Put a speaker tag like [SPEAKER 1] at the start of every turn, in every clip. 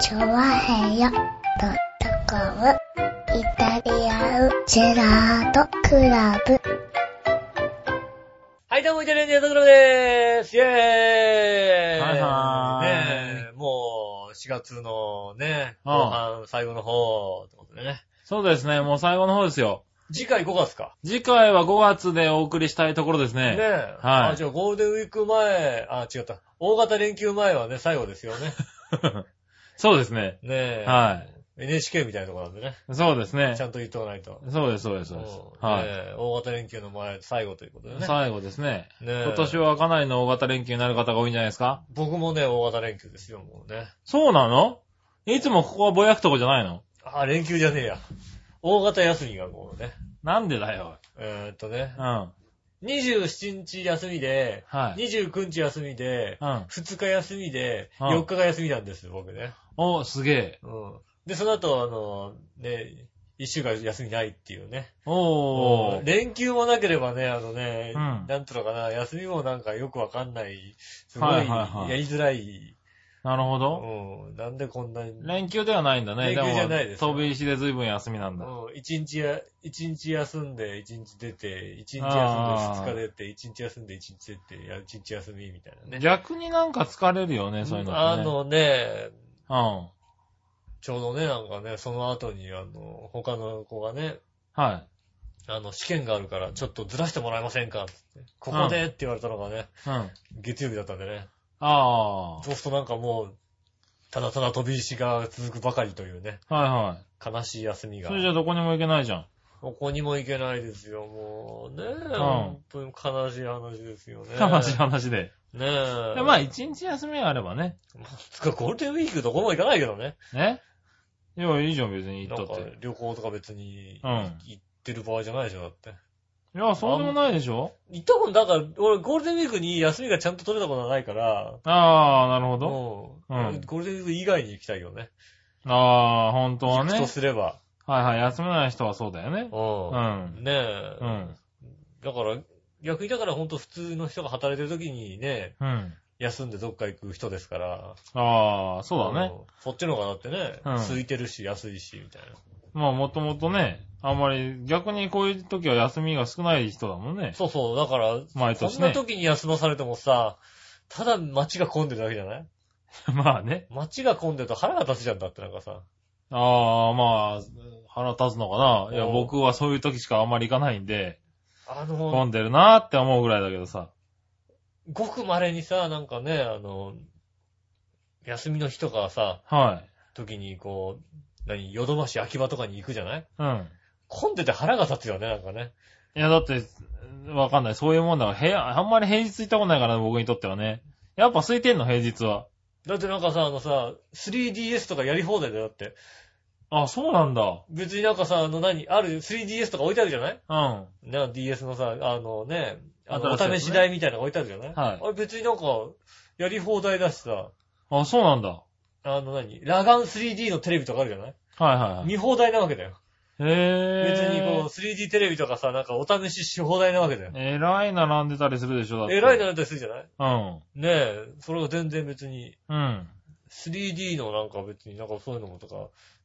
[SPEAKER 1] チョワヘヨドットコムイタリアンジェラートクラブ。
[SPEAKER 2] はい、どうも、イタリアンジェラートクラブでーすイェーイ
[SPEAKER 3] はいはーい
[SPEAKER 2] ねえ、もう、4月のね、
[SPEAKER 3] うん
[SPEAKER 2] 後半、最後の方、ってことでね。
[SPEAKER 3] そうですね、もう最後の方ですよ。
[SPEAKER 2] 次回5月か。
[SPEAKER 3] 次回は5月でお送りしたいところです
[SPEAKER 2] ね
[SPEAKER 3] ね。
[SPEAKER 2] え。
[SPEAKER 3] はい
[SPEAKER 2] あ、じゃあ、ゴールデンウィーク前、あ、違った。大型連休前はね、最後ですよ ね。
[SPEAKER 3] そうですね。
[SPEAKER 2] ねえ。。
[SPEAKER 3] はい
[SPEAKER 2] NHK みたいなとこなんでね。
[SPEAKER 3] そうですね
[SPEAKER 2] ち。ゃんと言っとかないと。
[SPEAKER 3] そうです、そうです、そうです。
[SPEAKER 2] うん
[SPEAKER 3] は
[SPEAKER 2] ね
[SPEAKER 3] い。
[SPEAKER 2] え大型連休の前、最後ということでね。
[SPEAKER 3] 最後ですね。
[SPEAKER 2] ねえ
[SPEAKER 3] 今年はかなりの大型連休になる方が多いんじゃないですか
[SPEAKER 2] 僕もね、大型連休ですよ、もうね。
[SPEAKER 3] そうなのいつもここはぼやくとこじゃないの
[SPEAKER 2] あ、連休じゃねえや。大型休みがこうね。
[SPEAKER 3] なんでだよ。
[SPEAKER 2] えーっとね
[SPEAKER 3] うん。。は
[SPEAKER 2] 27日休みで、
[SPEAKER 3] い。
[SPEAKER 2] 29日休みで、
[SPEAKER 3] うん。
[SPEAKER 2] 2日休みで、
[SPEAKER 3] うん
[SPEAKER 2] 4日が休みなんですよ、僕ね。
[SPEAKER 3] お、すげえ。
[SPEAKER 2] うん。で、その後、あの、ね、1週間休みないっていうね。
[SPEAKER 3] お
[SPEAKER 2] うん
[SPEAKER 3] ー。
[SPEAKER 2] 連休もなければね、あのね、
[SPEAKER 3] うん
[SPEAKER 2] なんとかな、休みもなんかよくわかんない、すごい、
[SPEAKER 3] はいはいはい
[SPEAKER 2] やりづらい。
[SPEAKER 3] なるほど。
[SPEAKER 2] うん。なんでこんなに。
[SPEAKER 3] 連休ではないんだね。
[SPEAKER 2] 連休じゃないです
[SPEAKER 3] でも飛び石で随分休みなん
[SPEAKER 2] う
[SPEAKER 3] だ。
[SPEAKER 2] ん、一日や、一日休んで、一日出て、一日休んで、
[SPEAKER 3] あー
[SPEAKER 2] 二日出て、一日休んで、一日出て、いや一日休みみたいなね。
[SPEAKER 3] 逆になんか疲れるよね、そういうのってね。
[SPEAKER 2] あのね、
[SPEAKER 3] うん。
[SPEAKER 2] ちょうどね、なんかね、その後に、あの、他の子がね、
[SPEAKER 3] は
[SPEAKER 2] あの、試験があるから、ちょっとずらしてもらえませんかっつってここでって言われたのがね、
[SPEAKER 3] い。うん。
[SPEAKER 2] 月曜日だったんでね。
[SPEAKER 3] あ
[SPEAKER 2] そうするとなんかもう、ただただ飛び石が続くばかりというね、
[SPEAKER 3] あ。はいは
[SPEAKER 2] 悲しい休み
[SPEAKER 3] い。
[SPEAKER 2] が
[SPEAKER 3] そ。れじゃどこにも行けないじゃん。
[SPEAKER 2] どこにも行けないですよ、もう。ねえ、
[SPEAKER 3] ん
[SPEAKER 2] 本当に悲しい話ですよね。
[SPEAKER 3] 悲しい話で。
[SPEAKER 2] ねえ。
[SPEAKER 3] でまあ、一日休みがあればね。
[SPEAKER 2] つかゴールデンウィークどこも行かないけどね。
[SPEAKER 3] ね。いや、いいじゃん、別に
[SPEAKER 2] な
[SPEAKER 3] 行
[SPEAKER 2] ん
[SPEAKER 3] った
[SPEAKER 2] か
[SPEAKER 3] って。
[SPEAKER 2] 旅行とか別に
[SPEAKER 3] うん
[SPEAKER 2] 行ってる場合じゃないでしょ、だって。
[SPEAKER 3] いや、そうでもないでしょ
[SPEAKER 2] 行ったこと、だから、俺、ゴールデンウィークに休みがちゃんと取れたことがないから、
[SPEAKER 3] ああ、なるほど。
[SPEAKER 2] もう
[SPEAKER 3] うん
[SPEAKER 2] ゴールデンウィーク以外に行きたいよね。
[SPEAKER 3] ああ、本当は
[SPEAKER 2] 行くと
[SPEAKER 3] ね。
[SPEAKER 2] すれば。
[SPEAKER 3] はいはい、休めない人はそうだよね。
[SPEAKER 2] うん
[SPEAKER 3] う
[SPEAKER 2] ねえ。
[SPEAKER 3] うん。
[SPEAKER 2] だから、逆にだから本当普通の人が働いてる時にね、
[SPEAKER 3] うん。
[SPEAKER 2] 休んでどっか行く人ですから。
[SPEAKER 3] ああ、そうだね。
[SPEAKER 2] ん。そっちの方がだってね、
[SPEAKER 3] うん
[SPEAKER 2] 空いてるし安いし、みたいな。
[SPEAKER 3] まあ、もともとね、あんまり、逆にこういう時は休みが少ない人だもんね。
[SPEAKER 2] そうそう、だから、
[SPEAKER 3] 毎
[SPEAKER 2] そ
[SPEAKER 3] 年
[SPEAKER 2] んな
[SPEAKER 3] ね。
[SPEAKER 2] 時に休まされてもさ、ただ街が混んでるだけじゃない
[SPEAKER 3] まあね。
[SPEAKER 2] 街が混んでると腹が立つじゃんだってなんかさ。
[SPEAKER 3] ああ、まあ、腹立つのかな。いや、
[SPEAKER 2] うん
[SPEAKER 3] 僕はそういう時しかあんまり行かないんで。
[SPEAKER 2] あの、
[SPEAKER 3] 混んでるなーって思うぐらいだけどさ。
[SPEAKER 2] ごく稀にさ、なんかね、あの、休みの日とかさ、
[SPEAKER 3] はい。
[SPEAKER 2] 時にこう、何、ヨドバシ秋葉とかに行くじゃない
[SPEAKER 3] うん。
[SPEAKER 2] 混んでて腹が立つよね、なんかね。
[SPEAKER 3] いや、だって、わかんない。そういうもんだから、部屋、あんまり平日行ったことないからね、僕にとってはね。やっぱ空いてんの、平日は。
[SPEAKER 2] だってなんかさ、あのさ、3DS とかやり放題だよ、だって。
[SPEAKER 3] あ、そうなんだ。
[SPEAKER 2] 別になんかさ、あの何、ある 3DS とか置いてあるじゃない
[SPEAKER 3] うん。
[SPEAKER 2] な、DS のさ、あのね、あの、お
[SPEAKER 3] 新しいやつね
[SPEAKER 2] 試し台みたいなの置いてあるじゃない
[SPEAKER 3] はい
[SPEAKER 2] あれ別になんか、やり放題だしさ、
[SPEAKER 3] あ、そうなんだ。は
[SPEAKER 2] あの何、ラガン 3D のテレビとかあるじゃない
[SPEAKER 3] いはいはい。
[SPEAKER 2] 見放題なわけだよ。
[SPEAKER 3] へ
[SPEAKER 2] 別にこう、
[SPEAKER 3] え。
[SPEAKER 2] 3D テレビとかさ、なんかお試しし放題なわけだよ。
[SPEAKER 3] えらい並んでたりするでしょ、だって。
[SPEAKER 2] えらいなだったりするじゃない
[SPEAKER 3] うん。
[SPEAKER 2] ねえ、それが全然別に、
[SPEAKER 3] うん。はい
[SPEAKER 2] 3D のなんか別になんかそういうのもとか、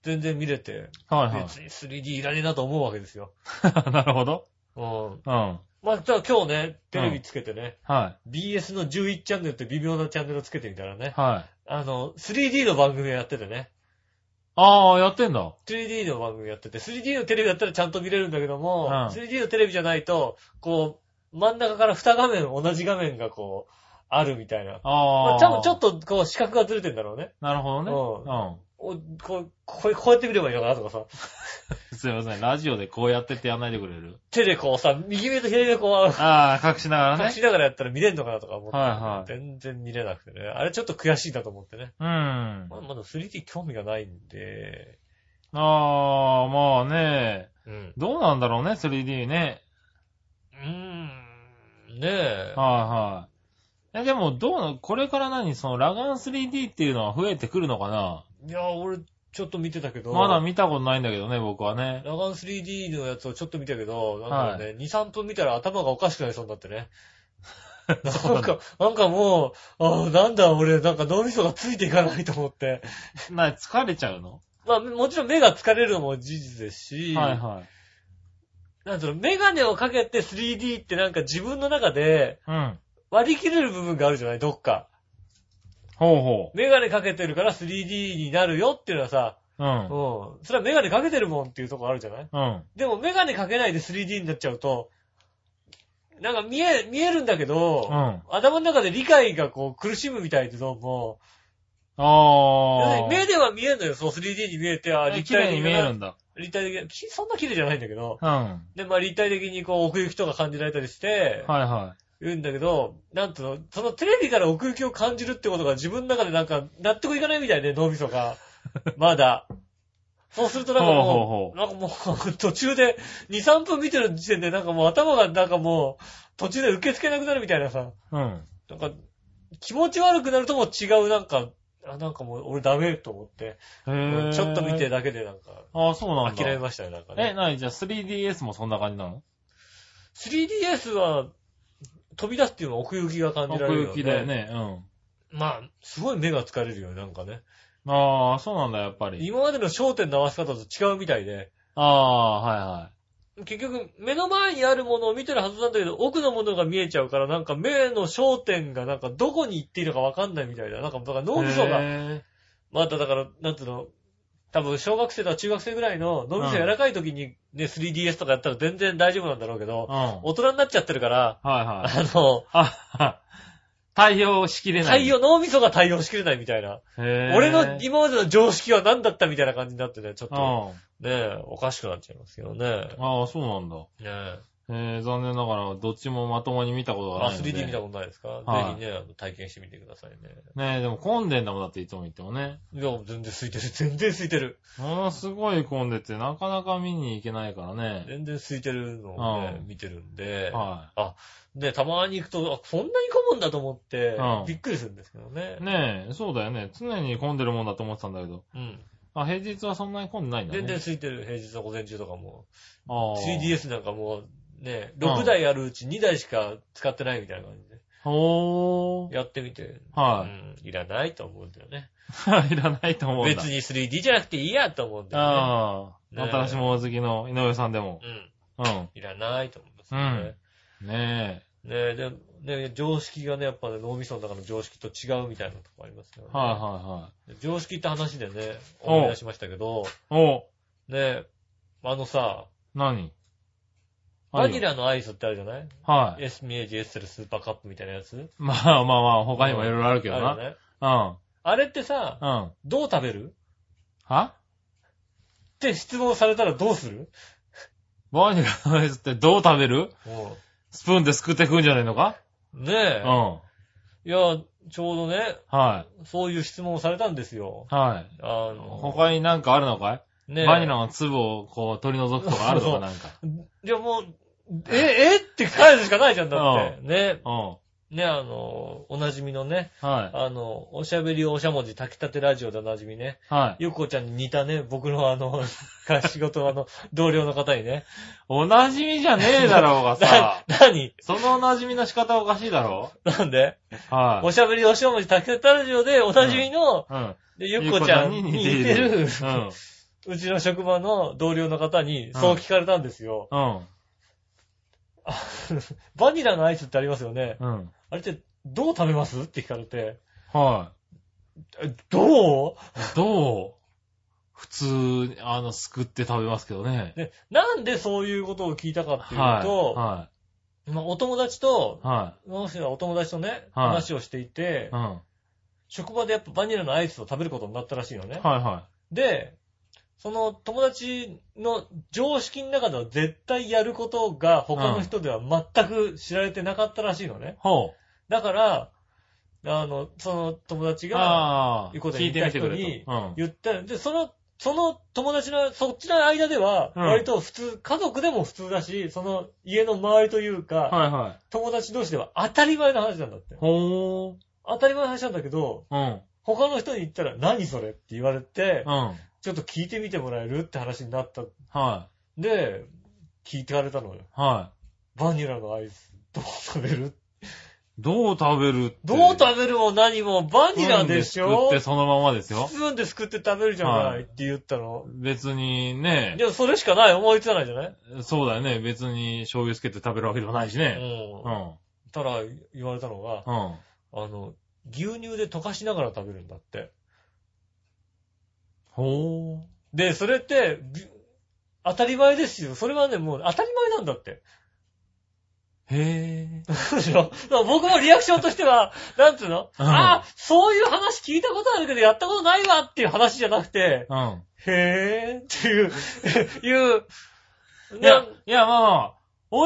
[SPEAKER 2] 全然見れて、
[SPEAKER 3] は
[SPEAKER 2] 別に 3D いらねえなと思うわけですよ。
[SPEAKER 3] い。 なるほど。
[SPEAKER 2] うん。
[SPEAKER 3] うん。
[SPEAKER 2] まあ、じゃあ今日ね、テレビつけてね、
[SPEAKER 3] は
[SPEAKER 2] BS の11チャンネルって微妙なチャンネルつけてみたら
[SPEAKER 3] い。
[SPEAKER 2] ね、
[SPEAKER 3] はい。
[SPEAKER 2] あの、3D の番組をやっててね、
[SPEAKER 3] ああ、やってんだ。
[SPEAKER 2] 3D の番組やってて、3D のテレビだったらちゃんと見れるんだけども、
[SPEAKER 3] うん
[SPEAKER 2] 3D のテレビじゃないと、こう、真ん中から2画面、同じ画面がこう、あるみたいな。ま
[SPEAKER 3] あ
[SPEAKER 2] あ、
[SPEAKER 3] あ。
[SPEAKER 2] 多分ちょっとこう、視覚がずれてんだろうね。
[SPEAKER 3] なるほど
[SPEAKER 2] う
[SPEAKER 3] ね。
[SPEAKER 2] おこう、こうこうやって見ればいいのかなとかさ、
[SPEAKER 3] うん。すいません。ラジオでこうやってってやんないでくれる
[SPEAKER 2] 手でこうさ、右目と左目でこう、
[SPEAKER 3] ああ、隠しながら
[SPEAKER 2] 隠
[SPEAKER 3] ね。
[SPEAKER 2] しながらやったら見れんのかなとか思って、
[SPEAKER 3] はいはい
[SPEAKER 2] 全然見れなくてね。あれちょっと悔しいなと思ってね。
[SPEAKER 3] うん
[SPEAKER 2] ま。あ、まだ 3D 興味がないんで、
[SPEAKER 3] ああ、まあね。
[SPEAKER 2] うん。
[SPEAKER 3] どうなんだろうね、3D ね。
[SPEAKER 2] うーん、ねえ。
[SPEAKER 3] はいはい。え、でもどうな、これから何その、ラガン 3D っていうのは増えてくるのかない
[SPEAKER 2] や、俺、ちょっと見てたけど。
[SPEAKER 3] まだ見たことないんだけどね、僕はね。
[SPEAKER 2] ラガン 3D のやつをちょっと見たけど、なんかね、2、3分見たら頭がおかしくなりそうになってね。なんか、なんかもう、あーなんだ俺、なんか脳みそがついていかないと思って。
[SPEAKER 3] な、疲れちゃうの
[SPEAKER 2] まあ、もちろん目が疲れるのも事実ですし、
[SPEAKER 3] はいはい。
[SPEAKER 2] なんつうの、メガネをかけて 3D ってなんか自分の中で
[SPEAKER 3] うん。
[SPEAKER 2] 割り切れる部分があるじゃないどっか。
[SPEAKER 3] ほうほ
[SPEAKER 2] メガネかけてるから 3D になるよっていうのはさ、
[SPEAKER 3] う。う。
[SPEAKER 2] うんん。それはメガネかけてるもんっていうとこあるじゃない
[SPEAKER 3] うん。
[SPEAKER 2] でもメガネかけないで 3D になっちゃうと、なんか見え、見えるんだけど、
[SPEAKER 3] うん。
[SPEAKER 2] 頭の中で理解がこう苦しむみたいでどうも、要する
[SPEAKER 3] あ
[SPEAKER 2] に
[SPEAKER 3] ー。
[SPEAKER 2] 目では見えるのよ、そう 3D に見えて、あー
[SPEAKER 3] え
[SPEAKER 2] 立
[SPEAKER 3] 綺
[SPEAKER 2] 体
[SPEAKER 3] 麗
[SPEAKER 2] 的
[SPEAKER 3] に
[SPEAKER 2] な
[SPEAKER 3] 見えるんだ。
[SPEAKER 2] 立体的な、きそんな綺麗じゃないんだけど、
[SPEAKER 3] うん。は
[SPEAKER 2] で、まあ立体的にこう奥行きとか感じられたりして
[SPEAKER 3] い、は
[SPEAKER 2] 言うんだけど、なんつうの、そのテレビから奥行きを感じるってことが自分の中でなんか納得いかないみたいね、脳みそ が。まだ。そうするとなんかもう、なんかもう途中で2、3分見てる時点でなんかもう頭がなんかもう途中で受け付けなくなるみたいなさ、
[SPEAKER 3] い。うん。
[SPEAKER 2] なんか気持ち悪くなるとも違うなんか、あなんかもう俺ダメと思って、
[SPEAKER 3] へー。
[SPEAKER 2] ちょっと見て。だけでなんか
[SPEAKER 3] あー、そうなんだ。
[SPEAKER 2] 諦めましたね、なんか
[SPEAKER 3] え、
[SPEAKER 2] ね。
[SPEAKER 3] なにじゃあ 3DS もそんな感じなの
[SPEAKER 2] 3DS は飛び出すっていうのは奥行きが感じられ
[SPEAKER 3] 奥
[SPEAKER 2] る、
[SPEAKER 3] 行きだよ。ね。うん。
[SPEAKER 2] まあ、すごい目が疲れるよね、なんかね。
[SPEAKER 3] ああ、そうなんだ、やっぱり。
[SPEAKER 2] 今までの焦点の合わせ方と違うみたいで、
[SPEAKER 3] ああ、はいはい。
[SPEAKER 2] 結局、目の前にあるものを見てるはずなんだけど、奥のものが見えちゃうから、なんか目の焦点がなんかどこに行っていいのかわかんないみたいだ。なんか、だから脳みそが、
[SPEAKER 3] へ
[SPEAKER 2] まただから、なんつうの、多分小学生とか中学生ぐらいの脳みそ柔らかい時にね、3DS とかやったら全然大丈夫なんだろうけ
[SPEAKER 3] ー。う
[SPEAKER 2] ど、
[SPEAKER 3] ん。はい
[SPEAKER 2] 大人になっちゃってるから、あ
[SPEAKER 3] はい。
[SPEAKER 2] の、
[SPEAKER 3] あ、 対応しきれない。
[SPEAKER 2] 対応、脳みそが対応しきれないみたいな。
[SPEAKER 3] へー。
[SPEAKER 2] 俺の今までの常識は何だったみたいな感じになってね、ちょっと、
[SPEAKER 3] うん。
[SPEAKER 2] ねえ、おかしくなっちゃいますけどね。
[SPEAKER 3] ああ、そうなんだ。
[SPEAKER 2] ねえ。
[SPEAKER 3] えー、残念ながら、どっちもまともに見たことが
[SPEAKER 2] あ
[SPEAKER 3] ないので。
[SPEAKER 2] 3D 見た
[SPEAKER 3] こ
[SPEAKER 2] ことないですか、
[SPEAKER 3] はい
[SPEAKER 2] ぜひね、あの体験してみてくださいね。
[SPEAKER 3] とねえ、でも混んでんだもんだっていつも言ってもね。
[SPEAKER 2] いや、全然空いてる。 全然空いてる。
[SPEAKER 3] ものすごい混んでて、なかなか見に行けないからね。
[SPEAKER 2] 全然空いてるのをね、
[SPEAKER 3] うん
[SPEAKER 2] 見てるんで、
[SPEAKER 3] は
[SPEAKER 2] で、たまに行くと、あ、そんなに混むんだと思って、
[SPEAKER 3] うん
[SPEAKER 2] びっくりするんですけどね
[SPEAKER 3] い。。ねえ、そうだよね。常に混んでるもんだと思ってたんだけど。
[SPEAKER 2] うん。
[SPEAKER 3] あ、平日はそんなに混んでないんだね。
[SPEAKER 2] 全然空いてる。平日の午前中とかも。
[SPEAKER 3] ああ。
[SPEAKER 2] 3DS なんかもう、ね、
[SPEAKER 3] うん
[SPEAKER 2] 6台あるうち2台しか使ってないみたいな感じで。
[SPEAKER 3] ほー。
[SPEAKER 2] やってみて、う
[SPEAKER 3] はい。
[SPEAKER 2] ん、いらないと思うんだよね。
[SPEAKER 3] い らないと思うんだ。
[SPEAKER 2] 別に 3D じゃなくていいやと思うんだよね。
[SPEAKER 3] ああ、
[SPEAKER 2] ねえ
[SPEAKER 3] 新しいもの好きの井上さんでも
[SPEAKER 2] う。ん。
[SPEAKER 3] うん。
[SPEAKER 2] いらないと思いますよね。
[SPEAKER 3] うんね
[SPEAKER 2] ねえ、で、ね常識がね、やっぱね、脳みその中の常識と違うみたいなとこありますよね。
[SPEAKER 3] え。はいは
[SPEAKER 2] 常識って話でね、思い出しましたけど、
[SPEAKER 3] いはい。お、
[SPEAKER 2] ねえ、あのさ、
[SPEAKER 3] 何
[SPEAKER 2] バニ。ラのアイスってあるじゃない
[SPEAKER 3] はい。
[SPEAKER 2] エスミエージエッセルスーパーカップみたいなやつ
[SPEAKER 3] まあまあまあ、他にもいろいろあるけど
[SPEAKER 2] ある
[SPEAKER 3] な。
[SPEAKER 2] よね。
[SPEAKER 3] う
[SPEAKER 2] あれってさ、
[SPEAKER 3] ん。うん。
[SPEAKER 2] どう食べるっ
[SPEAKER 3] は
[SPEAKER 2] て質問されたらどうする
[SPEAKER 3] バニラのアイスってどう食べる
[SPEAKER 2] も
[SPEAKER 3] スプーンですくって食うんじゃないのか
[SPEAKER 2] うね
[SPEAKER 3] う
[SPEAKER 2] え
[SPEAKER 3] ん。。は
[SPEAKER 2] うん、いや、ちょうどね、
[SPEAKER 3] い。は
[SPEAKER 2] そういう質問をされたんですよ。
[SPEAKER 3] い。
[SPEAKER 2] あの、
[SPEAKER 3] 他になんかあるのかい
[SPEAKER 2] ねえ
[SPEAKER 3] バニラの粒をこう取り除くとかあるの
[SPEAKER 2] そ
[SPEAKER 3] か
[SPEAKER 2] う
[SPEAKER 3] なん か。
[SPEAKER 2] いやもう、え、えって返すしかないじゃん、だって。ね
[SPEAKER 3] うん。
[SPEAKER 2] ね、あの、おなじみのね、
[SPEAKER 3] はい。
[SPEAKER 2] あの、おしゃべりおしゃもじ炊きたてラジオでおなじみね、
[SPEAKER 3] はい。
[SPEAKER 2] ゆっこちゃんに似たね、僕のあの、仕事のあの、同僚の方にね、
[SPEAKER 3] お馴染みじゃねえ だろうが
[SPEAKER 2] な。
[SPEAKER 3] さ
[SPEAKER 2] 何
[SPEAKER 3] そのお馴染みの仕方おかしいだろ
[SPEAKER 2] なんで
[SPEAKER 3] はい。
[SPEAKER 2] おしゃべりおしゃもじ炊きたてラジオでおなじみの、
[SPEAKER 3] うん。
[SPEAKER 2] でゆっこちゃんに似てる、
[SPEAKER 3] うん。
[SPEAKER 2] うちの職場の同僚の方に、そう聞かれたんですよ。
[SPEAKER 3] うん。
[SPEAKER 2] バニラのアイスってありますよね。
[SPEAKER 3] うん。
[SPEAKER 2] あれって、どう食べますって聞かれて、
[SPEAKER 3] は
[SPEAKER 2] えどう
[SPEAKER 3] い。どう普通、あの、すくって食べますけどね。
[SPEAKER 2] で、なんでそういうことを聞いたかっていうと、
[SPEAKER 3] はい。は
[SPEAKER 2] まあ、お友達と
[SPEAKER 3] い。、は
[SPEAKER 2] もしお友達とね、
[SPEAKER 3] はい
[SPEAKER 2] 話をしていて
[SPEAKER 3] い。う、ん。は
[SPEAKER 2] 職場でやっぱバニラのアイスを食べることになったらしいのね
[SPEAKER 3] い。は
[SPEAKER 2] で、その友達の常識の中では絶対やることが他の人では全く知られてなかったらしいのね
[SPEAKER 3] い。。ほう。
[SPEAKER 2] だから、あの、その友達が
[SPEAKER 3] ああ。
[SPEAKER 2] いうことで
[SPEAKER 3] 聞いてみてくれ
[SPEAKER 2] 言い
[SPEAKER 3] と。うん。
[SPEAKER 2] 言ったので、その、その友達の、そっちの間では、
[SPEAKER 3] うん
[SPEAKER 2] 割と普通、家族でも普通だし、その家の周りというか、
[SPEAKER 3] はいはい。
[SPEAKER 2] 友達同士では当たり前の話なんだって。
[SPEAKER 3] ほ
[SPEAKER 2] 当たり前の話なんだけど、
[SPEAKER 3] う。うん。
[SPEAKER 2] 他の人に言ったら何それって言われて
[SPEAKER 3] う、ん。
[SPEAKER 2] ちょっと聞いてみてもらえるって話になった。
[SPEAKER 3] は
[SPEAKER 2] で、聞いてかれたのよ。
[SPEAKER 3] い。は
[SPEAKER 2] バニラのアイス、どう食べる
[SPEAKER 3] い。どう食べるって
[SPEAKER 2] どう食べるも何もバニラでしょ
[SPEAKER 3] 作ってそのままですよ
[SPEAKER 2] ス。プーンですくって食べるじゃ
[SPEAKER 3] は
[SPEAKER 2] ないいって言ったの。
[SPEAKER 3] 別にね
[SPEAKER 2] で、もそれしかない思いつかないじゃない
[SPEAKER 3] そうだよね。別に醤油つけて食べるわけでもないし
[SPEAKER 2] う
[SPEAKER 3] ね。
[SPEAKER 2] ん
[SPEAKER 3] う。ん。
[SPEAKER 2] たら言われたのが、
[SPEAKER 3] うん。
[SPEAKER 2] あの、牛乳で溶かしながら食べるんだって。
[SPEAKER 3] ほ
[SPEAKER 2] で、それって、び当たり前ですよ。それはね、もう当たり前なんだ って。
[SPEAKER 3] ー。へー。
[SPEAKER 2] そうでしょだから僕もリアクションとしては、なんつうの、
[SPEAKER 3] うん
[SPEAKER 2] ああ、そういう話聞いたことあるけどやったことないわっていう話じゃなくて、
[SPEAKER 3] うん。
[SPEAKER 2] へえーっていう、いう、
[SPEAKER 3] いや
[SPEAKER 2] な、
[SPEAKER 3] いや、まあまあ、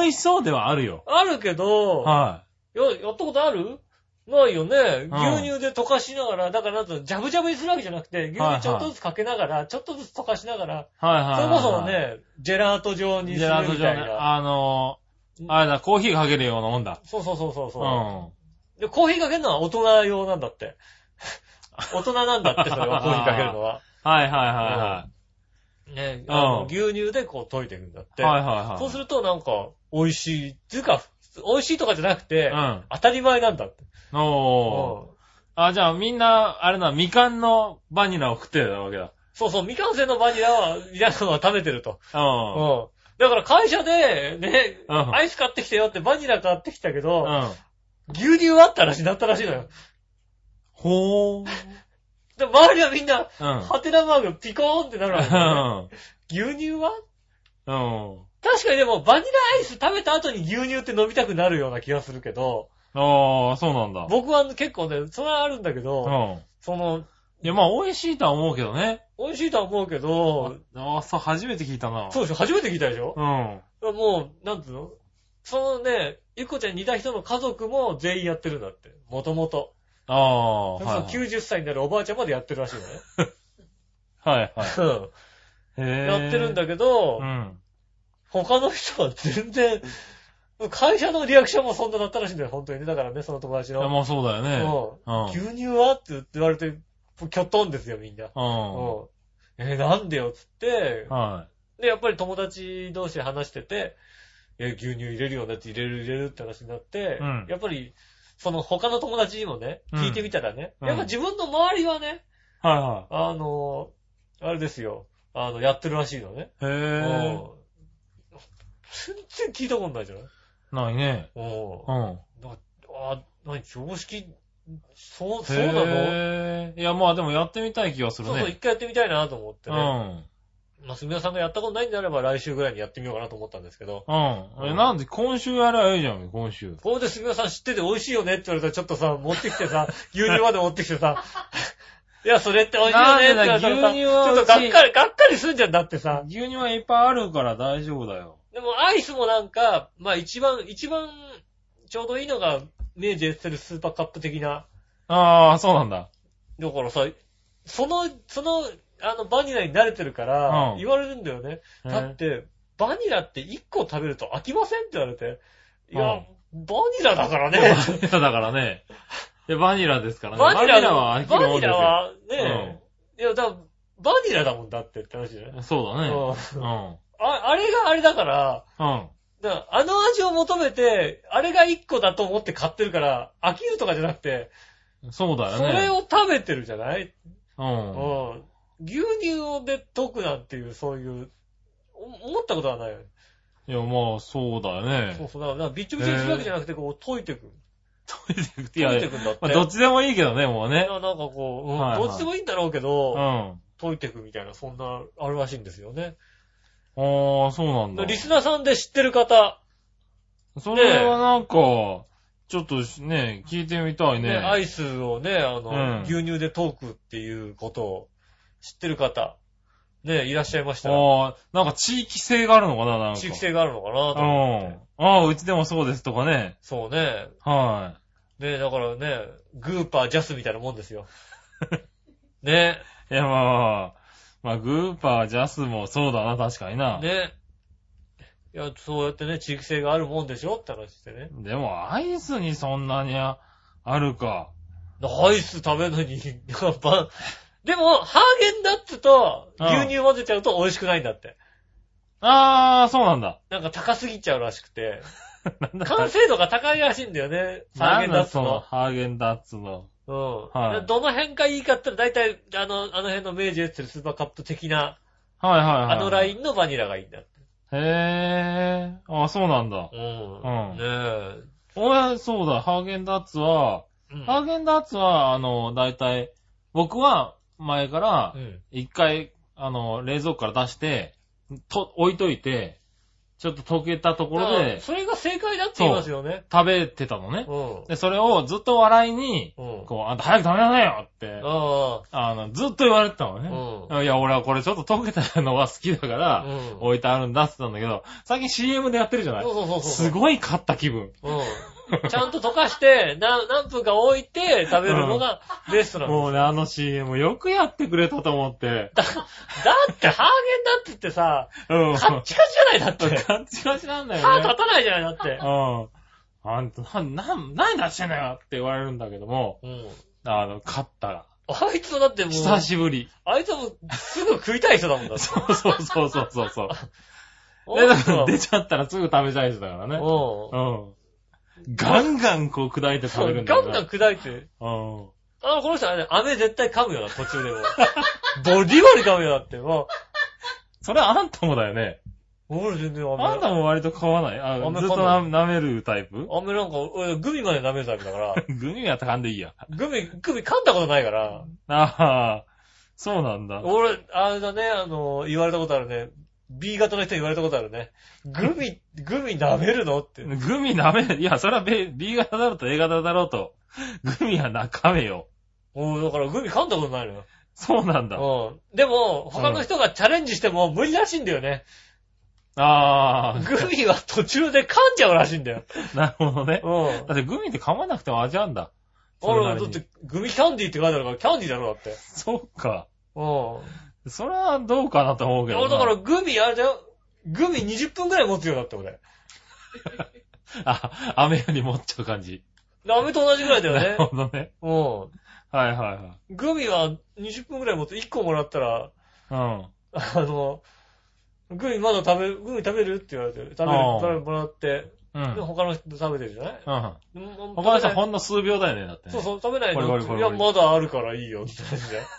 [SPEAKER 3] 美味しそうではあるよ。
[SPEAKER 2] あるけど、
[SPEAKER 3] は
[SPEAKER 2] や、やったことあるないよね。
[SPEAKER 3] うん
[SPEAKER 2] 牛乳で溶かしながら、だからなんつうのジャブジャブにするわけじゃなくて、牛
[SPEAKER 3] はいは
[SPEAKER 2] 乳
[SPEAKER 3] い
[SPEAKER 2] ちょっとずつかけながら、ちょっとずつ溶かしながら、
[SPEAKER 3] い。はい
[SPEAKER 2] そ
[SPEAKER 3] はいはい。
[SPEAKER 2] れこそ、ね、ジェラート状にす
[SPEAKER 3] ジ
[SPEAKER 2] る
[SPEAKER 3] ェラート
[SPEAKER 2] み
[SPEAKER 3] 状
[SPEAKER 2] たい
[SPEAKER 3] ね、
[SPEAKER 2] な。
[SPEAKER 3] あのー、あれだ、コーヒーかけるようなもんだ。
[SPEAKER 2] そうそうそうそう
[SPEAKER 3] う
[SPEAKER 2] そ
[SPEAKER 3] ん。
[SPEAKER 2] う。
[SPEAKER 3] は
[SPEAKER 2] で、コーヒーかけるのは大人用なんだ って。大人なんだって、それは コーヒーかけるのは。
[SPEAKER 3] いはいは
[SPEAKER 2] ね、
[SPEAKER 3] うん
[SPEAKER 2] あの牛乳でこう溶いていくんだっ
[SPEAKER 3] い
[SPEAKER 2] て。
[SPEAKER 3] はい。はいはいはい。
[SPEAKER 2] そうするとなんか、美味しい。っていうか、美味しいとかじゃなくて、
[SPEAKER 3] うん。
[SPEAKER 2] 当たり前なんだって。
[SPEAKER 3] おー。
[SPEAKER 2] うん
[SPEAKER 3] あ、じゃあみんな、あれな、みかんのバニラを食ってたわけだ。
[SPEAKER 2] そうそう、未完成のバニラは、皆さんは食べてると。
[SPEAKER 3] うん。
[SPEAKER 2] うん。だから会社で、ね、
[SPEAKER 3] うん
[SPEAKER 2] アイス買ってきたよってバニラ買ってきたけど、
[SPEAKER 3] うん。
[SPEAKER 2] 牛乳はあったらしい、なったらしいのよ。
[SPEAKER 3] ほー。
[SPEAKER 2] で、周りはみんな、
[SPEAKER 3] うん。
[SPEAKER 2] ハテナマークピコーンってなるわけだよね。牛乳は
[SPEAKER 3] うん。
[SPEAKER 2] 確かにでも、バニラアイス食べた後に牛乳って飲みたくなるような気がするけど、
[SPEAKER 3] ああ、そうなんだ。
[SPEAKER 2] 僕は結構ね、それはあるんだけ
[SPEAKER 3] う
[SPEAKER 2] ど、
[SPEAKER 3] ん。
[SPEAKER 2] その、
[SPEAKER 3] いや、まあ、美味しいとは思うけどね。
[SPEAKER 2] 美味しいとは思うけど、
[SPEAKER 3] ああ、そう、初めて聞いたな。
[SPEAKER 2] そうでしょ初めて聞いたでしょ
[SPEAKER 3] うん。
[SPEAKER 2] もう、なんつうのそのね、ゆっこちゃんに似た人の家族も全員やってるんだって。もともと。
[SPEAKER 3] ああ、はいはい。
[SPEAKER 2] 90歳になるおばあちゃんまでやってるらしい
[SPEAKER 3] はいはい。
[SPEAKER 2] のね。うん。やってるん
[SPEAKER 3] け
[SPEAKER 2] だけど、
[SPEAKER 3] うん。
[SPEAKER 2] 他の人は全然、会社のリアクションもそんなだったらしいんだよ、本当にね。だからね、その友達
[SPEAKER 3] いや、
[SPEAKER 2] の。
[SPEAKER 3] まあ、そうだよね。
[SPEAKER 2] うん
[SPEAKER 3] う
[SPEAKER 2] 牛乳はって言われて、きょとんですよ、みんな。
[SPEAKER 3] ん。うん。
[SPEAKER 2] うんえーなんでよ、つって、
[SPEAKER 3] は
[SPEAKER 2] で、やっぱり友達同士で話してて、え、牛乳入れるよねって入れる入れるって話になって、
[SPEAKER 3] うん
[SPEAKER 2] やっぱり、その他の友達にもね、
[SPEAKER 3] うん
[SPEAKER 2] 聞いてみたらね、
[SPEAKER 3] うん
[SPEAKER 2] やっぱ自分の周りはね、
[SPEAKER 3] い。は
[SPEAKER 2] あのーあれですよ、あの、やってるらしいのね。
[SPEAKER 3] いはい。
[SPEAKER 2] う
[SPEAKER 3] へ
[SPEAKER 2] ん全然聞いたことないじゃない
[SPEAKER 3] え。ないね。
[SPEAKER 2] うん
[SPEAKER 3] うん。
[SPEAKER 2] あ、なに、常識、そう、そうなの
[SPEAKER 3] へえ。いや、まあ、でもやってみたい気がする
[SPEAKER 2] そうそう、一
[SPEAKER 3] ね。
[SPEAKER 2] 回やってみたいなと思って
[SPEAKER 3] う
[SPEAKER 2] ね。
[SPEAKER 3] ん。
[SPEAKER 2] まあ、すみさんがやったことないんであれば来週ぐらいにやってみようかなと思ったんですけど。
[SPEAKER 3] うん。え、なんで、今週やればいいじゃん、今週。
[SPEAKER 2] これで杉村さん知ってて美味しいよねって言われたらちょっとさ、持ってきて さ、牛乳まで持ってきてさ、 いや、それって美味しいよねって言われたらさ、ち
[SPEAKER 3] なんでだよ
[SPEAKER 2] ょっと
[SPEAKER 3] 牛乳
[SPEAKER 2] がっ
[SPEAKER 3] は
[SPEAKER 2] かり、がっかりすんじゃんだってさ。
[SPEAKER 3] 牛乳はいっぱいあるから大丈夫だよ。
[SPEAKER 2] でもアイスもなんか、まあ一番、一番ちょうどいいのが明治エッセルスーパーカップ的な。
[SPEAKER 3] ああ、そうなんだ。
[SPEAKER 2] だからさ、その、その、あの、バニラに慣れてるから
[SPEAKER 3] う、ん
[SPEAKER 2] 言われるんだよね。
[SPEAKER 3] へえ
[SPEAKER 2] だって、バニラって1個食べると飽きませんって言われて。いや、
[SPEAKER 3] う
[SPEAKER 2] バニラだからね。
[SPEAKER 3] バニラだからね。で、バニラですから ね。
[SPEAKER 2] バニラ
[SPEAKER 3] は
[SPEAKER 2] は、
[SPEAKER 3] 飽きる
[SPEAKER 2] バ
[SPEAKER 3] もん
[SPEAKER 2] ニ
[SPEAKER 3] です
[SPEAKER 2] ラ
[SPEAKER 3] よ。
[SPEAKER 2] はね、いや、だからバニラだもんだってって話じゃない、
[SPEAKER 3] そう
[SPEAKER 2] う
[SPEAKER 3] だね。
[SPEAKER 2] ん
[SPEAKER 3] うん。
[SPEAKER 2] ああれがあれだから、
[SPEAKER 3] うん。
[SPEAKER 2] だからあの味を求めて、あれが一個だと思って買ってるから、飽きるとかじゃなくて、
[SPEAKER 3] そうだよ
[SPEAKER 2] そ
[SPEAKER 3] ね。
[SPEAKER 2] れを食べてるじゃない、
[SPEAKER 3] うん。
[SPEAKER 2] うん牛乳で溶くなんていう、そういう、お思ったことはないよね。
[SPEAKER 3] いや、まあ、そうだよ
[SPEAKER 2] そう
[SPEAKER 3] ね。
[SPEAKER 2] そう。だから、ビッチョビチョにするわけじゃなくて、こう、溶いてく。
[SPEAKER 3] いや
[SPEAKER 2] 溶いてくんだって。
[SPEAKER 3] まあ、どっちでもいいけどね、もうね
[SPEAKER 2] い。やなんかこう、うん
[SPEAKER 3] はいはい
[SPEAKER 2] どっちでもいいんだろうけ
[SPEAKER 3] う
[SPEAKER 2] ど、
[SPEAKER 3] ん。
[SPEAKER 2] 溶いてくみたいな、そんな、あるらしいんですよね。
[SPEAKER 3] ああ、そうなんだ。
[SPEAKER 2] リスナーさんで知ってる方、
[SPEAKER 3] それはなんか、ちょっとね、聞いてみたい
[SPEAKER 2] ね、
[SPEAKER 3] ね。
[SPEAKER 2] アイスをね、あの、
[SPEAKER 3] うん
[SPEAKER 2] 牛乳でトークっていうことを知ってる方、ね、いらっしゃいましたら、
[SPEAKER 3] ああ、なんか地域性があるのかな、なんか。
[SPEAKER 2] 地域性があるのかなと
[SPEAKER 3] う
[SPEAKER 2] 思って
[SPEAKER 3] ん。ああ、うちでもそうですとかね。
[SPEAKER 2] そうね。
[SPEAKER 3] は
[SPEAKER 2] ね、だからね、グーパージャスみたいなもんですよ。 ね、
[SPEAKER 3] い。いや、まあ、まあ、グーパー、ジャスもそうだな、確かにな。
[SPEAKER 2] ね。いや、そうやってね、地域性があるもんでしょって話してね。
[SPEAKER 3] でも、アイスにそんなにああるか。
[SPEAKER 2] アイス食べるのに、やっぱ、でも、ハーゲンダッツと牛乳混ぜちゃうと美味しくないんだって。
[SPEAKER 3] ああ、そうなんだ。
[SPEAKER 2] なんか高すぎちゃうらしくて。
[SPEAKER 3] なんだ
[SPEAKER 2] 完成度が高いらしいんだよね。ハーゲンダッツ
[SPEAKER 3] なんだその
[SPEAKER 2] の。
[SPEAKER 3] ハーゲンダッツの。
[SPEAKER 2] うん。
[SPEAKER 3] はい
[SPEAKER 2] でどの辺がいいかって言ったら、大体、あの、あの辺の明治エッセルスーパーカップ的な、
[SPEAKER 3] はいはいは
[SPEAKER 2] あ
[SPEAKER 3] い。
[SPEAKER 2] のラインのバニラがいいんだって。
[SPEAKER 3] へぇー。あ、そうなんだ
[SPEAKER 2] う。
[SPEAKER 3] うん
[SPEAKER 2] ん。ねえ。
[SPEAKER 3] 俺、そうだ、ハーゲンダッツは、
[SPEAKER 2] うん
[SPEAKER 3] ハーゲンダッツは、あの、だいたい、僕は前から
[SPEAKER 2] う、ん。
[SPEAKER 3] 一回、あの、冷蔵庫から出して、と、置いといて、ちょっと溶けたところ
[SPEAKER 2] うん
[SPEAKER 3] で、
[SPEAKER 2] それが正解だって言いますよね。
[SPEAKER 3] 食べてたのね。
[SPEAKER 2] う
[SPEAKER 3] で、それをずっと笑いに、
[SPEAKER 2] ん。うん。
[SPEAKER 3] こう、あんた早く食べなさいよって、
[SPEAKER 2] あ
[SPEAKER 3] あの、ずっと言われてたの
[SPEAKER 2] あ。う
[SPEAKER 3] ね。
[SPEAKER 2] ん。
[SPEAKER 3] いや、俺はこれちょっと溶けたのが好きだから、
[SPEAKER 2] うん
[SPEAKER 3] 置いてあるんだって言ったんだけど、最近 CM でやってるじゃない
[SPEAKER 2] そうそうそうそう。
[SPEAKER 3] すごい買った気分。
[SPEAKER 2] うん。ちゃんと溶かして、な何分か置いて食べるのがベストなの。
[SPEAKER 3] もうね、あの CM よくやってくれたと思って。
[SPEAKER 2] だ、だってハーゲンダッツってさ、
[SPEAKER 3] うん。
[SPEAKER 2] カッチカチじゃないだって。
[SPEAKER 3] カッチカチなんだ
[SPEAKER 2] 歯
[SPEAKER 3] よね
[SPEAKER 2] 立。たないじゃないだって。
[SPEAKER 3] うん。あんた、な、な、何出してんだよって言われるんだけども、
[SPEAKER 2] うん。
[SPEAKER 3] あの、買ったら。
[SPEAKER 2] あいつはだってもう、
[SPEAKER 3] 久しぶり。
[SPEAKER 2] あいつはもうすぐ食いたい人だもんだって。
[SPEAKER 3] そうそうそうそうそ うそう。
[SPEAKER 2] う
[SPEAKER 3] で
[SPEAKER 2] ん。
[SPEAKER 3] だから出ちゃったらすぐ食べちゃい人だからね。
[SPEAKER 2] う
[SPEAKER 3] うん。ガンガンこう砕いて食べる
[SPEAKER 2] ん。
[SPEAKER 3] んだ
[SPEAKER 2] ガ
[SPEAKER 3] よ
[SPEAKER 2] ン
[SPEAKER 3] ね。
[SPEAKER 2] ガン砕いて。
[SPEAKER 3] うん。
[SPEAKER 2] あ、この人はね、飴絶対噛むよな、途 中でも。ボリボリ噛むよだって。も
[SPEAKER 3] それあんたもだよね。
[SPEAKER 2] う、俺全然飴。
[SPEAKER 3] あんたも割と買わないあ
[SPEAKER 2] あんま
[SPEAKER 3] ずっ
[SPEAKER 2] 買
[SPEAKER 3] と
[SPEAKER 2] わない
[SPEAKER 3] 舐めるタイプ
[SPEAKER 2] 飴なんか、俺グミまで舐めるタイプだから、
[SPEAKER 3] グミがたかんでいいや。
[SPEAKER 2] グミ、グミ噛んだことないから、
[SPEAKER 3] ああ、そうなんだ。
[SPEAKER 2] 俺、あれだね、あの、言われたことあるね。B 型の人に言われたことあるね。グミ、グミ舐めるのって。
[SPEAKER 3] グミ舐め、いや、それは B, B 型だろうと A 型だろうと、グミは中めよ。
[SPEAKER 2] もうだからグミ噛んだことないのよ。
[SPEAKER 3] そうなんだ。
[SPEAKER 2] うん。でも、他の人がチャレンジしても無理らしいんだよね。
[SPEAKER 3] あ
[SPEAKER 2] グミは途中で噛んじゃうらしいんだよ。
[SPEAKER 3] あ、 なるほどね。
[SPEAKER 2] うん。
[SPEAKER 3] だってグミって噛まなくても味あんだ。それな
[SPEAKER 2] 俺、
[SPEAKER 3] り
[SPEAKER 2] だっ
[SPEAKER 3] に
[SPEAKER 2] て、グミキャンディーって書いてあるから、キャンディーだろ、だって。
[SPEAKER 3] そうか。
[SPEAKER 2] う
[SPEAKER 3] それはどうかなと思うけ
[SPEAKER 2] ん。
[SPEAKER 3] どな。
[SPEAKER 2] 俺、だから、グミ、あれだよ。グミ20分くらい持つよ、だって、俺。
[SPEAKER 3] あ、雨より持っちゃう感じ。
[SPEAKER 2] ラメと同じくらいだよ
[SPEAKER 3] な
[SPEAKER 2] ね
[SPEAKER 3] る。 ほどね。
[SPEAKER 2] う
[SPEAKER 3] はいは
[SPEAKER 2] ん。グミは20分くらい持つ。1個もらったら、
[SPEAKER 3] いはい。
[SPEAKER 2] あの、グミまだ食べる、グミ食べるって言われて、食べる、食
[SPEAKER 3] あー
[SPEAKER 2] べるもらって、
[SPEAKER 3] うん。うん
[SPEAKER 2] で。他の人食べてるじゃない
[SPEAKER 3] うん。
[SPEAKER 2] もう
[SPEAKER 3] 他の
[SPEAKER 2] 食べ
[SPEAKER 3] 人は
[SPEAKER 2] ない
[SPEAKER 3] ほんの数秒だよね、だってね。
[SPEAKER 2] そうそう、食べない
[SPEAKER 3] こ
[SPEAKER 2] の
[SPEAKER 3] れこれこ
[SPEAKER 2] い
[SPEAKER 3] れ
[SPEAKER 2] や、まだあるからいいよ、って感じだよ。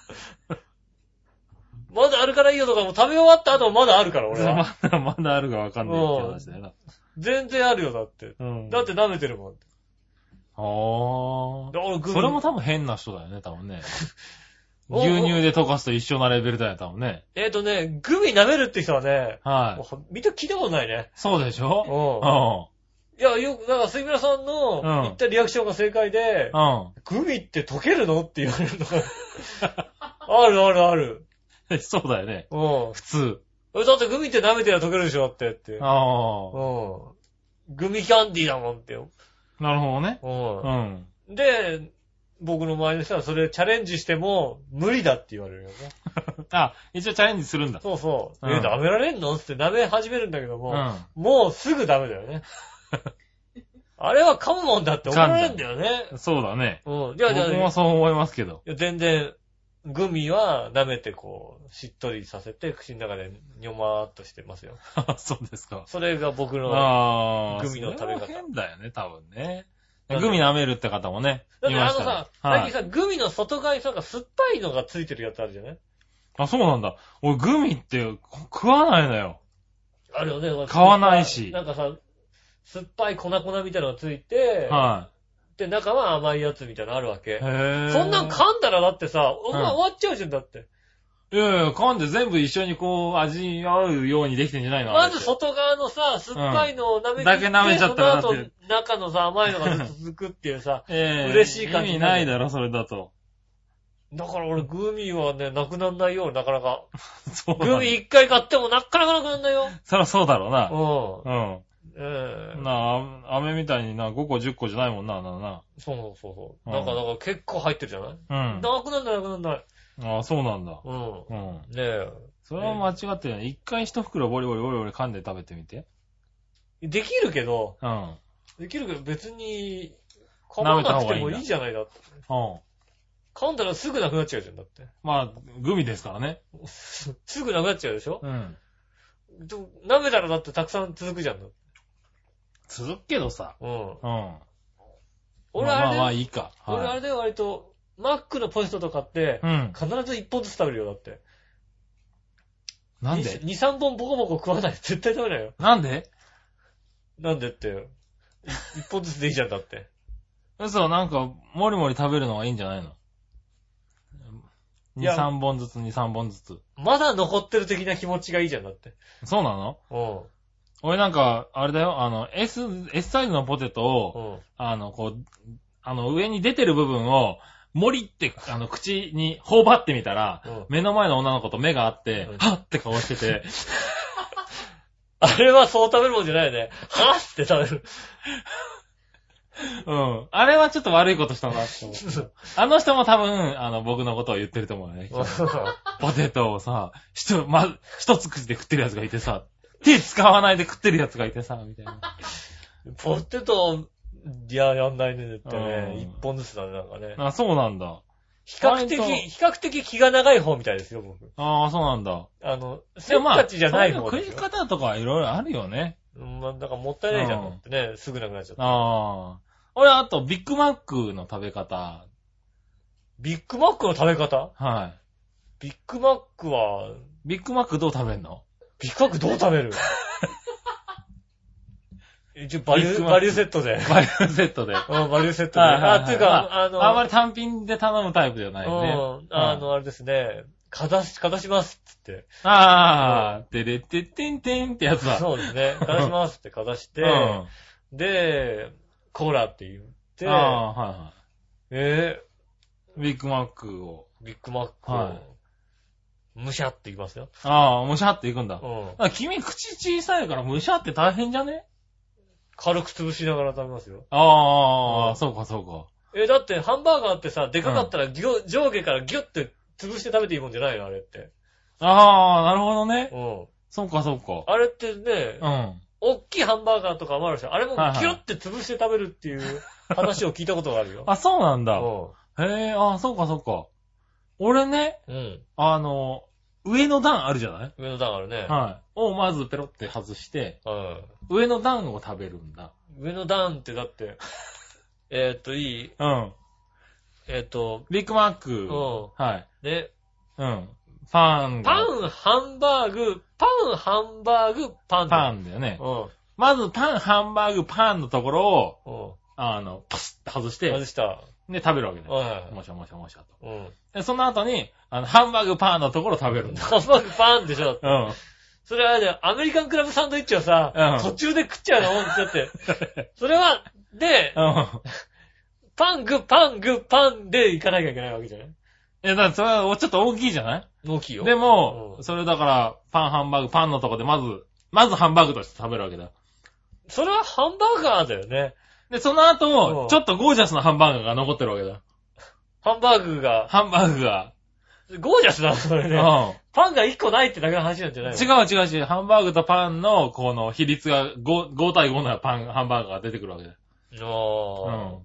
[SPEAKER 2] まだあるからいいよとか、もう食べ終わった後もまだあるから、俺は。
[SPEAKER 3] まだ、 まだあるかわかんないって話だよな。
[SPEAKER 2] 全然あるよ、だって。
[SPEAKER 3] うん
[SPEAKER 2] だって、舐めてるもん。
[SPEAKER 3] ああ。
[SPEAKER 2] だからグミ
[SPEAKER 3] それも多分変な人だよね、多分ね。
[SPEAKER 2] おう
[SPEAKER 3] 牛乳で溶かすと一緒なレベルだよ、多分ね。
[SPEAKER 2] えっ、とね、グミ舐めるって人はね、
[SPEAKER 3] はい。
[SPEAKER 2] もう見た、聞いたことないね。
[SPEAKER 3] そうでしょ
[SPEAKER 2] うんん。い
[SPEAKER 3] う。
[SPEAKER 2] や、よく、だから、杉村さんの
[SPEAKER 3] うん
[SPEAKER 2] 言ったリアクションが正解で、
[SPEAKER 3] う
[SPEAKER 2] グミって溶けるのって言われるのが。あるあるある。
[SPEAKER 3] ん。 そうだよね。
[SPEAKER 2] うん
[SPEAKER 3] 普通。
[SPEAKER 2] え。だってグミって舐めてりゃ溶けるでしょだってって。
[SPEAKER 3] ああ。
[SPEAKER 2] うん。グミキャンディーだもんってよ。
[SPEAKER 3] なるほどね。う。
[SPEAKER 2] うんん。で、僕の周りの人はそれチャレンジしても無理だって言われるよね。
[SPEAKER 3] あ、一応チャレンジするんだ。
[SPEAKER 2] そうそう。
[SPEAKER 3] う
[SPEAKER 2] え、
[SPEAKER 3] ん
[SPEAKER 2] 舐められんのって舐め始めるんだけど
[SPEAKER 3] う
[SPEAKER 2] も、
[SPEAKER 3] ん。
[SPEAKER 2] もうすぐダメだよね。あれは噛むもんだって思われるんだよね。
[SPEAKER 3] そうだね。
[SPEAKER 2] うん。いやいや
[SPEAKER 3] 僕もそう思いますけど。
[SPEAKER 2] いや全然、グミは舐めてこう、しっとりさせて、口の中でにょまーっとしてますよ。
[SPEAKER 3] そうですか。
[SPEAKER 2] それが僕の、だ
[SPEAKER 3] ああ。
[SPEAKER 2] グミの食べ方
[SPEAKER 3] それは変だよね、多分ね。
[SPEAKER 2] なんで
[SPEAKER 3] グミ舐めるって方もね。
[SPEAKER 2] っ
[SPEAKER 3] い
[SPEAKER 2] てあ
[SPEAKER 3] ま
[SPEAKER 2] の
[SPEAKER 3] したね
[SPEAKER 2] さ、
[SPEAKER 3] は
[SPEAKER 2] 最近
[SPEAKER 3] い。
[SPEAKER 2] さ、グミの外側にさ、なんか酸っぱいのがついてるやつあるじゃない
[SPEAKER 3] あ、そうなんだ。俺、グミってこ食わないのよ。
[SPEAKER 2] あるよね。なんか
[SPEAKER 3] 買わないし
[SPEAKER 2] なんかさ、酸っぱい粉粉みたいなのがついて、
[SPEAKER 3] は
[SPEAKER 2] で、中は甘いやつみたいなのあるわけ
[SPEAKER 3] い。へ。え。
[SPEAKER 2] そんなん噛んだらだってさ、お前
[SPEAKER 3] うん
[SPEAKER 2] 終わっちゃうじゃんだって。
[SPEAKER 3] いやいや、噛んで全部一緒にこう、味に合うようにできてんじゃないの
[SPEAKER 2] まず外側のさ、酸っぱいのを舐めて、
[SPEAKER 3] だけ舐めちゃったらだっ
[SPEAKER 2] その
[SPEAKER 3] て。
[SPEAKER 2] 後中のさ、甘いのがずっと続くっていうさ
[SPEAKER 3] ええ
[SPEAKER 2] 嬉しい感じ
[SPEAKER 3] 意味ないだろ、それだと。
[SPEAKER 2] だから俺グミはね、なくなんないよ、なかな か。
[SPEAKER 3] そうなんだ
[SPEAKER 2] グミ一回買ってもなかなかなくなんない よ。
[SPEAKER 3] そりゃそうだろうな。
[SPEAKER 2] う
[SPEAKER 3] うん。
[SPEAKER 2] ん。ええ
[SPEAKER 3] なあ、あ飴みたいにな、5個10個じゃないもんな、なな。
[SPEAKER 2] そうそうそうそう。
[SPEAKER 3] うん
[SPEAKER 2] なんか、だから結構入ってるじゃない
[SPEAKER 3] うん。
[SPEAKER 2] なくなんない、なくなんない。
[SPEAKER 3] ああ、そうなんだ。
[SPEAKER 2] うん。
[SPEAKER 3] うん。
[SPEAKER 2] ねえ。
[SPEAKER 3] それは間違ってない。一回一袋ボリボリボリボリ噛んで食べてみて。
[SPEAKER 2] できるけど、
[SPEAKER 3] うん。
[SPEAKER 2] できるけど別に、噛まなくてもいいじゃないだって。
[SPEAKER 3] うん。
[SPEAKER 2] 噛んだらすぐなくなっちゃうじゃん、だって。
[SPEAKER 3] まあ、グミですからね。
[SPEAKER 2] すぐなくなっちゃうでしょ
[SPEAKER 3] うん。
[SPEAKER 2] でも舐めたらだってたくさん続くじゃん。
[SPEAKER 3] するけどさ。
[SPEAKER 2] うん。
[SPEAKER 3] うん。
[SPEAKER 2] 俺
[SPEAKER 3] まあ
[SPEAKER 2] あ
[SPEAKER 3] まあ
[SPEAKER 2] れ
[SPEAKER 3] まあ
[SPEAKER 2] だよ、
[SPEAKER 3] いいか。
[SPEAKER 2] 俺あ
[SPEAKER 3] はい
[SPEAKER 2] れだよ、割と、マックのポテトとかって
[SPEAKER 3] う、ん。
[SPEAKER 2] 必ず一本ずつ食べるよ、だって。
[SPEAKER 3] なん
[SPEAKER 2] に
[SPEAKER 3] で
[SPEAKER 2] 二三本ボコボコ食わない。絶対食べないよ。
[SPEAKER 3] なんで
[SPEAKER 2] なんでってよ。い一本ずつでいいじゃんだって。
[SPEAKER 3] 嘘、なんか、もりもり食べるのがいいんじゃないの
[SPEAKER 2] い
[SPEAKER 3] ?2、
[SPEAKER 2] や
[SPEAKER 3] 3本ずつ、2、3本ずつ。
[SPEAKER 2] まだ残ってる的な気持ちがいいじゃんだって。
[SPEAKER 3] そうなの
[SPEAKER 2] うん。
[SPEAKER 3] 俺なんか、あれだよ、あの、S、S サイズのポテト
[SPEAKER 2] う
[SPEAKER 3] を、
[SPEAKER 2] ん。
[SPEAKER 3] あの、こう、あの、上に出てる部分を、もりって、あの、口に頬張ってみたら、
[SPEAKER 2] うん
[SPEAKER 3] 目の前の女の子と目があって
[SPEAKER 2] うん、
[SPEAKER 3] はっって顔してて、
[SPEAKER 2] あれはそう食べるもんじゃないよね。はぁって 食べる。
[SPEAKER 3] うん。あれはちょっと悪いことしたなって思う。あの人も多分、あの、僕のことを言ってると思うよね。ポテトをさ、ひと、ま、一つ口で食ってるやつがいてさ、手使わないで食ってるやつがいてさ、みたいな。
[SPEAKER 2] ポテト、いや、やんないね、絶対
[SPEAKER 3] うん
[SPEAKER 2] ね。一本ずつだね、なんかね。
[SPEAKER 3] あ、そうなんだ。
[SPEAKER 2] 比較的、
[SPEAKER 3] 割と
[SPEAKER 2] 比較的気が長い方みたいですよ、僕。
[SPEAKER 3] ああ、そうなんだ。
[SPEAKER 2] あの、せ
[SPEAKER 3] で
[SPEAKER 2] っ
[SPEAKER 3] もま
[SPEAKER 2] か
[SPEAKER 3] あ、
[SPEAKER 2] ちじゃない
[SPEAKER 3] そう
[SPEAKER 2] 方
[SPEAKER 3] う
[SPEAKER 2] です
[SPEAKER 3] 食い
[SPEAKER 2] よ。
[SPEAKER 3] 方とかいろいろあるよね。
[SPEAKER 2] うん、まあ、だからもったいないじゃん、だってね。すぐなくなっちゃった。
[SPEAKER 3] ああ。俺、あと、ビッグマックの食べ方。
[SPEAKER 2] ビッグマックの食べ方
[SPEAKER 3] は
[SPEAKER 2] ビッグマックは、
[SPEAKER 3] い。ビッグマックどう食べんの
[SPEAKER 2] ビッグマックどう食べる一応バリ
[SPEAKER 3] ビッ
[SPEAKER 2] ュ
[SPEAKER 3] グ
[SPEAKER 2] ー、
[SPEAKER 3] マック
[SPEAKER 2] バリューセットで。
[SPEAKER 3] バリューセットで。はい
[SPEAKER 2] うん、バリューセットで。
[SPEAKER 3] はいはい
[SPEAKER 2] あ、っていうか、あの、
[SPEAKER 3] あんまり単品で頼むタイプじゃないよね。
[SPEAKER 2] うん、あの、あれですね。かざし、かざしますっつって。
[SPEAKER 3] ああ、てれってってんてんってやつだ。
[SPEAKER 2] そうですね。かざしますってかざして、
[SPEAKER 3] うん
[SPEAKER 2] で、コーラって言って、
[SPEAKER 3] ああー、はいは
[SPEAKER 2] え
[SPEAKER 3] い。ビッグマックを。
[SPEAKER 2] ー、ビッグマックを、
[SPEAKER 3] はい
[SPEAKER 2] むしゃって言いますよ。
[SPEAKER 3] ああ、むしゃっていくんだ。
[SPEAKER 2] うん。
[SPEAKER 3] あ君、口小さいからむしゃって大変じゃね
[SPEAKER 2] 軽く潰しながら食べますよ。
[SPEAKER 3] あ
[SPEAKER 2] う
[SPEAKER 3] あ、
[SPEAKER 2] ん
[SPEAKER 3] そうかそうか。
[SPEAKER 2] え、だってハンバーガーってさ、でかかったらぎょ、上下からギュッて潰して食べていいもんじゃないのあれって。
[SPEAKER 3] ああ、なるほどね。
[SPEAKER 2] うん。
[SPEAKER 3] そうかそうか。
[SPEAKER 2] あれってね、
[SPEAKER 3] うん。
[SPEAKER 2] おっきいハンバーガーとかもあるし、あれも
[SPEAKER 3] はいはい
[SPEAKER 2] ギュッて潰して食べるっていう話を聞いたことがあるよ。
[SPEAKER 3] あ、そうなんだ。
[SPEAKER 2] う
[SPEAKER 3] へえ、ああ、そうかそうか。俺ね、
[SPEAKER 2] ん。うん。
[SPEAKER 3] あの、上の段あるじゃない
[SPEAKER 2] 上の段あるね。
[SPEAKER 3] はい。をまずペロって外して、
[SPEAKER 2] は
[SPEAKER 3] 上の段を食べるんだ。
[SPEAKER 2] い。上の段ってだって、 えーっと、いい
[SPEAKER 3] うん。
[SPEAKER 2] えーっと、
[SPEAKER 3] ビッグマック。
[SPEAKER 2] うん
[SPEAKER 3] はい。
[SPEAKER 2] ね、
[SPEAKER 3] うん。パンが。
[SPEAKER 2] パン、ハンバーグ、パン、ハンバーグ、パン。
[SPEAKER 3] パ
[SPEAKER 2] ン。
[SPEAKER 3] ンだよね
[SPEAKER 2] う。ん。
[SPEAKER 3] まずパン、ハンバーグ、パンのところを、
[SPEAKER 2] うん。
[SPEAKER 3] あの、パスって外して、
[SPEAKER 2] 外した。
[SPEAKER 3] で、食べるわけだよ。
[SPEAKER 2] は
[SPEAKER 3] もしゃもしゃもしゃと。
[SPEAKER 2] い。うん。
[SPEAKER 3] で、その後に、あの、ハンバーグパンのところを食べるんだ。
[SPEAKER 2] ハンバーグ、パンでしょ。
[SPEAKER 3] うん。
[SPEAKER 2] それはね、アメリカンクラブサンドイッチをさ、
[SPEAKER 3] うん
[SPEAKER 2] 途中で食っちゃうの、だ って。それは、で
[SPEAKER 3] う、ん。
[SPEAKER 2] パング、パング、パンで行かなきゃいけないわけじゃない
[SPEAKER 3] いや、だからそれはちょっと大きいじゃない
[SPEAKER 2] 大きいよ。
[SPEAKER 3] でも
[SPEAKER 2] う、ん
[SPEAKER 3] それだから、パン、ハンバーグ、パンのとこでまず、まずハンバーグとして食べるわけだよ。
[SPEAKER 2] それはハンバーガーだよね。
[SPEAKER 3] で、その後
[SPEAKER 2] う、ん
[SPEAKER 3] ちょっとゴージャスなハンバーグが残ってるわけだ。
[SPEAKER 2] ハンバーグが、
[SPEAKER 3] ハンバーグが。
[SPEAKER 2] ゴージャスだな、それ
[SPEAKER 3] うん。
[SPEAKER 2] ね。パンが1個ないってだけの話なんじゃないの
[SPEAKER 3] 違う違う違う。ハンバーグとパンの、この、比率が5、5対5なパン、ハンバーグが出てくるわけだよ。
[SPEAKER 2] ああ、
[SPEAKER 3] う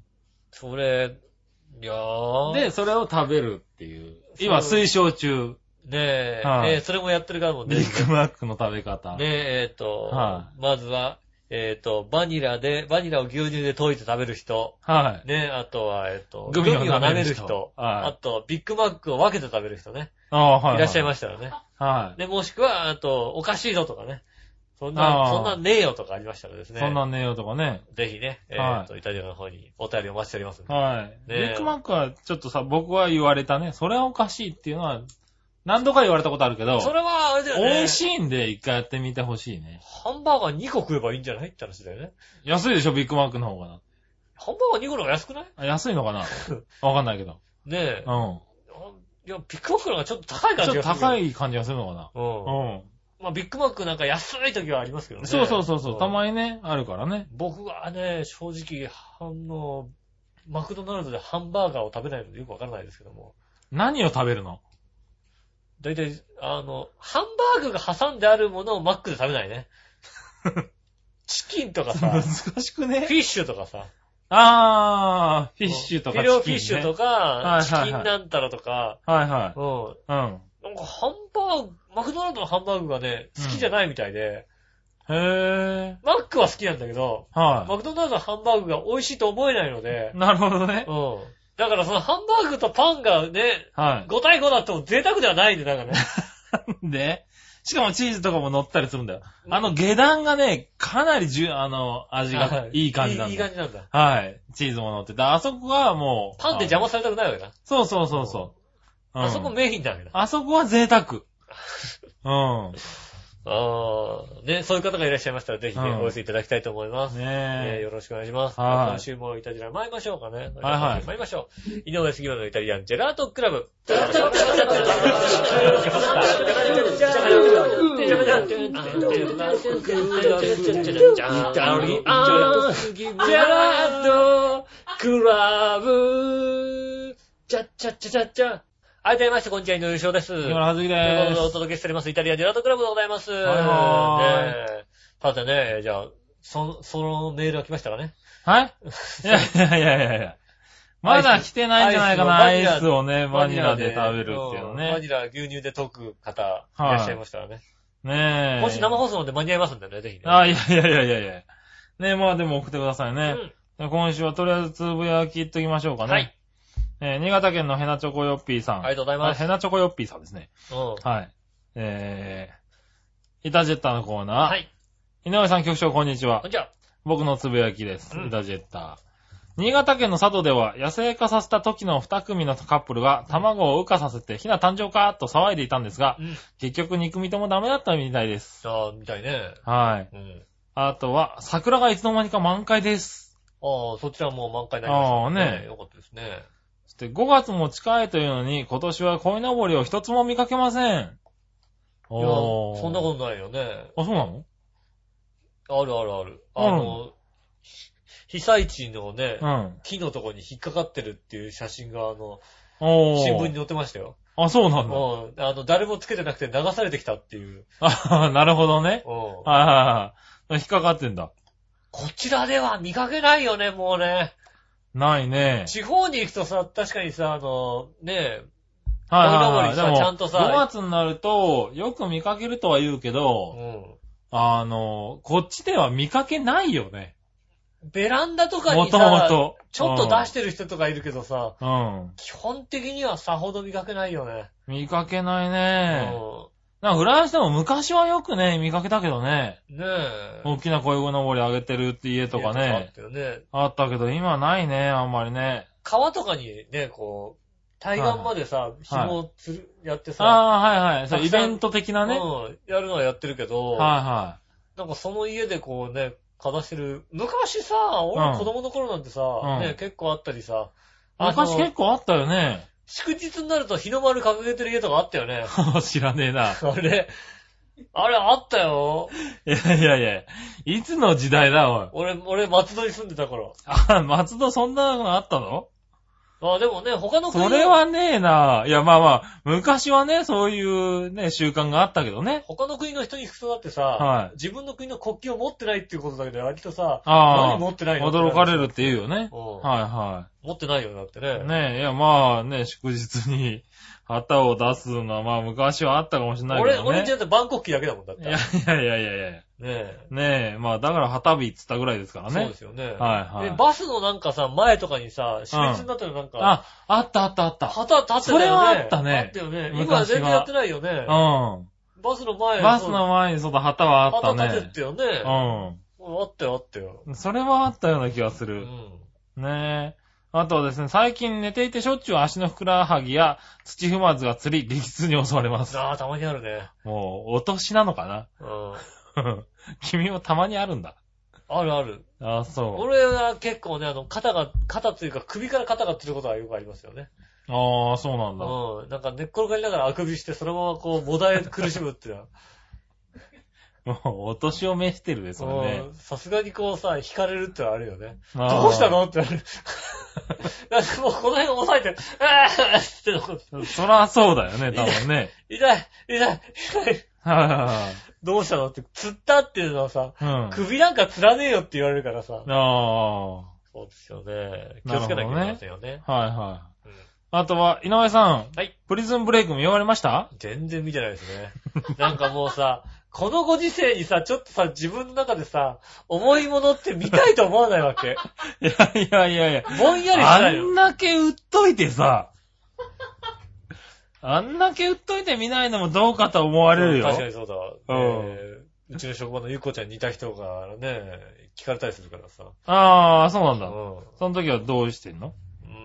[SPEAKER 2] それ、いやー。
[SPEAKER 3] ん。で、、それを食べるっていう。今、推奨中。
[SPEAKER 2] ねえ、
[SPEAKER 3] はい
[SPEAKER 2] ねえそれもやってるからもん
[SPEAKER 3] ビ
[SPEAKER 2] ね。
[SPEAKER 3] ッグマックの食べ方。
[SPEAKER 2] ねえ、えっ、と、
[SPEAKER 3] は
[SPEAKER 2] まずは、えっ、と、バニラで、バニラを牛乳で溶いて食べる人。
[SPEAKER 3] はい。
[SPEAKER 2] ねえ、あとは、えっ、と、
[SPEAKER 3] グミを舐める人
[SPEAKER 2] グミを人
[SPEAKER 3] はい
[SPEAKER 2] あと、ビッグマックを分けて食べる人ね。
[SPEAKER 3] ああ、はい。
[SPEAKER 2] いらっしゃいま
[SPEAKER 3] し
[SPEAKER 2] したよね。
[SPEAKER 3] た。はい。
[SPEAKER 2] で、もしくは、あと、おかしいぞとかね。そん
[SPEAKER 3] あ
[SPEAKER 2] な、
[SPEAKER 3] ー
[SPEAKER 2] そんなねえよとかありましたらですね。
[SPEAKER 3] そんなんねえよとかね。
[SPEAKER 2] ぜひね、えっ、
[SPEAKER 3] はい
[SPEAKER 2] と、イタリアの方にお便りお待ちしておりますんで。
[SPEAKER 3] はい。ビ
[SPEAKER 2] ねえ
[SPEAKER 3] ッグマックはちょっとさ、僕は言われたね。それはおかしいっていうのは、何度か言われたことあるけど、
[SPEAKER 2] それは、あれだよね。
[SPEAKER 3] 美味しいんで一回やってみてほしいね。
[SPEAKER 2] ハンバーガー2個食えばいいんじゃないって話だよね。
[SPEAKER 3] 安いでしょ、ビッグマックの方がな。
[SPEAKER 2] ハンバーガー2個の方が安くない
[SPEAKER 3] あ安いの かなわかんないけど。
[SPEAKER 2] ねえ。
[SPEAKER 3] うん。
[SPEAKER 2] いや、ビッグマックの方がちょっと高い
[SPEAKER 3] ちょ
[SPEAKER 2] 感
[SPEAKER 3] っ
[SPEAKER 2] じ
[SPEAKER 3] と
[SPEAKER 2] がする。
[SPEAKER 3] 高
[SPEAKER 2] い。
[SPEAKER 3] い感じがするのかな。
[SPEAKER 2] う。
[SPEAKER 3] うん
[SPEAKER 2] まあ、ビッグマックなんか安い時はありますけどね。
[SPEAKER 3] ん。そうそうそうそう、た
[SPEAKER 2] に。
[SPEAKER 3] まにね、あるからね。
[SPEAKER 2] 僕はね、正直、あの、マクドナルドでハンバーガーを食べないのでよくわからないですけども。
[SPEAKER 3] 何を食べるの
[SPEAKER 2] だいたい、あの、ハンバーグが挟んであるものをマックで食べない ね。チキンとかさ、
[SPEAKER 3] 難
[SPEAKER 2] フ
[SPEAKER 3] しくね
[SPEAKER 2] ィッシュとかさ。
[SPEAKER 3] あー、フィッシュと
[SPEAKER 2] フ
[SPEAKER 3] か
[SPEAKER 2] ィレオフィッシュと
[SPEAKER 3] か。
[SPEAKER 2] か、
[SPEAKER 3] い
[SPEAKER 2] チ
[SPEAKER 3] はいはい
[SPEAKER 2] キンなんたらとか、
[SPEAKER 3] はいは
[SPEAKER 2] うん。
[SPEAKER 3] い。うん。
[SPEAKER 2] なんかハンバーグ、マクドナルドのハンバーグがね、好きじゃないみたいで、
[SPEAKER 3] へ
[SPEAKER 2] マックは好きなんだけど、
[SPEAKER 3] ぇー。は
[SPEAKER 2] マクドナルドのハンバーグが美味しいと思えないので
[SPEAKER 3] い。、なるほどね
[SPEAKER 2] う。ん。だからそのハンバーグとパンがね、
[SPEAKER 3] は
[SPEAKER 2] 5対5だっても贅沢ではないんで、なんかね。
[SPEAKER 3] い。で、しかもチーズとかも乗ったりするんだよ。あの下段がね、かなりじゅ、あの、味
[SPEAKER 2] は
[SPEAKER 3] がいい感じない
[SPEAKER 2] い
[SPEAKER 3] ん
[SPEAKER 2] い
[SPEAKER 3] だ
[SPEAKER 2] 感
[SPEAKER 3] よ。
[SPEAKER 2] じなんだ。
[SPEAKER 3] はい。チーズも乗ってて、あそこはもう。
[SPEAKER 2] パンで邪魔されたくないわけだ。
[SPEAKER 3] あそうそうそうそう。うん
[SPEAKER 2] あそこメインだわけだ。
[SPEAKER 3] あそこは贅 沢。うん。
[SPEAKER 2] ああ、ね、そういう方がいらっしゃいましたら、ぜひね、
[SPEAKER 3] うん
[SPEAKER 2] お寄せいただきたいと思います。えー
[SPEAKER 3] ねえ。
[SPEAKER 2] よろしくお願いします。
[SPEAKER 3] はい
[SPEAKER 2] 今週もイタジラ参りましょうかね。
[SPEAKER 3] はいはい
[SPEAKER 2] 参りましょう。井上杉村のイタリアンジェラートクラブ。はい、どうもまして、こんにちは、井上優勝です。
[SPEAKER 3] 木村はずきで
[SPEAKER 2] ということ
[SPEAKER 3] ー
[SPEAKER 2] でお
[SPEAKER 3] す。
[SPEAKER 2] 届けしております、イタリアンジェラートクラブでございます。
[SPEAKER 3] いは
[SPEAKER 2] ねえさてね、じゃあ、そ、そのメールが来ましたかね。
[SPEAKER 3] はいいやいやいやいやいや。まだ来てないんじゃないかな、ア
[SPEAKER 2] アイ
[SPEAKER 3] イ
[SPEAKER 2] スを
[SPEAKER 3] スをね、バニラで食べるっていうの
[SPEAKER 2] んバ
[SPEAKER 3] ね
[SPEAKER 2] ニ。ラ牛乳で溶く方、いらっしゃいましたらね。
[SPEAKER 3] ねえ。
[SPEAKER 2] 今週生放送で間に合いますんでね、ぜひね。
[SPEAKER 3] あ、いやいやいやいやいや。ねえ、まあでも送ってくださいね。
[SPEAKER 2] うん
[SPEAKER 3] 今週はとりあえずつぶやきいっときましょうかね。
[SPEAKER 2] はい。
[SPEAKER 3] えー新潟県のヘナチョコヨッピーさん。
[SPEAKER 2] ありがとうござい
[SPEAKER 3] あ
[SPEAKER 2] ます。
[SPEAKER 3] ヘナチョコヨッピーさんですね。
[SPEAKER 2] うん
[SPEAKER 3] はい。えー、イタジェッタのコーナー。
[SPEAKER 2] はい。
[SPEAKER 3] 井上さん局長、こんにちは
[SPEAKER 2] こん。にちは。
[SPEAKER 3] 僕のつぶやきです。
[SPEAKER 2] うん
[SPEAKER 3] イタジェッタ。新潟県の佐渡では、野生化させた時の2組のカップルが、卵を羽化させて、ヒナ誕生かと騒いでいたんですが、
[SPEAKER 2] うん。
[SPEAKER 3] 結局2組ともダメだったみたいです。
[SPEAKER 2] ああ、みたいね。
[SPEAKER 3] はい。
[SPEAKER 2] うん。
[SPEAKER 3] あとは、桜がいつの間にか満開です。
[SPEAKER 2] ああ、そちらもう満開になりましたね。
[SPEAKER 3] ああね
[SPEAKER 2] よかったですね。
[SPEAKER 3] そして5月も近いというのに、今年は鯉のぼりを一つも見かけませ
[SPEAKER 2] い
[SPEAKER 3] ん。
[SPEAKER 2] や、そんなことないよね。
[SPEAKER 3] と。あ、そうなの
[SPEAKER 2] あるあるある。
[SPEAKER 3] ある
[SPEAKER 2] あの、被災地のね、
[SPEAKER 3] うん。
[SPEAKER 2] 木のとこに引っかかってるっていう写真が、あの、
[SPEAKER 3] おー。
[SPEAKER 2] 新聞に載ってましたよ。
[SPEAKER 3] あ、そうなんだ。
[SPEAKER 2] うん。あの、誰もつけてなくて流されてきたっていう。
[SPEAKER 3] あ なるほどね。
[SPEAKER 2] うん。こ
[SPEAKER 3] はいはいはい。引っかかってんだ。
[SPEAKER 2] ちらでは見かけないよね、もうね。
[SPEAKER 3] ないね。
[SPEAKER 2] 地方に行くとさ、確かにさ、あの、ねえ、
[SPEAKER 3] はいは
[SPEAKER 2] 鯉
[SPEAKER 3] い
[SPEAKER 2] のぼりさ
[SPEAKER 3] はい。
[SPEAKER 2] ちゃんとさ
[SPEAKER 3] 5月になると、よく見かけるとは言うけ
[SPEAKER 2] う
[SPEAKER 3] ど、
[SPEAKER 2] ん。
[SPEAKER 3] あの、こっちでは見かけないよね。
[SPEAKER 2] ベランダとか
[SPEAKER 3] も
[SPEAKER 2] に
[SPEAKER 3] とも
[SPEAKER 2] さ、
[SPEAKER 3] と。
[SPEAKER 2] ちょっと出してる人とかいるけどさ、
[SPEAKER 3] うん。うん。
[SPEAKER 2] 基本的にはさほど見かけないよね。
[SPEAKER 3] 見かけないうね。なんかフランスでも昔はよくね、見かけたけどね。
[SPEAKER 2] ん。ねえ。
[SPEAKER 3] 大きな鯉のぼりあげてるって家とか
[SPEAKER 2] あっ
[SPEAKER 3] ね。
[SPEAKER 2] たよね。
[SPEAKER 3] あったけど、今ないね、あんまりね。
[SPEAKER 2] 川とかにね、こう、対岸までさ、紐をつる、やってさ、
[SPEAKER 3] ああー、はいはい。そう、
[SPEAKER 2] たく
[SPEAKER 3] イ
[SPEAKER 2] さん
[SPEAKER 3] ベント的なね。はい
[SPEAKER 2] うん、やるのはやってるけど、
[SPEAKER 3] は
[SPEAKER 2] なんかその家でこうね、かざしてる。昔さ、俺
[SPEAKER 3] うん
[SPEAKER 2] 子供の頃なんてさ、
[SPEAKER 3] うん
[SPEAKER 2] ね、結構あったりさ、
[SPEAKER 3] い。昔結
[SPEAKER 2] 構
[SPEAKER 3] 構あったよね。
[SPEAKER 2] 祝日になると日の丸掲げてる家とかあったよね。
[SPEAKER 3] 知らねえ な。
[SPEAKER 2] あれ、あれあったよ。
[SPEAKER 3] いやいやいや、いつの時代だ、おい。
[SPEAKER 2] 俺、俺松戸に住んでたから。
[SPEAKER 3] あ、松戸そんなのあったの
[SPEAKER 2] あ、でもね、他の国
[SPEAKER 3] それはねえな。いや、まあまあ、昔はね、そういうね、習慣があったけどね。
[SPEAKER 2] 他の国の人に聞くとだってさ、
[SPEAKER 3] はい
[SPEAKER 2] 自分の国の国旗を持ってないっていうことだけで、割とさ、
[SPEAKER 3] あ
[SPEAKER 2] 何
[SPEAKER 3] あ、
[SPEAKER 2] 持ってないの
[SPEAKER 3] 驚かれ
[SPEAKER 2] る。
[SPEAKER 3] るって言うよね。
[SPEAKER 2] うん
[SPEAKER 3] はいはい。
[SPEAKER 2] 持ってないよ、だってね。
[SPEAKER 3] ねえ、いや、まあね、祝日に旗を出すのは、まあ昔はあったかもしれないけ
[SPEAKER 2] 俺、
[SPEAKER 3] どね。
[SPEAKER 2] 俺じゃってバンコク旗だけだもんだって。
[SPEAKER 3] い
[SPEAKER 2] ね
[SPEAKER 3] やいやいやいやいや。
[SPEAKER 2] え。
[SPEAKER 3] ねえ、まあだから旗日っつったぐらいですから
[SPEAKER 2] そう
[SPEAKER 3] ね
[SPEAKER 2] で。すよね。
[SPEAKER 3] はいはい
[SPEAKER 2] で、バスのなんかさ、前とかにさ、私立になったらなんか、
[SPEAKER 3] あ、あったあったあった。
[SPEAKER 2] 旗立ってたよね。
[SPEAKER 3] それはあったね
[SPEAKER 2] あったよね。
[SPEAKER 3] 昔は
[SPEAKER 2] 今は全然やってないよね。
[SPEAKER 3] う
[SPEAKER 2] バスの前
[SPEAKER 3] ん。バスの前にその旗はあった
[SPEAKER 2] 旗立
[SPEAKER 3] ね
[SPEAKER 2] て。たよね。あったよ、あったよ。
[SPEAKER 3] うん。それはあったような気がす
[SPEAKER 2] う
[SPEAKER 3] る。
[SPEAKER 2] ん。
[SPEAKER 3] ねえ。あとはですね、最近寝ていてしょっちゅう足のふくらはぎや土踏まずが釣り、理屈に襲われます。
[SPEAKER 2] ああ、たまにあるね。
[SPEAKER 3] もう、お年なの か
[SPEAKER 2] うん。
[SPEAKER 3] な君もたまにあるんだ。
[SPEAKER 2] あるある。
[SPEAKER 3] あ、そう。
[SPEAKER 2] 俺は結構ね、あの、肩が、肩というか首から肩がつることはよくありますよね。
[SPEAKER 3] ああ、そうなんだ。
[SPEAKER 2] うん。なんか寝っ転がりながらあくびして、そのままこう、もだえ苦しむっていうのは。
[SPEAKER 3] もう、 お年を召してるで、それね
[SPEAKER 2] う。んさすがにこうさ、惹かれるってのはあるよね。
[SPEAKER 3] あー
[SPEAKER 2] どうしたのってなる。 なんかもうこの辺押さえて、あーっての
[SPEAKER 3] そらそうだよね、多分ね。
[SPEAKER 2] 痛い、痛い、痛い。
[SPEAKER 3] は
[SPEAKER 2] どうしたのって、釣ったっていうのはさ、
[SPEAKER 3] いはいはい。うん。
[SPEAKER 2] 首なんか釣らねえよって言われるからさ。
[SPEAKER 3] あ
[SPEAKER 2] そうですよね。気
[SPEAKER 3] な
[SPEAKER 2] を
[SPEAKER 3] る
[SPEAKER 2] つ
[SPEAKER 3] ほ
[SPEAKER 2] け
[SPEAKER 3] どね
[SPEAKER 2] なきゃいけませんよね。
[SPEAKER 3] あー、はいは
[SPEAKER 2] う
[SPEAKER 3] い
[SPEAKER 2] ん。
[SPEAKER 3] あとは、井上さん。
[SPEAKER 2] はい。
[SPEAKER 3] プリズンブレイク見終わりました
[SPEAKER 2] 全然見てないですね。なんかもうさ、このご時世にさ、ちょっとさ、自分の中でさ、重いものって見たいと思わないわ け。
[SPEAKER 3] いやいやいやいや。
[SPEAKER 2] ぼんやりし
[SPEAKER 3] あ
[SPEAKER 2] ない
[SPEAKER 3] ん
[SPEAKER 2] よ。
[SPEAKER 3] だけ売っとい てさ、あんだけ売っといて見ないのもどうかと思われるよ。
[SPEAKER 2] 確かにそうだ。
[SPEAKER 3] うん
[SPEAKER 2] えーうちの職場のゆっこちゃんに似た人がね、聞かれたりするからさ。
[SPEAKER 3] ああ、そうなん
[SPEAKER 2] う
[SPEAKER 3] だ。
[SPEAKER 2] ん。
[SPEAKER 3] その時はどうしてんの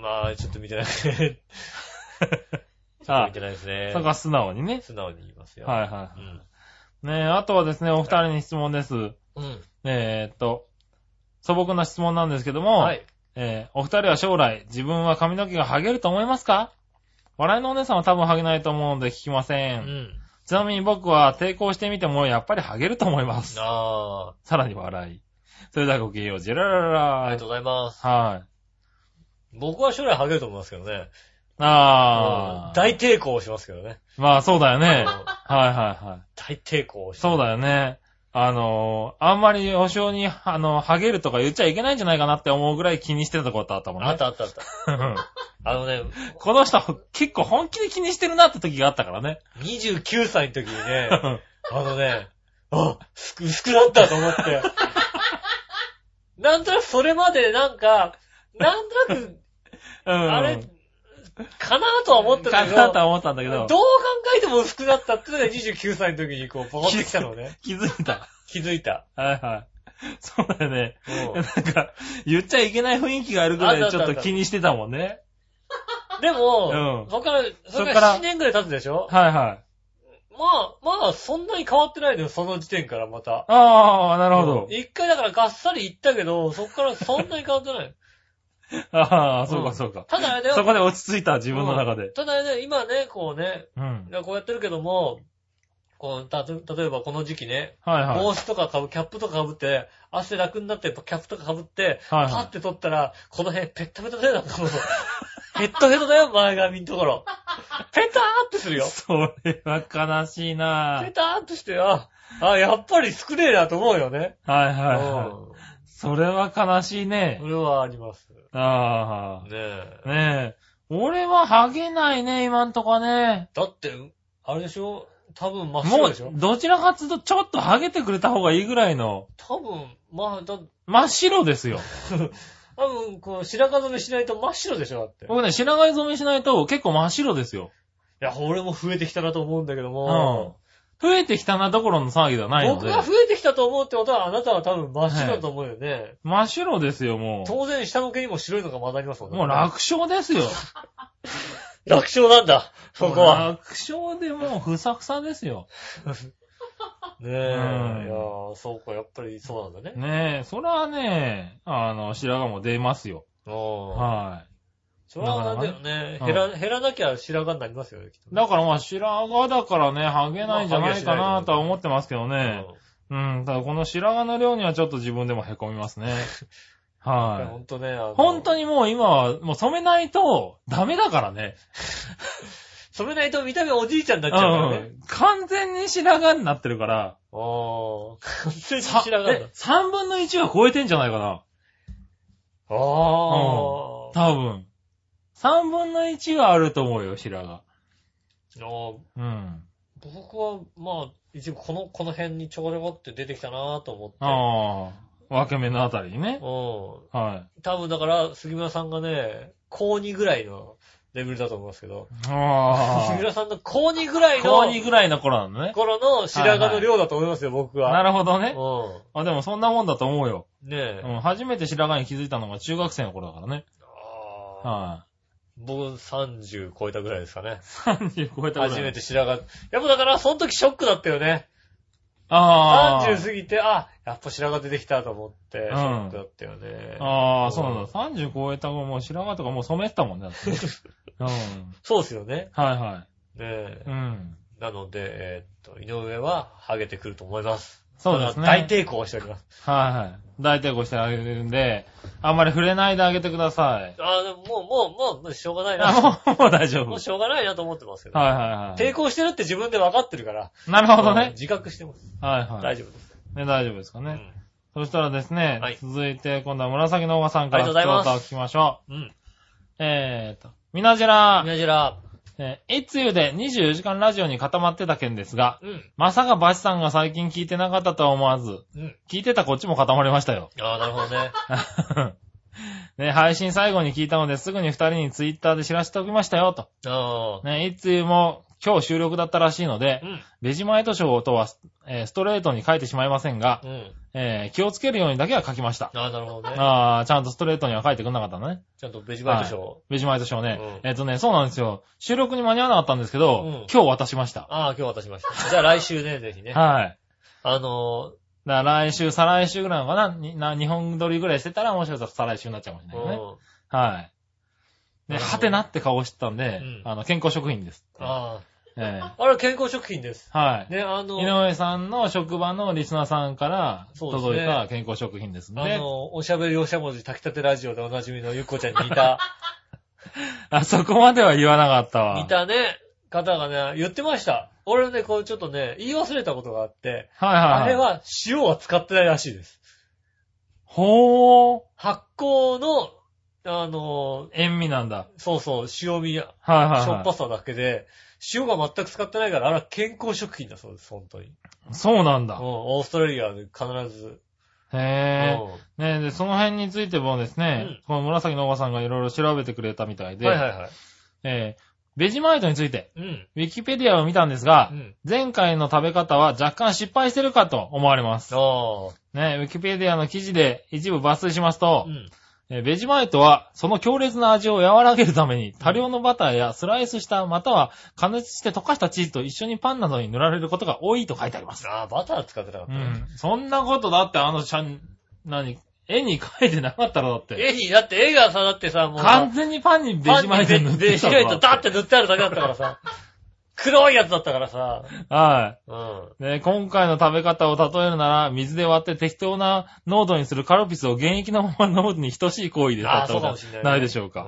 [SPEAKER 2] まあ、ちょっと見てない。 ちょっと
[SPEAKER 3] あ
[SPEAKER 2] 見てないですね。
[SPEAKER 3] そこは素直にね。
[SPEAKER 2] 素直に言いますよ。
[SPEAKER 3] はい
[SPEAKER 2] い。
[SPEAKER 3] は
[SPEAKER 2] うん。
[SPEAKER 3] い。ねえ、あとはですね、お二人に質問です。ね
[SPEAKER 2] うん。
[SPEAKER 3] ええっと、素朴な質問なんですけども、
[SPEAKER 2] はい。
[SPEAKER 3] えーお二人は将来、自分は髪の毛がハゲると思いますか笑いのお姉さんは多分ハゲないと思うので聞きませ。
[SPEAKER 2] うんん。
[SPEAKER 3] ちなみに僕は抵抗してみても、やっぱりハゲると思います。
[SPEAKER 2] あ
[SPEAKER 3] さらに笑い。それではごきげんよう、ジェララ
[SPEAKER 2] あ、あ
[SPEAKER 3] ラ
[SPEAKER 2] りがとうございます。
[SPEAKER 3] はい。
[SPEAKER 2] 僕は将来ハゲると思いますけどね。
[SPEAKER 3] あー。
[SPEAKER 2] 大抵抗をしますけどね。
[SPEAKER 3] まあそうだよ
[SPEAKER 2] うん
[SPEAKER 3] ね。はいはいはい。
[SPEAKER 2] 大抵抗をして
[SPEAKER 3] そうだよね。あのー、あんまりお正に、あの、ハゲるとか言っちゃいけないんじゃないかなって思うぐらい気にしてたことあったもんね。
[SPEAKER 2] あったあったあった。あのね、
[SPEAKER 3] この人結構本気で気にしてるなって時があったからね。
[SPEAKER 2] 29歳の時に ね、あのね、あ、薄く薄くなったと思って。なんとなくそれまでなんか、なんとなく、
[SPEAKER 3] うん
[SPEAKER 2] あれ、かなとは思ってた
[SPEAKER 3] か
[SPEAKER 2] け
[SPEAKER 3] な
[SPEAKER 2] ど、
[SPEAKER 3] と
[SPEAKER 2] ど
[SPEAKER 3] は思ったんだけ
[SPEAKER 2] う
[SPEAKER 3] ど、
[SPEAKER 2] 考えても薄くなったってのが29歳の時に こう、ポコってきたのね。
[SPEAKER 3] 気づいた。
[SPEAKER 2] 気づいた。
[SPEAKER 3] はいはい。そうだよね。
[SPEAKER 2] うん
[SPEAKER 3] なんか、言っちゃいけない雰囲気があるぐら
[SPEAKER 2] あっ
[SPEAKER 3] い
[SPEAKER 2] た
[SPEAKER 3] ち
[SPEAKER 2] あっ
[SPEAKER 3] ょ
[SPEAKER 2] た
[SPEAKER 3] っと気にしてたもんね。
[SPEAKER 2] で
[SPEAKER 3] う
[SPEAKER 2] も
[SPEAKER 3] ん、
[SPEAKER 2] そっから、そ
[SPEAKER 3] そ
[SPEAKER 2] れ
[SPEAKER 3] っ
[SPEAKER 2] か
[SPEAKER 3] から
[SPEAKER 2] 7
[SPEAKER 3] ら
[SPEAKER 2] 年ぐらい経つでしょ
[SPEAKER 3] はいはい。
[SPEAKER 2] まあ、まあ、そんなに変わってないのよ、その時点からまた。
[SPEAKER 3] ああ、なるほど。
[SPEAKER 2] 一回だからがっさり行ったけど、そっからそんなに変わって ない。
[SPEAKER 3] ああ、そう
[SPEAKER 2] うん
[SPEAKER 3] かそうか。
[SPEAKER 2] ただあれだよ。
[SPEAKER 3] そこで落ち着いた、自分の中で。
[SPEAKER 2] ただね、今ね、こうね、
[SPEAKER 3] うん。
[SPEAKER 2] こうやってるけども、こう、たと、例えばこの時期ね、
[SPEAKER 3] はいはい。
[SPEAKER 2] 帽子とかかぶ、キャップとかかぶって、汗楽になって、やっぱキャップとかかぶって、
[SPEAKER 3] はいはい
[SPEAKER 2] パッて取ったら、この辺、ペッタペタだよ、なんかもう。 ヘッドヘッドだよ、前髪のところ。ペターってするよ。
[SPEAKER 3] それは悲しいな
[SPEAKER 2] ペターってして、あ、あ、やっぱり少ねえなと思うよね。
[SPEAKER 3] はいはいうは
[SPEAKER 2] ん。
[SPEAKER 3] い。それは悲しいね
[SPEAKER 2] そ。れはあります。ね
[SPEAKER 3] あ
[SPEAKER 2] え
[SPEAKER 3] あ。。ねえ。俺はハゲないね、今んとこね。
[SPEAKER 2] だって、あれでしょ多分真っ
[SPEAKER 3] も
[SPEAKER 2] 白
[SPEAKER 3] う
[SPEAKER 2] でしょ、
[SPEAKER 3] どちらかというと、ちょっとハゲてくれた方がいいぐらいの、
[SPEAKER 2] 多分、まあ、だ、
[SPEAKER 3] 真っ白ですよ。
[SPEAKER 2] 多分、こう、白髪染めしないと真っ白でしょだって。い
[SPEAKER 3] 僕ね、白髪染めしないと結構真っ白ですよ。
[SPEAKER 2] や、俺も増えてきたなと思うんだけど
[SPEAKER 3] うん
[SPEAKER 2] も、。
[SPEAKER 3] 増えてきたなどころの騒ぎではないの
[SPEAKER 2] 僕
[SPEAKER 3] で。
[SPEAKER 2] が増えてきたと思うってことは、あなたは多分真っ白だと思うよね。
[SPEAKER 3] 真っ白ですよ、も
[SPEAKER 2] 当然、下向けにも白いのが混ざりますもん
[SPEAKER 3] う。
[SPEAKER 2] ね。
[SPEAKER 3] もう楽勝ですよ。
[SPEAKER 2] 楽勝なん だ、そこは。
[SPEAKER 3] 楽勝でもうふさふさですよ。
[SPEAKER 2] ねえ、いやーそうか、やっぱりそうなんだね。
[SPEAKER 3] ねえ、それはね、あの、白髪も出ますよ。
[SPEAKER 2] うん。
[SPEAKER 3] は
[SPEAKER 2] それはなんだよね。減、
[SPEAKER 3] なから
[SPEAKER 2] 減らなきゃ白髪になりますよね、きっと
[SPEAKER 3] い。
[SPEAKER 2] ね。
[SPEAKER 3] だからまあ、白髪だからね、ハゲないんじゃないかなとは思ってますけどね。うん、ただこの白髪の量にはちょっと自分でも凹みま すね。
[SPEAKER 2] うんいや
[SPEAKER 3] は
[SPEAKER 2] ほ
[SPEAKER 3] い。
[SPEAKER 2] んとね、あの
[SPEAKER 3] 本当にもう今は、もう染めないとダメだからね。
[SPEAKER 2] 染めないと見た目おじいちゃんになっちゃうからね。
[SPEAKER 3] うん。完全に白髪になってるから、
[SPEAKER 2] あー。完全に
[SPEAKER 3] さ
[SPEAKER 2] 白髪だ
[SPEAKER 3] え。3分の1は超えてんじゃないかな。
[SPEAKER 2] あ
[SPEAKER 3] 多
[SPEAKER 2] あ。
[SPEAKER 3] 分。3分の1はあると思うよ、白髪。
[SPEAKER 2] あー
[SPEAKER 3] うん。
[SPEAKER 2] 僕は、まあ、一部この、この辺にちょこちょこって出てきたなと思って。
[SPEAKER 3] ああ、分け目のあたりにね。
[SPEAKER 2] う
[SPEAKER 3] は
[SPEAKER 2] ん。多分だから、杉村さんがね、高2ぐらいのレベルだと思いますけど。
[SPEAKER 3] い。あ
[SPEAKER 2] 杉村さんの高2ぐら
[SPEAKER 3] あ。
[SPEAKER 2] い
[SPEAKER 3] 高
[SPEAKER 2] の
[SPEAKER 3] 2ぐらいの頃なのね。
[SPEAKER 2] 頃の白髪の量だと思いますよ、僕は。
[SPEAKER 3] なるほど
[SPEAKER 2] る
[SPEAKER 3] ね。
[SPEAKER 2] ほ
[SPEAKER 3] あ、でもそんなもんだと思うよ。
[SPEAKER 2] うん。ねえ。
[SPEAKER 3] うん、初めて白髪に気づいたのが中学生の頃だからね。
[SPEAKER 2] あー
[SPEAKER 3] は
[SPEAKER 2] 僕30超えたぐらいですかね
[SPEAKER 3] い。。30超えたぐらい
[SPEAKER 2] 初めて白髪。やっぱだから、その時ショックだったよね。
[SPEAKER 3] ああ。
[SPEAKER 2] 30過ぎて、あ、やっぱ白髪出てきたと思って、シ
[SPEAKER 3] うん
[SPEAKER 2] ョックだったよね。
[SPEAKER 3] ああ、そうなんだ。30超えた後もう白髪とかもう染めて たもんね。だってうん。はい
[SPEAKER 2] そうですよね。
[SPEAKER 3] は
[SPEAKER 2] ねえ
[SPEAKER 3] い。うん。
[SPEAKER 2] なので、えーっと、井上は、ハゲてくると思います。
[SPEAKER 3] そうですね。
[SPEAKER 2] ただ大抵抗をしております。
[SPEAKER 3] はいはい。大抵こうしてあげてるんで、あんまり触れないであげてください。
[SPEAKER 2] あーでももう、もう、もう、しょうがないな。
[SPEAKER 3] あ、もう、もう大丈夫。
[SPEAKER 2] もう
[SPEAKER 3] はい
[SPEAKER 2] しょうがないなと思ってますけど。
[SPEAKER 3] はいは
[SPEAKER 2] 抵抗してるって自分で分かってるから。
[SPEAKER 3] い。なるほど
[SPEAKER 2] うん
[SPEAKER 3] ね。
[SPEAKER 2] 自覚してます。
[SPEAKER 3] はいは
[SPEAKER 2] 大
[SPEAKER 3] い。
[SPEAKER 2] 丈夫です。
[SPEAKER 3] ね、大丈夫ですかね。そしたらですね、
[SPEAKER 2] はい
[SPEAKER 3] 続いて今度は紫のおばさんから
[SPEAKER 2] あり
[SPEAKER 3] 普
[SPEAKER 2] が
[SPEAKER 3] 通
[SPEAKER 2] とうございます
[SPEAKER 3] 歌を聞きましょ
[SPEAKER 2] うん。うん。
[SPEAKER 3] う。えーと、みなじら
[SPEAKER 2] みなじら、
[SPEAKER 3] えー、いつゆで24時間ラジオに固まってた件ですが、
[SPEAKER 2] うん。
[SPEAKER 3] まさかバチさんが最近聞いてなかったとは思わず、
[SPEAKER 2] うん。
[SPEAKER 3] 聞いてたこっちも固まりましたよ。
[SPEAKER 2] ああ、なるほどね。
[SPEAKER 3] ね、配信最後に聞いたのですぐに二人にツイッターで知らせておきましたよ、と。
[SPEAKER 2] ああ。
[SPEAKER 3] ね、いつゆも今日収録だったらしいので
[SPEAKER 2] う、ん。
[SPEAKER 3] レジマイト賞とは、えーストレートに書いてしまいませんが、
[SPEAKER 2] うん。
[SPEAKER 3] えー気をつけるようにだけは書きました。
[SPEAKER 2] ああ、なるほどね。
[SPEAKER 3] あー、ちゃんとストレートには書いてくんなかったのね。
[SPEAKER 2] ちゃんとベジバイト賞。
[SPEAKER 3] ベジマイト賞ね。
[SPEAKER 2] うん
[SPEAKER 3] えっ、とね、そうなんですよ。収録に間に合わなかったんですけど、
[SPEAKER 2] うん
[SPEAKER 3] 今日渡しました。
[SPEAKER 2] ああ、今日渡しました。じゃあ来週ね、ぜひね。
[SPEAKER 3] はい。
[SPEAKER 2] あの
[SPEAKER 3] だから来週、再来週ぐらいなのかなにな ?2 本撮りぐらいしてたら、もしかしたら再来週になっちゃうかもし
[SPEAKER 2] ー、
[SPEAKER 3] れないね。
[SPEAKER 2] うん。
[SPEAKER 3] はい。
[SPEAKER 2] な
[SPEAKER 3] ね、
[SPEAKER 2] るほど
[SPEAKER 3] はてなって顔してたんで、
[SPEAKER 2] うん
[SPEAKER 3] あの、健康食品です。
[SPEAKER 2] あ
[SPEAKER 3] ええ
[SPEAKER 2] あ。あれ、健康食品です。
[SPEAKER 3] はい。
[SPEAKER 2] ね、あの、
[SPEAKER 3] 井上さんの職場のリスナーさんから
[SPEAKER 2] そうですね
[SPEAKER 3] 届いた健康食品です
[SPEAKER 2] あ
[SPEAKER 3] ね。
[SPEAKER 2] の、おしゃべりおしゃもじ炊きたてラジオでおなじみのゆっこちゃんに似た、
[SPEAKER 3] あそこまでは言わなかったわ。
[SPEAKER 2] 似たね、方がね、言ってました。俺ね、こうちょっとね、言い忘れたことがあって、
[SPEAKER 3] はいはい、はい。
[SPEAKER 2] あれは塩は使ってないらしいです。
[SPEAKER 3] ほー。
[SPEAKER 2] 発酵の、あの、
[SPEAKER 3] 塩味なんだ。
[SPEAKER 2] そうそう、塩味や、
[SPEAKER 3] はいはい、はい。
[SPEAKER 2] しょっぱさだけで、塩が全く使ってないから、あれは健康食品だそうです、本当に。
[SPEAKER 3] そうなん
[SPEAKER 2] うん
[SPEAKER 3] だ。
[SPEAKER 2] オーストラリアで必ず。
[SPEAKER 3] へ
[SPEAKER 2] うん
[SPEAKER 3] ぇー。ねえで、その辺についてもですね、
[SPEAKER 2] うん
[SPEAKER 3] この紫のおばさんがいろいろ調べてくれたみたいで、
[SPEAKER 2] はいはいはい。
[SPEAKER 3] えーベジマイトについて、
[SPEAKER 2] うん。
[SPEAKER 3] ウィキペディアを見たんですが、
[SPEAKER 2] うん。
[SPEAKER 3] 前回の食べ方は若干失敗してるかと思われます。
[SPEAKER 2] あ
[SPEAKER 3] ねえ、ウィキペディアの記事で一部抜粋しますと
[SPEAKER 2] あ。う、ん。
[SPEAKER 3] えーベジマイトは、その強烈な味を和らげるために、多量のバターやスライスした、または加熱して溶かしたチーズと一緒にパンなどに塗られることが多いと書いてあります。
[SPEAKER 2] ああ、バター使ってなかった
[SPEAKER 3] う
[SPEAKER 2] ね。
[SPEAKER 3] ん。そんなことだって、あのちゃん、何、絵に描いてなかったろ、だって。
[SPEAKER 2] 絵に、だって絵がさ、だってさ、もう
[SPEAKER 3] 完
[SPEAKER 2] さ、
[SPEAKER 3] 全にパンにベジマイト塗って
[SPEAKER 2] ベジ
[SPEAKER 3] た
[SPEAKER 2] マイト
[SPEAKER 3] わ
[SPEAKER 2] ダーって塗ってあるだけだったからさ、黒いやつだったからさ、
[SPEAKER 3] は
[SPEAKER 2] うん。
[SPEAKER 3] い。ね、今回の食べ方を例えるなら、水で割って適当な濃度にするカルピスを原液のまま飲むに等しい行為で
[SPEAKER 2] あ
[SPEAKER 3] あ
[SPEAKER 2] あ、
[SPEAKER 3] っ
[SPEAKER 2] そ
[SPEAKER 3] た
[SPEAKER 2] う
[SPEAKER 3] の
[SPEAKER 2] かも
[SPEAKER 3] が
[SPEAKER 2] しれないね。
[SPEAKER 3] ないでしょうか。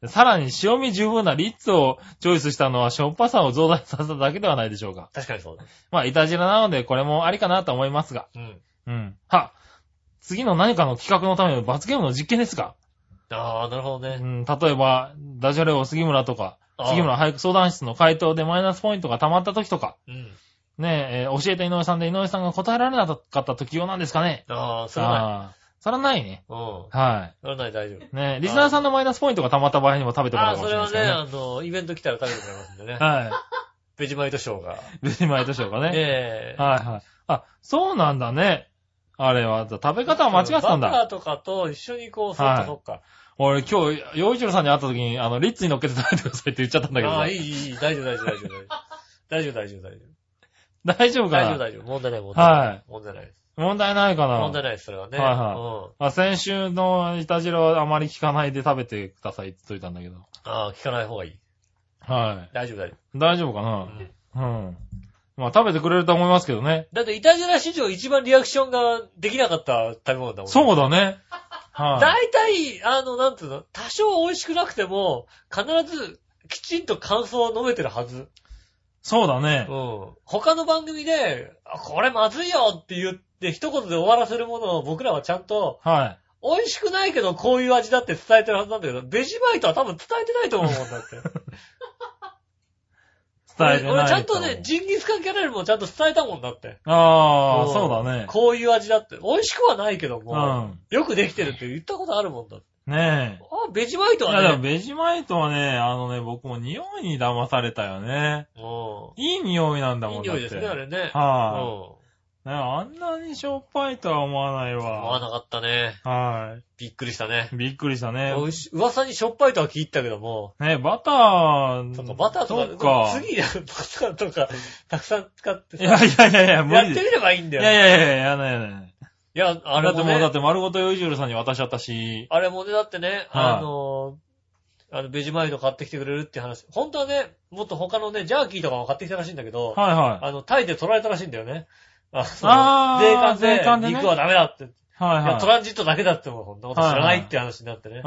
[SPEAKER 2] うん
[SPEAKER 3] さらに塩味十分なリッツをチョイスしたのはしょっぱさを増大させただけではないでしょうか。
[SPEAKER 2] 確かにそうだ。
[SPEAKER 3] まあ、いたじらなのでこれもありかなと思いますが。
[SPEAKER 2] うん。
[SPEAKER 3] うん。は、次の何かの企画のための罰ゲームの実験ですか
[SPEAKER 2] ああ、なるほど
[SPEAKER 3] う
[SPEAKER 2] ね。
[SPEAKER 3] ん、例えば、ダジャレを杉村とか
[SPEAKER 2] あ、あ
[SPEAKER 3] 杉村俳句相談室の回答でマイナスポイントが溜まった時とか、
[SPEAKER 2] うん。
[SPEAKER 3] ねえ、えー教えた井上さんで井上さんが答えられなかった時用なんですかね
[SPEAKER 2] ああ、それはない。
[SPEAKER 3] ああそれはないね。
[SPEAKER 2] うん。
[SPEAKER 3] は
[SPEAKER 2] それはない、大丈夫。
[SPEAKER 3] い。ねえ、リスナーさんのマイナスポイントが溜まった場合にも食べても
[SPEAKER 2] あ
[SPEAKER 3] らう
[SPEAKER 2] あ、
[SPEAKER 3] か
[SPEAKER 2] そ
[SPEAKER 3] もし
[SPEAKER 2] れ
[SPEAKER 3] れない
[SPEAKER 2] は
[SPEAKER 3] です
[SPEAKER 2] ね、
[SPEAKER 3] よね。
[SPEAKER 2] あの、イベント来たら食べてもらいますんでね。
[SPEAKER 3] はい。
[SPEAKER 2] ベジマイトショーが。
[SPEAKER 3] ベジマイトショ ーがね。
[SPEAKER 2] ええ。
[SPEAKER 3] はいはい。あ、そうなんだね。あれは、食べ方は間違ってたん
[SPEAKER 2] バタ
[SPEAKER 3] だ。
[SPEAKER 2] ーとかと一緒にこう、そっ
[SPEAKER 3] は
[SPEAKER 2] か
[SPEAKER 3] い
[SPEAKER 2] そっか。
[SPEAKER 3] 俺今日、洋一郎さんに会った時に、あの、リッツに乗っけて食べてくださいって言っちゃったんだけど
[SPEAKER 2] あ
[SPEAKER 3] さ。
[SPEAKER 2] あ、いい、いい、大丈夫、大丈夫、大丈夫。大丈夫、大丈夫、大丈夫。
[SPEAKER 3] 大丈夫か
[SPEAKER 2] 大
[SPEAKER 3] な
[SPEAKER 2] 丈夫、大丈夫。問題ない、問題ない。
[SPEAKER 3] はい
[SPEAKER 2] 問題ないです。
[SPEAKER 3] 問題ないかな
[SPEAKER 2] 問題ないです、それはね。
[SPEAKER 3] はいはあ先週のイタジラはあまり聞かないで食べてくださいって言っといたんだけど。
[SPEAKER 2] うん。ああ、聞かない方がいい。
[SPEAKER 3] は
[SPEAKER 2] 大丈夫、大丈
[SPEAKER 3] い。大丈夫か
[SPEAKER 2] 夫。
[SPEAKER 3] な
[SPEAKER 2] うん
[SPEAKER 3] うん。まあ食べてくれると思いますけどね。
[SPEAKER 2] だって、イタジラ史上一番リアクションができなかった食べ物だもん。う。
[SPEAKER 3] そうだね。は
[SPEAKER 2] 大
[SPEAKER 3] い。
[SPEAKER 2] 体、あの、なんていうの、多少美味しくなくても、必ず、きちんと感想を述べてるはず。
[SPEAKER 3] そうだ
[SPEAKER 2] う
[SPEAKER 3] ね。
[SPEAKER 2] ん。他の番組で、あこれまずいよって言って、一言で終わらせるものを僕らはちゃんと、
[SPEAKER 3] はい。
[SPEAKER 2] 美味しくないけどこういう味だって伝えてるはずなんだけど、ベジマイトは多分伝えてないと思うもんだ って。
[SPEAKER 3] 伝えてない
[SPEAKER 2] 俺俺ちゃんとね、ジンギスカンキャラよりもちゃんと伝えたもんだって。
[SPEAKER 3] あ
[SPEAKER 2] うん
[SPEAKER 3] あ、そうだね。
[SPEAKER 2] こういう味だって。美味しくはないけど
[SPEAKER 3] う
[SPEAKER 2] も、
[SPEAKER 3] ん。
[SPEAKER 2] よくできてるって言ったことあるもんだって。
[SPEAKER 3] ねえ。
[SPEAKER 2] あ、ベジマイト
[SPEAKER 3] いや、で
[SPEAKER 2] は
[SPEAKER 3] も
[SPEAKER 2] ね。
[SPEAKER 3] ベジマイトはね、あのね、僕も匂いに騙されたよね。
[SPEAKER 2] う
[SPEAKER 3] いい匂いなんだ
[SPEAKER 2] ん。いい
[SPEAKER 3] もんだっ
[SPEAKER 2] 匂
[SPEAKER 3] て。
[SPEAKER 2] いですね、あれね。うん。
[SPEAKER 3] は
[SPEAKER 2] 思
[SPEAKER 3] い、ねあんなにしょっぱいとは思わない
[SPEAKER 2] わ
[SPEAKER 3] わ。
[SPEAKER 2] なかったね。
[SPEAKER 3] は
[SPEAKER 2] びっくりしたね。
[SPEAKER 3] い。びっくりしたね。
[SPEAKER 2] 美味し噂にしょっぱいとは聞いたけども、
[SPEAKER 3] ねバター。
[SPEAKER 2] そっか、バター
[SPEAKER 3] そ
[SPEAKER 2] とか
[SPEAKER 3] っか、
[SPEAKER 2] 次、バターとか、たくさん使って
[SPEAKER 3] いやいやいやいや、無
[SPEAKER 2] やって
[SPEAKER 3] 理
[SPEAKER 2] み
[SPEAKER 3] で
[SPEAKER 2] ればいいん
[SPEAKER 3] い
[SPEAKER 2] だよ。
[SPEAKER 3] やいやいや、やだやだ。
[SPEAKER 2] いや、あ
[SPEAKER 3] だ
[SPEAKER 2] れ
[SPEAKER 3] って
[SPEAKER 2] も
[SPEAKER 3] もう、だっ
[SPEAKER 2] ね、
[SPEAKER 3] て丸ごと洋一郎さんに渡しちゃったし。
[SPEAKER 2] あれもね、だってね、
[SPEAKER 3] はい
[SPEAKER 2] あのー、あの、ベジマイト買ってきてくれるって話。本当はね、もっと他のね、ジャーキーとかも買ってきたらしいんだけど、
[SPEAKER 3] はいは
[SPEAKER 2] あの、タイで取られたらしいんだよね。あ
[SPEAKER 3] あー
[SPEAKER 2] 税
[SPEAKER 3] 税
[SPEAKER 2] 関
[SPEAKER 3] 関
[SPEAKER 2] で
[SPEAKER 3] でね
[SPEAKER 2] 肉はダメだって。い
[SPEAKER 3] い。はい
[SPEAKER 2] や、ト
[SPEAKER 3] は
[SPEAKER 2] ランジットだけだってもう、そんなこと知らないって話になってね。
[SPEAKER 3] い。
[SPEAKER 2] ね、あ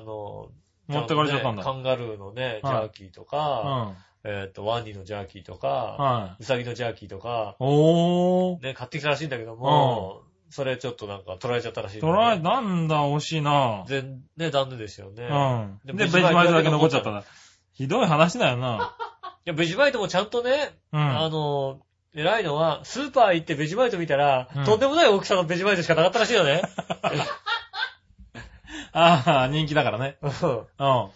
[SPEAKER 2] の、
[SPEAKER 3] うん。持ってかれちゃったん
[SPEAKER 2] あのね
[SPEAKER 3] だ。
[SPEAKER 2] カンガルーのね、ジ
[SPEAKER 3] はい
[SPEAKER 2] ャーキーとか、
[SPEAKER 3] う
[SPEAKER 2] えーっと、ワニのジャーキーと
[SPEAKER 3] ん。
[SPEAKER 2] か、
[SPEAKER 3] はい。
[SPEAKER 2] ウサギのジャーキーとか、
[SPEAKER 3] おー。
[SPEAKER 2] ね、買ってきたらしいんだけども、それちょっとなんか取られちゃったらしいんだ
[SPEAKER 3] ト
[SPEAKER 2] よね、
[SPEAKER 3] ライ、なんだ、惜しいな
[SPEAKER 2] 全、ね、残念ですよね。
[SPEAKER 3] うん。
[SPEAKER 2] で
[SPEAKER 3] で、ベ
[SPEAKER 2] ベジ
[SPEAKER 3] ジ
[SPEAKER 2] マ
[SPEAKER 3] マ
[SPEAKER 2] イト
[SPEAKER 3] イ
[SPEAKER 2] だ
[SPEAKER 3] トだ
[SPEAKER 2] け
[SPEAKER 3] け
[SPEAKER 2] 残
[SPEAKER 3] 残
[SPEAKER 2] っ
[SPEAKER 3] っ
[SPEAKER 2] ち
[SPEAKER 3] ち
[SPEAKER 2] ゃ
[SPEAKER 3] ゃ
[SPEAKER 2] っ
[SPEAKER 3] ったた
[SPEAKER 2] ん
[SPEAKER 3] な。ひどい話だよな。
[SPEAKER 2] や、ベジバイトもちゃんとね、
[SPEAKER 3] う
[SPEAKER 2] あ
[SPEAKER 3] ん。
[SPEAKER 2] の、偉いのは、スーパー行ってベジバイト見たら、
[SPEAKER 3] うん
[SPEAKER 2] とんでもない大きさのベジバイトしかなかったらしいよ ね。
[SPEAKER 3] ああ、人気だからね。
[SPEAKER 2] うん
[SPEAKER 3] うん。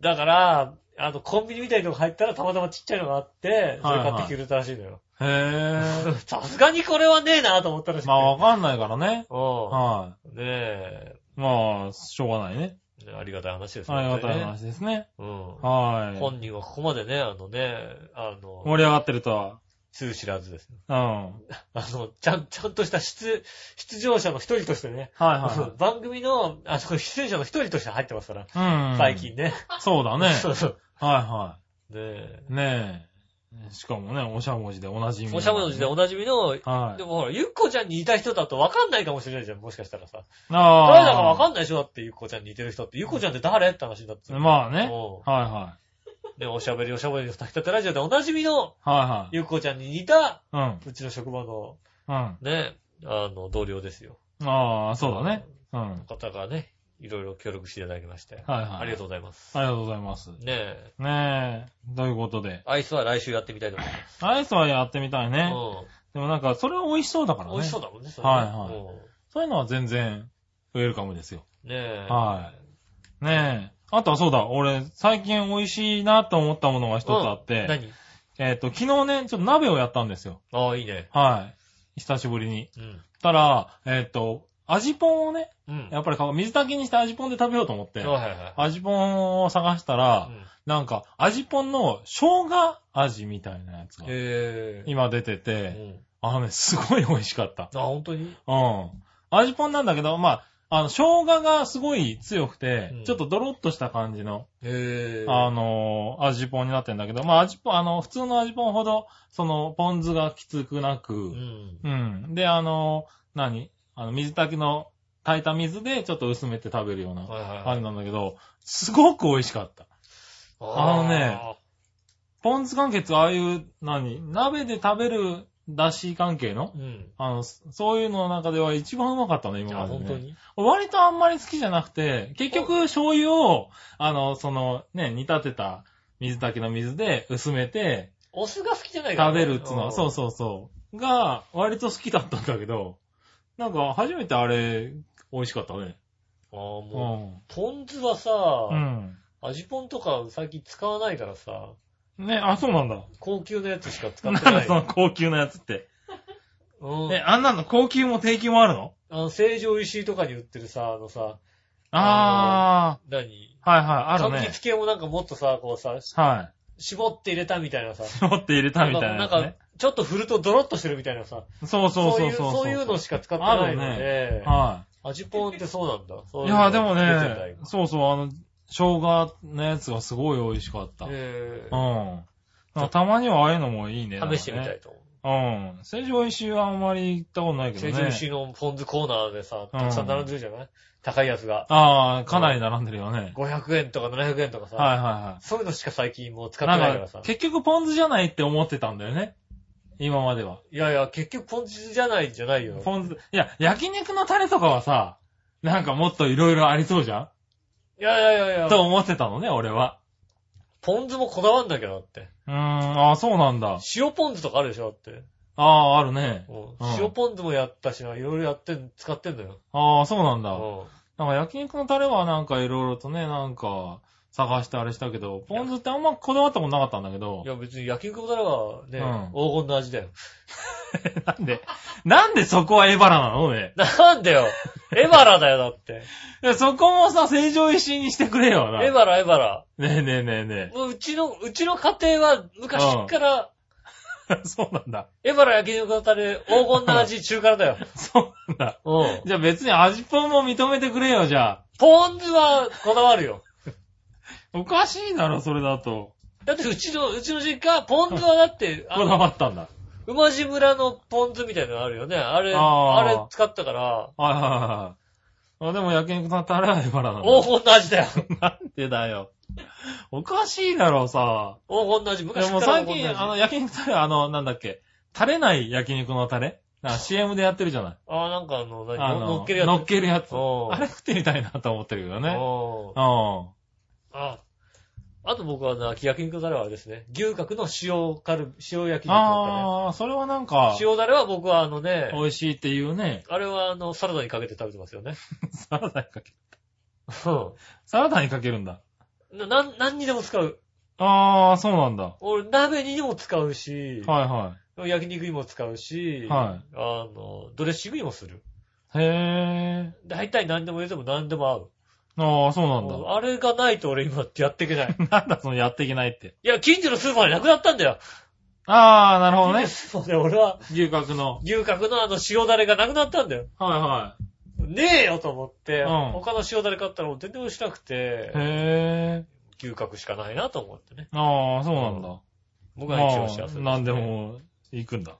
[SPEAKER 2] だから、あの、コンビニみたいなのが入ったらたまたまちっちゃいのがあって、それ買ってきてくれたらしいのよ。
[SPEAKER 3] へえ。
[SPEAKER 2] さすがにこれはねえなと思ったらしい。
[SPEAKER 3] まあわかんないからね。
[SPEAKER 2] う
[SPEAKER 3] は
[SPEAKER 2] ん。ねえ、
[SPEAKER 3] い。まあ、しょうがないね。
[SPEAKER 2] ねありがたい話です
[SPEAKER 3] ありがたい
[SPEAKER 2] 本
[SPEAKER 3] 話ですね。
[SPEAKER 2] 当にね。
[SPEAKER 3] は
[SPEAKER 2] うん。
[SPEAKER 3] い。
[SPEAKER 2] 本人はここまでね、あのね、あの、
[SPEAKER 3] 盛り上がってるとは。
[SPEAKER 2] つゆ知らずですね。
[SPEAKER 3] うん。はい
[SPEAKER 2] あの、ちゃん、ちゃんとした出、出場者の一人としてね、
[SPEAKER 3] は
[SPEAKER 2] 番組の、あの、出演者の一人として入ってます から、
[SPEAKER 3] いはい。うん。
[SPEAKER 2] 最。近ね。
[SPEAKER 3] そうだね。は い
[SPEAKER 2] そうそう。
[SPEAKER 3] は
[SPEAKER 2] ねえ。
[SPEAKER 3] い。ねえ。しかもね、おしゃもじで同じ意味
[SPEAKER 2] おしゃべりでおなじみの、
[SPEAKER 3] はい
[SPEAKER 2] で。もほら、ゆっこちゃんに似た人だと分かんないかもしれないじゃん、もしかしたらさ。
[SPEAKER 3] あ
[SPEAKER 2] 誰だか分か
[SPEAKER 3] ん
[SPEAKER 2] んないでしょだって、ゆっこちゃんに似てる人って。ゆっこちゃんって誰って話になってた。
[SPEAKER 3] まあね。
[SPEAKER 2] お
[SPEAKER 3] はいは
[SPEAKER 2] ね、おしゃべりおしゃべりの炊きたてラジオでおなじみの
[SPEAKER 3] い。は
[SPEAKER 2] ゆっこちゃんに似た、
[SPEAKER 3] いはい。
[SPEAKER 2] うちの職場の
[SPEAKER 3] うん。うん。
[SPEAKER 2] ね、あの、同僚ですよ。
[SPEAKER 3] ああ、そうだね。うん。はい
[SPEAKER 2] 方がね、いろいろ協力していただきまして。
[SPEAKER 3] はい。
[SPEAKER 2] ありがと
[SPEAKER 3] う。
[SPEAKER 2] うございます。
[SPEAKER 3] ありがとうございます。
[SPEAKER 2] ねえ、
[SPEAKER 3] ねえ。ということで。
[SPEAKER 2] アイスは来週やってみたいと思い
[SPEAKER 3] アイスはやってみたいね。
[SPEAKER 2] ま
[SPEAKER 3] でもなんか、それは美味しそうだから
[SPEAKER 2] す。う
[SPEAKER 3] ね。
[SPEAKER 2] ん。美味しそう
[SPEAKER 3] う。
[SPEAKER 2] だもんね、そ
[SPEAKER 3] はいはい
[SPEAKER 2] うん
[SPEAKER 3] そういうのは全然、ウェルカムですよ。
[SPEAKER 2] ねえ。
[SPEAKER 3] はねえ。あとはそうだ、俺、最近美味しいなと思ったものが一つあっ
[SPEAKER 2] うん
[SPEAKER 3] て、
[SPEAKER 2] 何
[SPEAKER 3] えっと、昨日ね、ちょっと鍋をやったんですよ。
[SPEAKER 2] ああ、いいね。
[SPEAKER 3] はい。久しぶりに。
[SPEAKER 2] うん。
[SPEAKER 3] たら、えっと、味ポンをね、
[SPEAKER 2] うん。
[SPEAKER 3] やっぱり水炊きにして味ポンで食べようと思って、
[SPEAKER 2] はいはいはい。
[SPEAKER 3] 味ぽんを探したら、
[SPEAKER 2] うん
[SPEAKER 3] なんか、味ぽんの生姜味みたいなやつが、
[SPEAKER 2] へえ。
[SPEAKER 3] 今出て
[SPEAKER 2] う
[SPEAKER 3] て、
[SPEAKER 2] ん。
[SPEAKER 3] あのね、すごい美味しかった。
[SPEAKER 2] あ、本当に
[SPEAKER 3] うん。味ぽんなんだけど、まあ、あの、生姜がすごい強くて、
[SPEAKER 2] うん
[SPEAKER 3] ちょっとドロッとした感じの、
[SPEAKER 2] へえ。
[SPEAKER 3] あのー味ぽんになってんだけど、まあ、味ぽん、あの、普通の味ぽんほど、その、ポン酢がきつくな
[SPEAKER 2] う
[SPEAKER 3] く、
[SPEAKER 2] ん。
[SPEAKER 3] うん。で、あのー何あの、水炊きの炊いた水でちょっと薄めて食べるような
[SPEAKER 2] はいはいは
[SPEAKER 3] 感
[SPEAKER 2] い。
[SPEAKER 3] じなんだけど、すごく美味しかった。あのね
[SPEAKER 2] あ
[SPEAKER 3] ポン酢関係ってああいう、何鍋で食べる出汁関係の
[SPEAKER 2] ー。うん。
[SPEAKER 3] あの、そそういうのの中では一番うまかったね、今
[SPEAKER 2] あ、
[SPEAKER 3] まで、
[SPEAKER 2] 本当
[SPEAKER 3] ね。
[SPEAKER 2] に
[SPEAKER 3] 割とあんまり好きじゃなくて、結局醤油を、あの、その、ね、煮立てた水炊きの水で薄めて
[SPEAKER 2] お酢が好きじゃないから
[SPEAKER 3] 食
[SPEAKER 2] ね
[SPEAKER 3] べるっつうのは、そうそうそう。が、割と好きだったんだけど、なんか初めてあれ、美味しかったね。
[SPEAKER 2] うん。ああ、
[SPEAKER 3] う
[SPEAKER 2] も
[SPEAKER 3] ん
[SPEAKER 2] う、ポン酢はさ、。
[SPEAKER 3] うん。
[SPEAKER 2] 味ポンとか最近使わないからさ、
[SPEAKER 3] ね、あ、そうなんだ。
[SPEAKER 2] 高級なやつしか使
[SPEAKER 3] な
[SPEAKER 2] っ
[SPEAKER 3] ん
[SPEAKER 2] てない
[SPEAKER 3] だ そ。の高級なやつって。
[SPEAKER 2] うん。
[SPEAKER 3] え、あんなの高級も低級もあるの
[SPEAKER 2] あの、成城石井とかに売ってるさ、あのさ、
[SPEAKER 3] あ
[SPEAKER 2] 何
[SPEAKER 3] あ、はいはい、ある
[SPEAKER 2] 柑
[SPEAKER 3] ね
[SPEAKER 2] 橘。系もなんかもっとさ、こうさ、し
[SPEAKER 3] は
[SPEAKER 2] 絞って入れたみたいなさ、
[SPEAKER 3] い。持って入れたみたいな
[SPEAKER 2] な
[SPEAKER 3] や
[SPEAKER 2] ん
[SPEAKER 3] つ
[SPEAKER 2] か
[SPEAKER 3] ね。、
[SPEAKER 2] ちょっと振るとドロッとしてるみたいなさ、
[SPEAKER 3] そうそうそ
[SPEAKER 2] そうい
[SPEAKER 3] うそう。
[SPEAKER 2] う、そういうのしか使ってないの
[SPEAKER 3] ある
[SPEAKER 2] で、
[SPEAKER 3] は
[SPEAKER 2] 味ポンってそうなんだ。そ
[SPEAKER 3] い。
[SPEAKER 2] う
[SPEAKER 3] いう
[SPEAKER 2] の
[SPEAKER 3] や、でも
[SPEAKER 2] 出てた
[SPEAKER 3] ね
[SPEAKER 2] よ、
[SPEAKER 3] そうそう、あの、生姜のやつがすごい美味しかった。うん。
[SPEAKER 2] え
[SPEAKER 3] なんかたまにはああいうのもいいね。
[SPEAKER 2] ー試してみたいと思う。
[SPEAKER 3] なんかね。うん。成城石井はあんまり行ったことないけど
[SPEAKER 2] 成
[SPEAKER 3] ね。
[SPEAKER 2] 城石井のポン酢コーナーでさ、たくさん並んでるじゃない高いやつが。
[SPEAKER 3] ああ、かなり並んでるよね。
[SPEAKER 2] 500円とか700円とか
[SPEAKER 3] はい
[SPEAKER 2] さ、
[SPEAKER 3] は
[SPEAKER 2] そういうのしか最近もう使
[SPEAKER 3] い
[SPEAKER 2] ってな
[SPEAKER 3] はいい。
[SPEAKER 2] か
[SPEAKER 3] な
[SPEAKER 2] ら
[SPEAKER 3] んか
[SPEAKER 2] さ、。
[SPEAKER 3] 結局ポン酢じゃないって思ってたんだよね。今までは。
[SPEAKER 2] いやいや、結局ポン酢じゃないんじゃないよ。
[SPEAKER 3] ポン酢、いや、焼肉のタレとかはさ、なんかもっといろいろありそうじゃん
[SPEAKER 2] いやいやいやいや、
[SPEAKER 3] と思ってたのね、俺は。
[SPEAKER 2] ポン酢もこだわんだけどだって。
[SPEAKER 3] うーん、ああ、そうなんだ。
[SPEAKER 2] 塩ポン酢とかあるでしょだって。
[SPEAKER 3] ああ、あるね。
[SPEAKER 2] うん
[SPEAKER 3] うん
[SPEAKER 2] 塩ポン酢もやったしな、いろいろやってん、使ってんだよ。
[SPEAKER 3] ああ、そうなんだ。
[SPEAKER 2] う
[SPEAKER 3] なんか焼肉のタレはなんかいろいろとね、なんか探してあれしたけど、ポン酢ってあんまこだわったことなかったんだけ
[SPEAKER 2] ん。
[SPEAKER 3] ど
[SPEAKER 2] い、や別に焼き肉だらね、
[SPEAKER 3] うん
[SPEAKER 2] 黄金の味だよ。
[SPEAKER 3] なんで、 なんでそこはエバラなのね。
[SPEAKER 2] なんだよエバラだよだって。
[SPEAKER 3] いやそこもさ、成城石井にしてくれよな。
[SPEAKER 2] エバラエバラ。
[SPEAKER 3] ねえねえねえね
[SPEAKER 2] もううちの、うちの家庭は昔から、
[SPEAKER 3] え。 そうなんだ。
[SPEAKER 2] エバラ焼き肉のタレ、黄金の味中辛だよ。
[SPEAKER 3] そうなんだ。
[SPEAKER 2] うん。
[SPEAKER 3] じゃあ別に味ぽんも認めてくれよ、じゃあ。
[SPEAKER 2] ポン酢はこだわるよ。
[SPEAKER 3] おかしいだろ、それだと。
[SPEAKER 2] だってうちの、うちの実家、ポン酢はだって、あ
[SPEAKER 3] こだ
[SPEAKER 2] の、
[SPEAKER 3] わったんだ。
[SPEAKER 2] 馬路村のポン酢みたいなのあるよね。あれ、
[SPEAKER 3] あ
[SPEAKER 2] あ
[SPEAKER 3] ー
[SPEAKER 2] れ使ったから、
[SPEAKER 3] はいはいはいはい。あ、でも焼肉のタレはエバラなんだ。
[SPEAKER 2] 黄金の味だよ。
[SPEAKER 3] なんでだよ。おかしいだろ、さ。
[SPEAKER 2] 黄金の味。
[SPEAKER 3] で
[SPEAKER 2] 昔か
[SPEAKER 3] も
[SPEAKER 2] ら
[SPEAKER 3] 最
[SPEAKER 2] 黄金
[SPEAKER 3] 近、あ
[SPEAKER 2] の
[SPEAKER 3] の、
[SPEAKER 2] 味。
[SPEAKER 3] 焼肉タレ、あの、なんだっけ、垂れない焼肉のタレなんか ?CM でやってるじ ゃない。
[SPEAKER 2] ああ、なんかあの、何
[SPEAKER 3] あの、
[SPEAKER 2] 乗っけるやつ。
[SPEAKER 3] 乗っけるやつ。
[SPEAKER 2] おう
[SPEAKER 3] あれ食ってみたいなと思ってるけどね。
[SPEAKER 2] おー
[SPEAKER 3] う
[SPEAKER 2] あ、あと僕はな、焼肉だれはあれですね。牛角の塩カルビ、塩焼き肉とかね。
[SPEAKER 3] ああ、それはなんか、
[SPEAKER 2] 塩だれは僕はあのね、
[SPEAKER 3] 美味しいっていうね。
[SPEAKER 2] あれはあの、サラダにかけて食べてますよね。
[SPEAKER 3] サラダにかけ、
[SPEAKER 2] う
[SPEAKER 3] サラダにかけるんだ。
[SPEAKER 2] ん。な、なん何にでも使う。
[SPEAKER 3] ああ、そうなんだ。は
[SPEAKER 2] 俺、鍋にも使うし
[SPEAKER 3] い、は
[SPEAKER 2] 焼肉にも使うし、
[SPEAKER 3] は
[SPEAKER 2] あの、ドレッシングにもする。
[SPEAKER 3] い。へえ。
[SPEAKER 2] 大体何でも入れても何でも合う。
[SPEAKER 3] ああ、そうなんだ。
[SPEAKER 2] あれがないと俺今やっていけない。
[SPEAKER 3] なんだそのやっていけないって。
[SPEAKER 2] いや、近所のスーパーになくなったんだよ。
[SPEAKER 3] ああ、なるほど
[SPEAKER 2] 近
[SPEAKER 3] ね
[SPEAKER 2] 所の。スーパーで俺は
[SPEAKER 3] 牛角の。
[SPEAKER 2] 牛角のあの塩だれがなくなったんだよ。
[SPEAKER 3] はいは
[SPEAKER 2] ねえよと思って、
[SPEAKER 3] うん
[SPEAKER 2] 他の塩だれ買ったらもう全然美味しなくて
[SPEAKER 3] い。、へえ。
[SPEAKER 2] 牛角しかないなと思ってね。
[SPEAKER 3] ああ、そうなんだ。
[SPEAKER 2] 僕
[SPEAKER 3] ま
[SPEAKER 2] は一応幸せです、
[SPEAKER 3] あ、なんで。も行くんだ。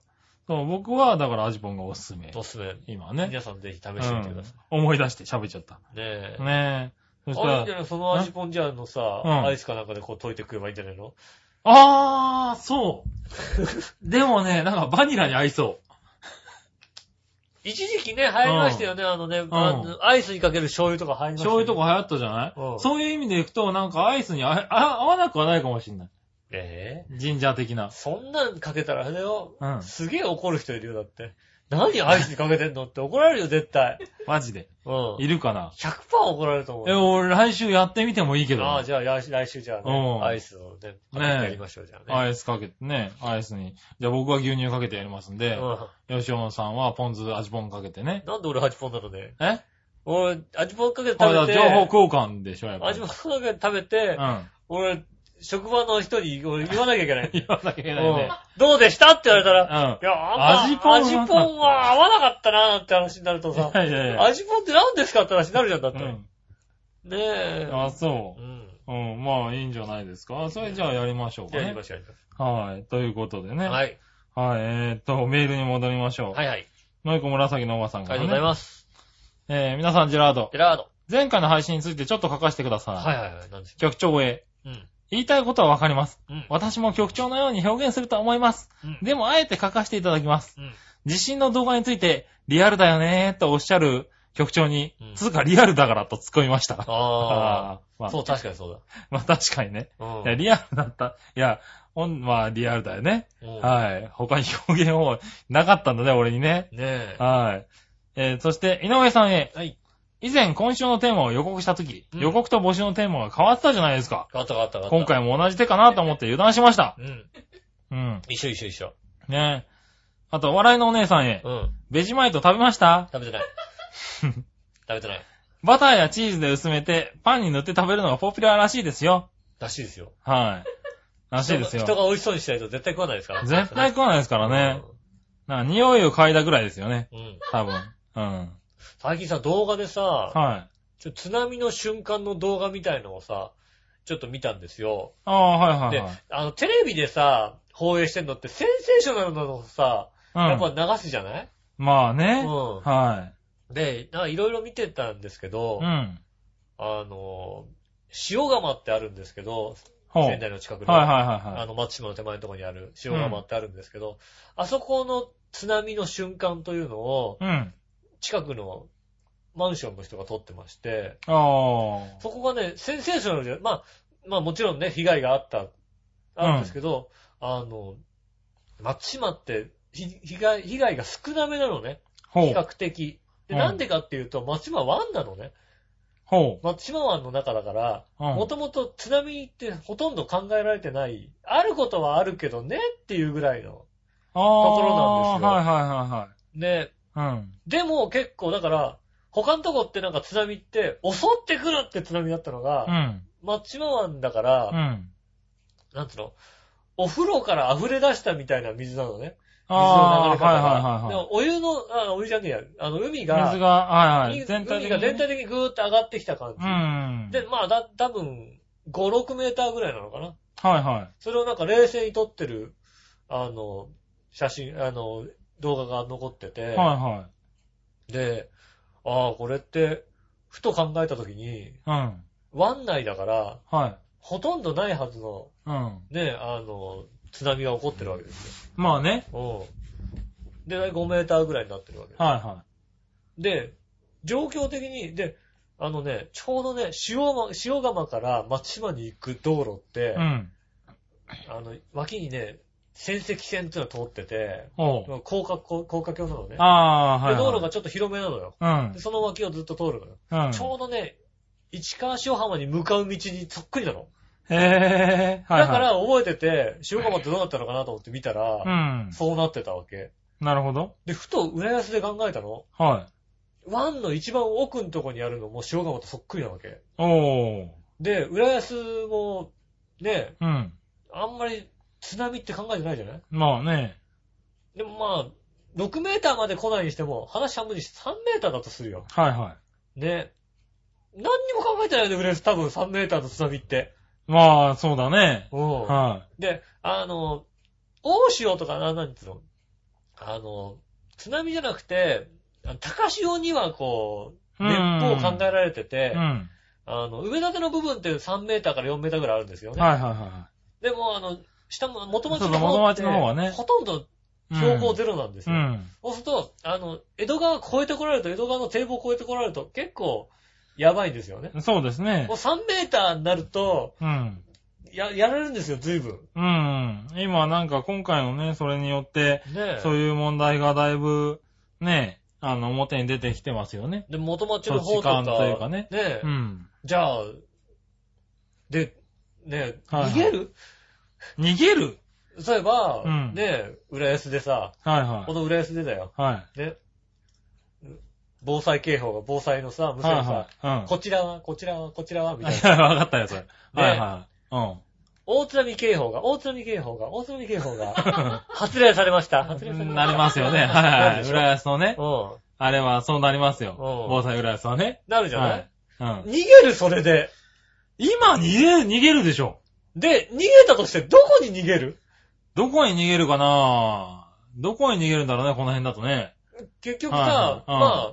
[SPEAKER 3] そう僕は、だからアジポンがおすすめ。
[SPEAKER 2] おすすめ。
[SPEAKER 3] 今はね。
[SPEAKER 2] 皆さんぜひ試して
[SPEAKER 3] う
[SPEAKER 2] みてくだ
[SPEAKER 3] ん
[SPEAKER 2] さい。
[SPEAKER 3] 思い出して喋っちゃった。
[SPEAKER 2] ねえ。
[SPEAKER 3] ねえ。そした
[SPEAKER 2] あれじゃ
[SPEAKER 3] ら、
[SPEAKER 2] ないその味ポンジャーのさ、
[SPEAKER 3] うん
[SPEAKER 2] アイスかなんかでこう溶いて食えばいいんじゃないの
[SPEAKER 3] ああ、 そう。でもね、なんかバニラに合いそ
[SPEAKER 2] 一時期ね、流行りましたよね、あのね、あのアイスにかける醤油とか入り
[SPEAKER 3] う。
[SPEAKER 2] ました
[SPEAKER 3] 醤
[SPEAKER 2] よね、
[SPEAKER 3] 油とか流行ったじゃない、
[SPEAKER 2] うん
[SPEAKER 3] そういう意味でいくと、なんかアイスに合いあ 合わなくはないかもしんない。
[SPEAKER 2] ええ
[SPEAKER 3] ジンジャー的な。
[SPEAKER 2] そんなんかけたらあれだよ、
[SPEAKER 3] うん
[SPEAKER 2] すげえ怒る人いるよ、だって。何アイスにかけてんのって怒られるよ、絶対。
[SPEAKER 3] マジで。
[SPEAKER 2] うん。
[SPEAKER 3] いるかな
[SPEAKER 2] 100%怒られると思う
[SPEAKER 3] え、
[SPEAKER 2] よ。
[SPEAKER 3] 俺来週やってみてもいいけどね。
[SPEAKER 2] ああ、じゃあ来来週じゃあ
[SPEAKER 3] う
[SPEAKER 2] ね、
[SPEAKER 3] ん
[SPEAKER 2] アイスをね、かけてやりましょう、じゃあね。
[SPEAKER 3] アイスかけてね、アイスに。じゃあ僕は牛乳かけてやりますんで、
[SPEAKER 2] う
[SPEAKER 3] 吉尾さんはポン酢味ポンかけてね。
[SPEAKER 2] ん。なんで俺8本なのね。
[SPEAKER 3] え
[SPEAKER 2] 俺、味ポンかけて
[SPEAKER 3] あ
[SPEAKER 2] 食べ
[SPEAKER 3] だ
[SPEAKER 2] て、
[SPEAKER 3] から情報交換でしょ、やっぱ
[SPEAKER 2] 味
[SPEAKER 3] り。
[SPEAKER 2] ポンかけて食べて、
[SPEAKER 3] うん。
[SPEAKER 2] 俺、職場の人に俺言わなきゃいけない。
[SPEAKER 3] 言わなきゃいけないね。
[SPEAKER 2] どうでしたって言われた
[SPEAKER 3] う
[SPEAKER 2] ら、
[SPEAKER 3] ん
[SPEAKER 2] い。や、あんま、
[SPEAKER 3] 味ポン
[SPEAKER 2] 味ポンは合わなかったなーって話になるとさ
[SPEAKER 3] い、やいやいや。
[SPEAKER 2] 味ポンって何ですかって話になるじゃん、だって。ね
[SPEAKER 3] う
[SPEAKER 2] え
[SPEAKER 3] ん。。あ、そうう。
[SPEAKER 2] ん。
[SPEAKER 3] うん。まあ、いいんじゃないですか。それじゃあやりましょう
[SPEAKER 2] じ
[SPEAKER 3] か
[SPEAKER 2] ゃあやり
[SPEAKER 3] ね
[SPEAKER 2] ま。しょう、やりまし
[SPEAKER 3] はい。ということで
[SPEAKER 2] ょ
[SPEAKER 3] ね。
[SPEAKER 2] う。
[SPEAKER 3] はい。
[SPEAKER 2] はい。
[SPEAKER 3] えーっと、メールに戻りましょう。
[SPEAKER 2] はいはい。
[SPEAKER 3] のいこ紫のおばさん
[SPEAKER 2] あり
[SPEAKER 3] か
[SPEAKER 2] が
[SPEAKER 3] ら
[SPEAKER 2] と
[SPEAKER 3] ね。
[SPEAKER 2] うございます。
[SPEAKER 3] えー、皆さん、ジェラード。
[SPEAKER 2] ジェラード。
[SPEAKER 3] 前回の配信についてちょっと書かせてください。
[SPEAKER 2] はいはいはい。なんです
[SPEAKER 3] 局長へ。
[SPEAKER 2] うん。
[SPEAKER 3] 言いたいことはわかります。
[SPEAKER 2] うん。
[SPEAKER 3] 私も局長のように表現すると思います。
[SPEAKER 2] うん
[SPEAKER 3] でも、あえて書かせていただきます。
[SPEAKER 2] うん
[SPEAKER 3] 地震の動画について、リアルだよねーとおっしゃる局長に、
[SPEAKER 2] うん
[SPEAKER 3] つうかリアルだからと突っ込みました。
[SPEAKER 2] あ
[SPEAKER 3] あー
[SPEAKER 2] あ。
[SPEAKER 3] まあ、
[SPEAKER 2] そう、確かにそう
[SPEAKER 3] まあ確かにね。
[SPEAKER 2] だ。
[SPEAKER 3] いや、リアルだった。いや、ほん、まあリアルだよね。
[SPEAKER 2] うん。
[SPEAKER 3] はい。他に表現をなかったんだね、俺にね。
[SPEAKER 2] い。ねえ。
[SPEAKER 3] はい。えー、そして、井上さんへ。
[SPEAKER 2] はい。
[SPEAKER 3] 以前、今週のテーマを予告したとき、
[SPEAKER 2] うん
[SPEAKER 3] 予告と募集のテーマが変わってたじゃないですか。
[SPEAKER 2] 変わった変わった変わった。
[SPEAKER 3] 今回も同じ手かなと思って油断しました。
[SPEAKER 2] うん。
[SPEAKER 3] うん。
[SPEAKER 2] 一緒一緒一緒。
[SPEAKER 3] ねえ。あと、笑いのお姉さんへ。
[SPEAKER 2] うん。
[SPEAKER 3] ベジマイト食べました
[SPEAKER 2] 食べて ない。食べてない。
[SPEAKER 3] バターやチーズで薄めて、パンに塗って食べるのがポピュラーらしいですよ。
[SPEAKER 2] らしいですよ。
[SPEAKER 3] はい。らしいです
[SPEAKER 2] 人が
[SPEAKER 3] よ。
[SPEAKER 2] 人が美味しそうにしないと絶対食わないですから。
[SPEAKER 3] 絶対食わないですからね。なんか匂いを嗅いだぐらいですよね。
[SPEAKER 2] うん。うん。
[SPEAKER 3] 多分。うん。
[SPEAKER 2] 最近さ、動画でさ、
[SPEAKER 3] はい。
[SPEAKER 2] ちょ津波の瞬間の動画みたいのをさ、ちょっと見たんですよ。
[SPEAKER 3] ああ、はい
[SPEAKER 2] で
[SPEAKER 3] はい、
[SPEAKER 2] あの、テレビでさ、放映してんのってセンセーショナルなのをさ、やっ
[SPEAKER 3] はい。うん。
[SPEAKER 2] ぱ流すじゃない
[SPEAKER 3] まあ
[SPEAKER 2] う
[SPEAKER 3] ね。
[SPEAKER 2] ん。
[SPEAKER 3] は
[SPEAKER 2] で、なんかいろいろ見てたんですけど
[SPEAKER 3] い。う、ん。
[SPEAKER 2] あの、塩釜ってあるんですけど、
[SPEAKER 3] ほう。はい
[SPEAKER 2] 仙台の近くの。
[SPEAKER 3] はいはいは
[SPEAKER 2] あ
[SPEAKER 3] い。
[SPEAKER 2] の、松島の手前のところにある塩釜ってあるんですけど、あそこの津波の瞬間というのを、
[SPEAKER 3] うん。
[SPEAKER 2] 近くのマンションの人が撮ってまして、
[SPEAKER 3] あ
[SPEAKER 2] そこがね、センセーショナルじゃ、まあ、まあもちろんね、被害があった、あるんですけど、あの、松島って、ひ被害、被害が少なめなのね。
[SPEAKER 3] あ。ほ
[SPEAKER 2] 比較
[SPEAKER 3] う。
[SPEAKER 2] 的。で、
[SPEAKER 3] うん
[SPEAKER 2] なんでかっていうと、松島湾なのね。
[SPEAKER 3] ほ
[SPEAKER 2] 松島湾の中だから、
[SPEAKER 3] う。うん
[SPEAKER 2] もともと津波ってほとんど考えられてない。あることはあるけどねっていうぐらいの。
[SPEAKER 3] ああ。
[SPEAKER 2] ところなんですよ
[SPEAKER 3] はいはい
[SPEAKER 2] ね。
[SPEAKER 3] はいはい。うん。
[SPEAKER 2] でも結構だから、他のとこってなんか津波って、襲ってくるって津波だったの
[SPEAKER 3] う
[SPEAKER 2] が、
[SPEAKER 3] ん。
[SPEAKER 2] 松島湾だから、
[SPEAKER 3] うん。
[SPEAKER 2] なんつうのお風呂から溢れ出したみたいな水なのね。水の流
[SPEAKER 3] あ
[SPEAKER 2] れ
[SPEAKER 3] あ
[SPEAKER 2] 方
[SPEAKER 3] ー、
[SPEAKER 2] が。
[SPEAKER 3] はいはいはい
[SPEAKER 2] で
[SPEAKER 3] は
[SPEAKER 2] もお湯の、あお湯じゃねえや、あの、海
[SPEAKER 3] い。
[SPEAKER 2] が、
[SPEAKER 3] 水が、はいはい。
[SPEAKER 2] 水
[SPEAKER 3] 全体的
[SPEAKER 2] 海
[SPEAKER 3] に。
[SPEAKER 2] が全体的にぐーっと上がってきた感
[SPEAKER 3] う
[SPEAKER 2] じ。
[SPEAKER 3] ん。
[SPEAKER 2] で、まあ、だ、多分、5、6メーターぐらいなのかな。
[SPEAKER 3] はいは
[SPEAKER 2] それをなんか冷静に撮ってる、あの、写真、あの、動画が残ってて、
[SPEAKER 3] い。は
[SPEAKER 2] で、ああ、これって、ふと考えたときに、
[SPEAKER 3] いはい。うん。
[SPEAKER 2] 湾内だから、
[SPEAKER 3] はい。
[SPEAKER 2] ほとんどないはずの、
[SPEAKER 3] うん。
[SPEAKER 2] ね、あの、津波が起こってるわけです
[SPEAKER 3] まあね。
[SPEAKER 2] よ。うん。で、5メーターぐらいになってるわけ。
[SPEAKER 3] はいは
[SPEAKER 2] で、状況的に、で、あのね、ちょうどね、塩ま塩釜から松島に行く道路って、
[SPEAKER 3] うん。
[SPEAKER 2] あの、脇にね、仙石線っていうのが通ってて、
[SPEAKER 3] おう。
[SPEAKER 2] 高架、高高架橋なのね。
[SPEAKER 3] ああ、は
[SPEAKER 2] で、
[SPEAKER 3] いはい。
[SPEAKER 2] 道路がちょっと広めなのよ。
[SPEAKER 3] うん
[SPEAKER 2] で、。その脇をずっと通るのよ。
[SPEAKER 3] うん。
[SPEAKER 2] ちょうどね、市川塩浜に向かう道にそっくりなの。
[SPEAKER 3] へえ、はいはい。
[SPEAKER 2] だか、ら覚えてて、塩釜ってどうなったのかなと思って見たら、
[SPEAKER 3] うん。
[SPEAKER 2] そうなってたわけ。
[SPEAKER 3] なるほど。
[SPEAKER 2] で、ふと裏安で考えたの。
[SPEAKER 3] はい。
[SPEAKER 2] 湾の一番奥のとこにあるのも塩釜とそっくりなわけ。
[SPEAKER 3] おー。
[SPEAKER 2] で、浦安も、ね、
[SPEAKER 3] うん。
[SPEAKER 2] あんまり津波って考えてないじゃない
[SPEAKER 3] まあね。
[SPEAKER 2] でもまあ、6メーターまで来ないにしても、話半分にして3メーターだとするよ。
[SPEAKER 3] はいは
[SPEAKER 2] ね。何にも考えてないよね、浦安多分3メーターの津波って。
[SPEAKER 3] い。まあ、そうだね。
[SPEAKER 2] うん。
[SPEAKER 3] は
[SPEAKER 2] で、あの、大潮とかな、なんつうのあの、津波じゃなくて、あ高潮にはこう、
[SPEAKER 3] うん
[SPEAKER 2] 熱波を考えられて
[SPEAKER 3] い。
[SPEAKER 2] て
[SPEAKER 3] う、ん。
[SPEAKER 2] あの、上建ての部分って3メーターから4メーターぐらいあるんですよね。
[SPEAKER 3] はいはいは
[SPEAKER 2] でも、あの、下も、元町の
[SPEAKER 3] そうそう元
[SPEAKER 2] 方っ
[SPEAKER 3] 町
[SPEAKER 2] て
[SPEAKER 3] の方はね
[SPEAKER 2] ほとんど
[SPEAKER 3] い。
[SPEAKER 2] 標高ゼロなんです
[SPEAKER 3] う
[SPEAKER 2] よ。
[SPEAKER 3] ん。
[SPEAKER 2] そうすると、あの、江戸川越えてこられると、江戸川の堤防越えてこられると、結構、やばいんですよね。
[SPEAKER 3] うん。そうですね
[SPEAKER 2] もう。3メーターになると、
[SPEAKER 3] うん。
[SPEAKER 2] や、やられるんですよ、随分。
[SPEAKER 3] うん。今なんか今回のね、それによって、
[SPEAKER 2] ねえ。
[SPEAKER 3] そういう問題がだいぶ、ね、あの、表に出てきてますよね。
[SPEAKER 2] で、元町の方と
[SPEAKER 3] 土
[SPEAKER 2] か、
[SPEAKER 3] 地勘というかね
[SPEAKER 2] え
[SPEAKER 3] うん。
[SPEAKER 2] じゃあ、で、ねえ、
[SPEAKER 3] はいはい
[SPEAKER 2] 逃げる
[SPEAKER 3] 逃げる
[SPEAKER 2] そういえば、
[SPEAKER 3] うん
[SPEAKER 2] ねえ、浦安でさ、
[SPEAKER 3] はい
[SPEAKER 2] こ
[SPEAKER 3] は
[SPEAKER 2] の浦安でだよ。
[SPEAKER 3] い。はい。
[SPEAKER 2] ね。防災警報が、防災のさ、無線
[SPEAKER 3] は
[SPEAKER 2] さ、
[SPEAKER 3] いはい。うん。
[SPEAKER 2] こちらは、こちらは、こちらは、みたい
[SPEAKER 3] い
[SPEAKER 2] な。
[SPEAKER 3] やわかったよ、それ。はいはい。うん。
[SPEAKER 2] 大津波警報が、大津波警報が、大津波警報 が、発令されました。発令されました。
[SPEAKER 3] なりますよね。
[SPEAKER 2] な
[SPEAKER 3] は
[SPEAKER 2] るで
[SPEAKER 3] いは
[SPEAKER 2] しょ
[SPEAKER 3] い。浦安のね。
[SPEAKER 2] う
[SPEAKER 3] あれは、そうなりますよ。
[SPEAKER 2] うん
[SPEAKER 3] 防災浦安はね。
[SPEAKER 2] ん。なるじゃない、
[SPEAKER 3] はい。うん。
[SPEAKER 2] 逃げる、それで。
[SPEAKER 3] 今逃げ、逃げるでしょ。
[SPEAKER 2] で、逃げたとして、どこに逃げる
[SPEAKER 3] どこに逃げるかなどこに逃げるんだろうね、この辺だとね。
[SPEAKER 2] 結局さ、
[SPEAKER 3] はいはいうん
[SPEAKER 2] まあ、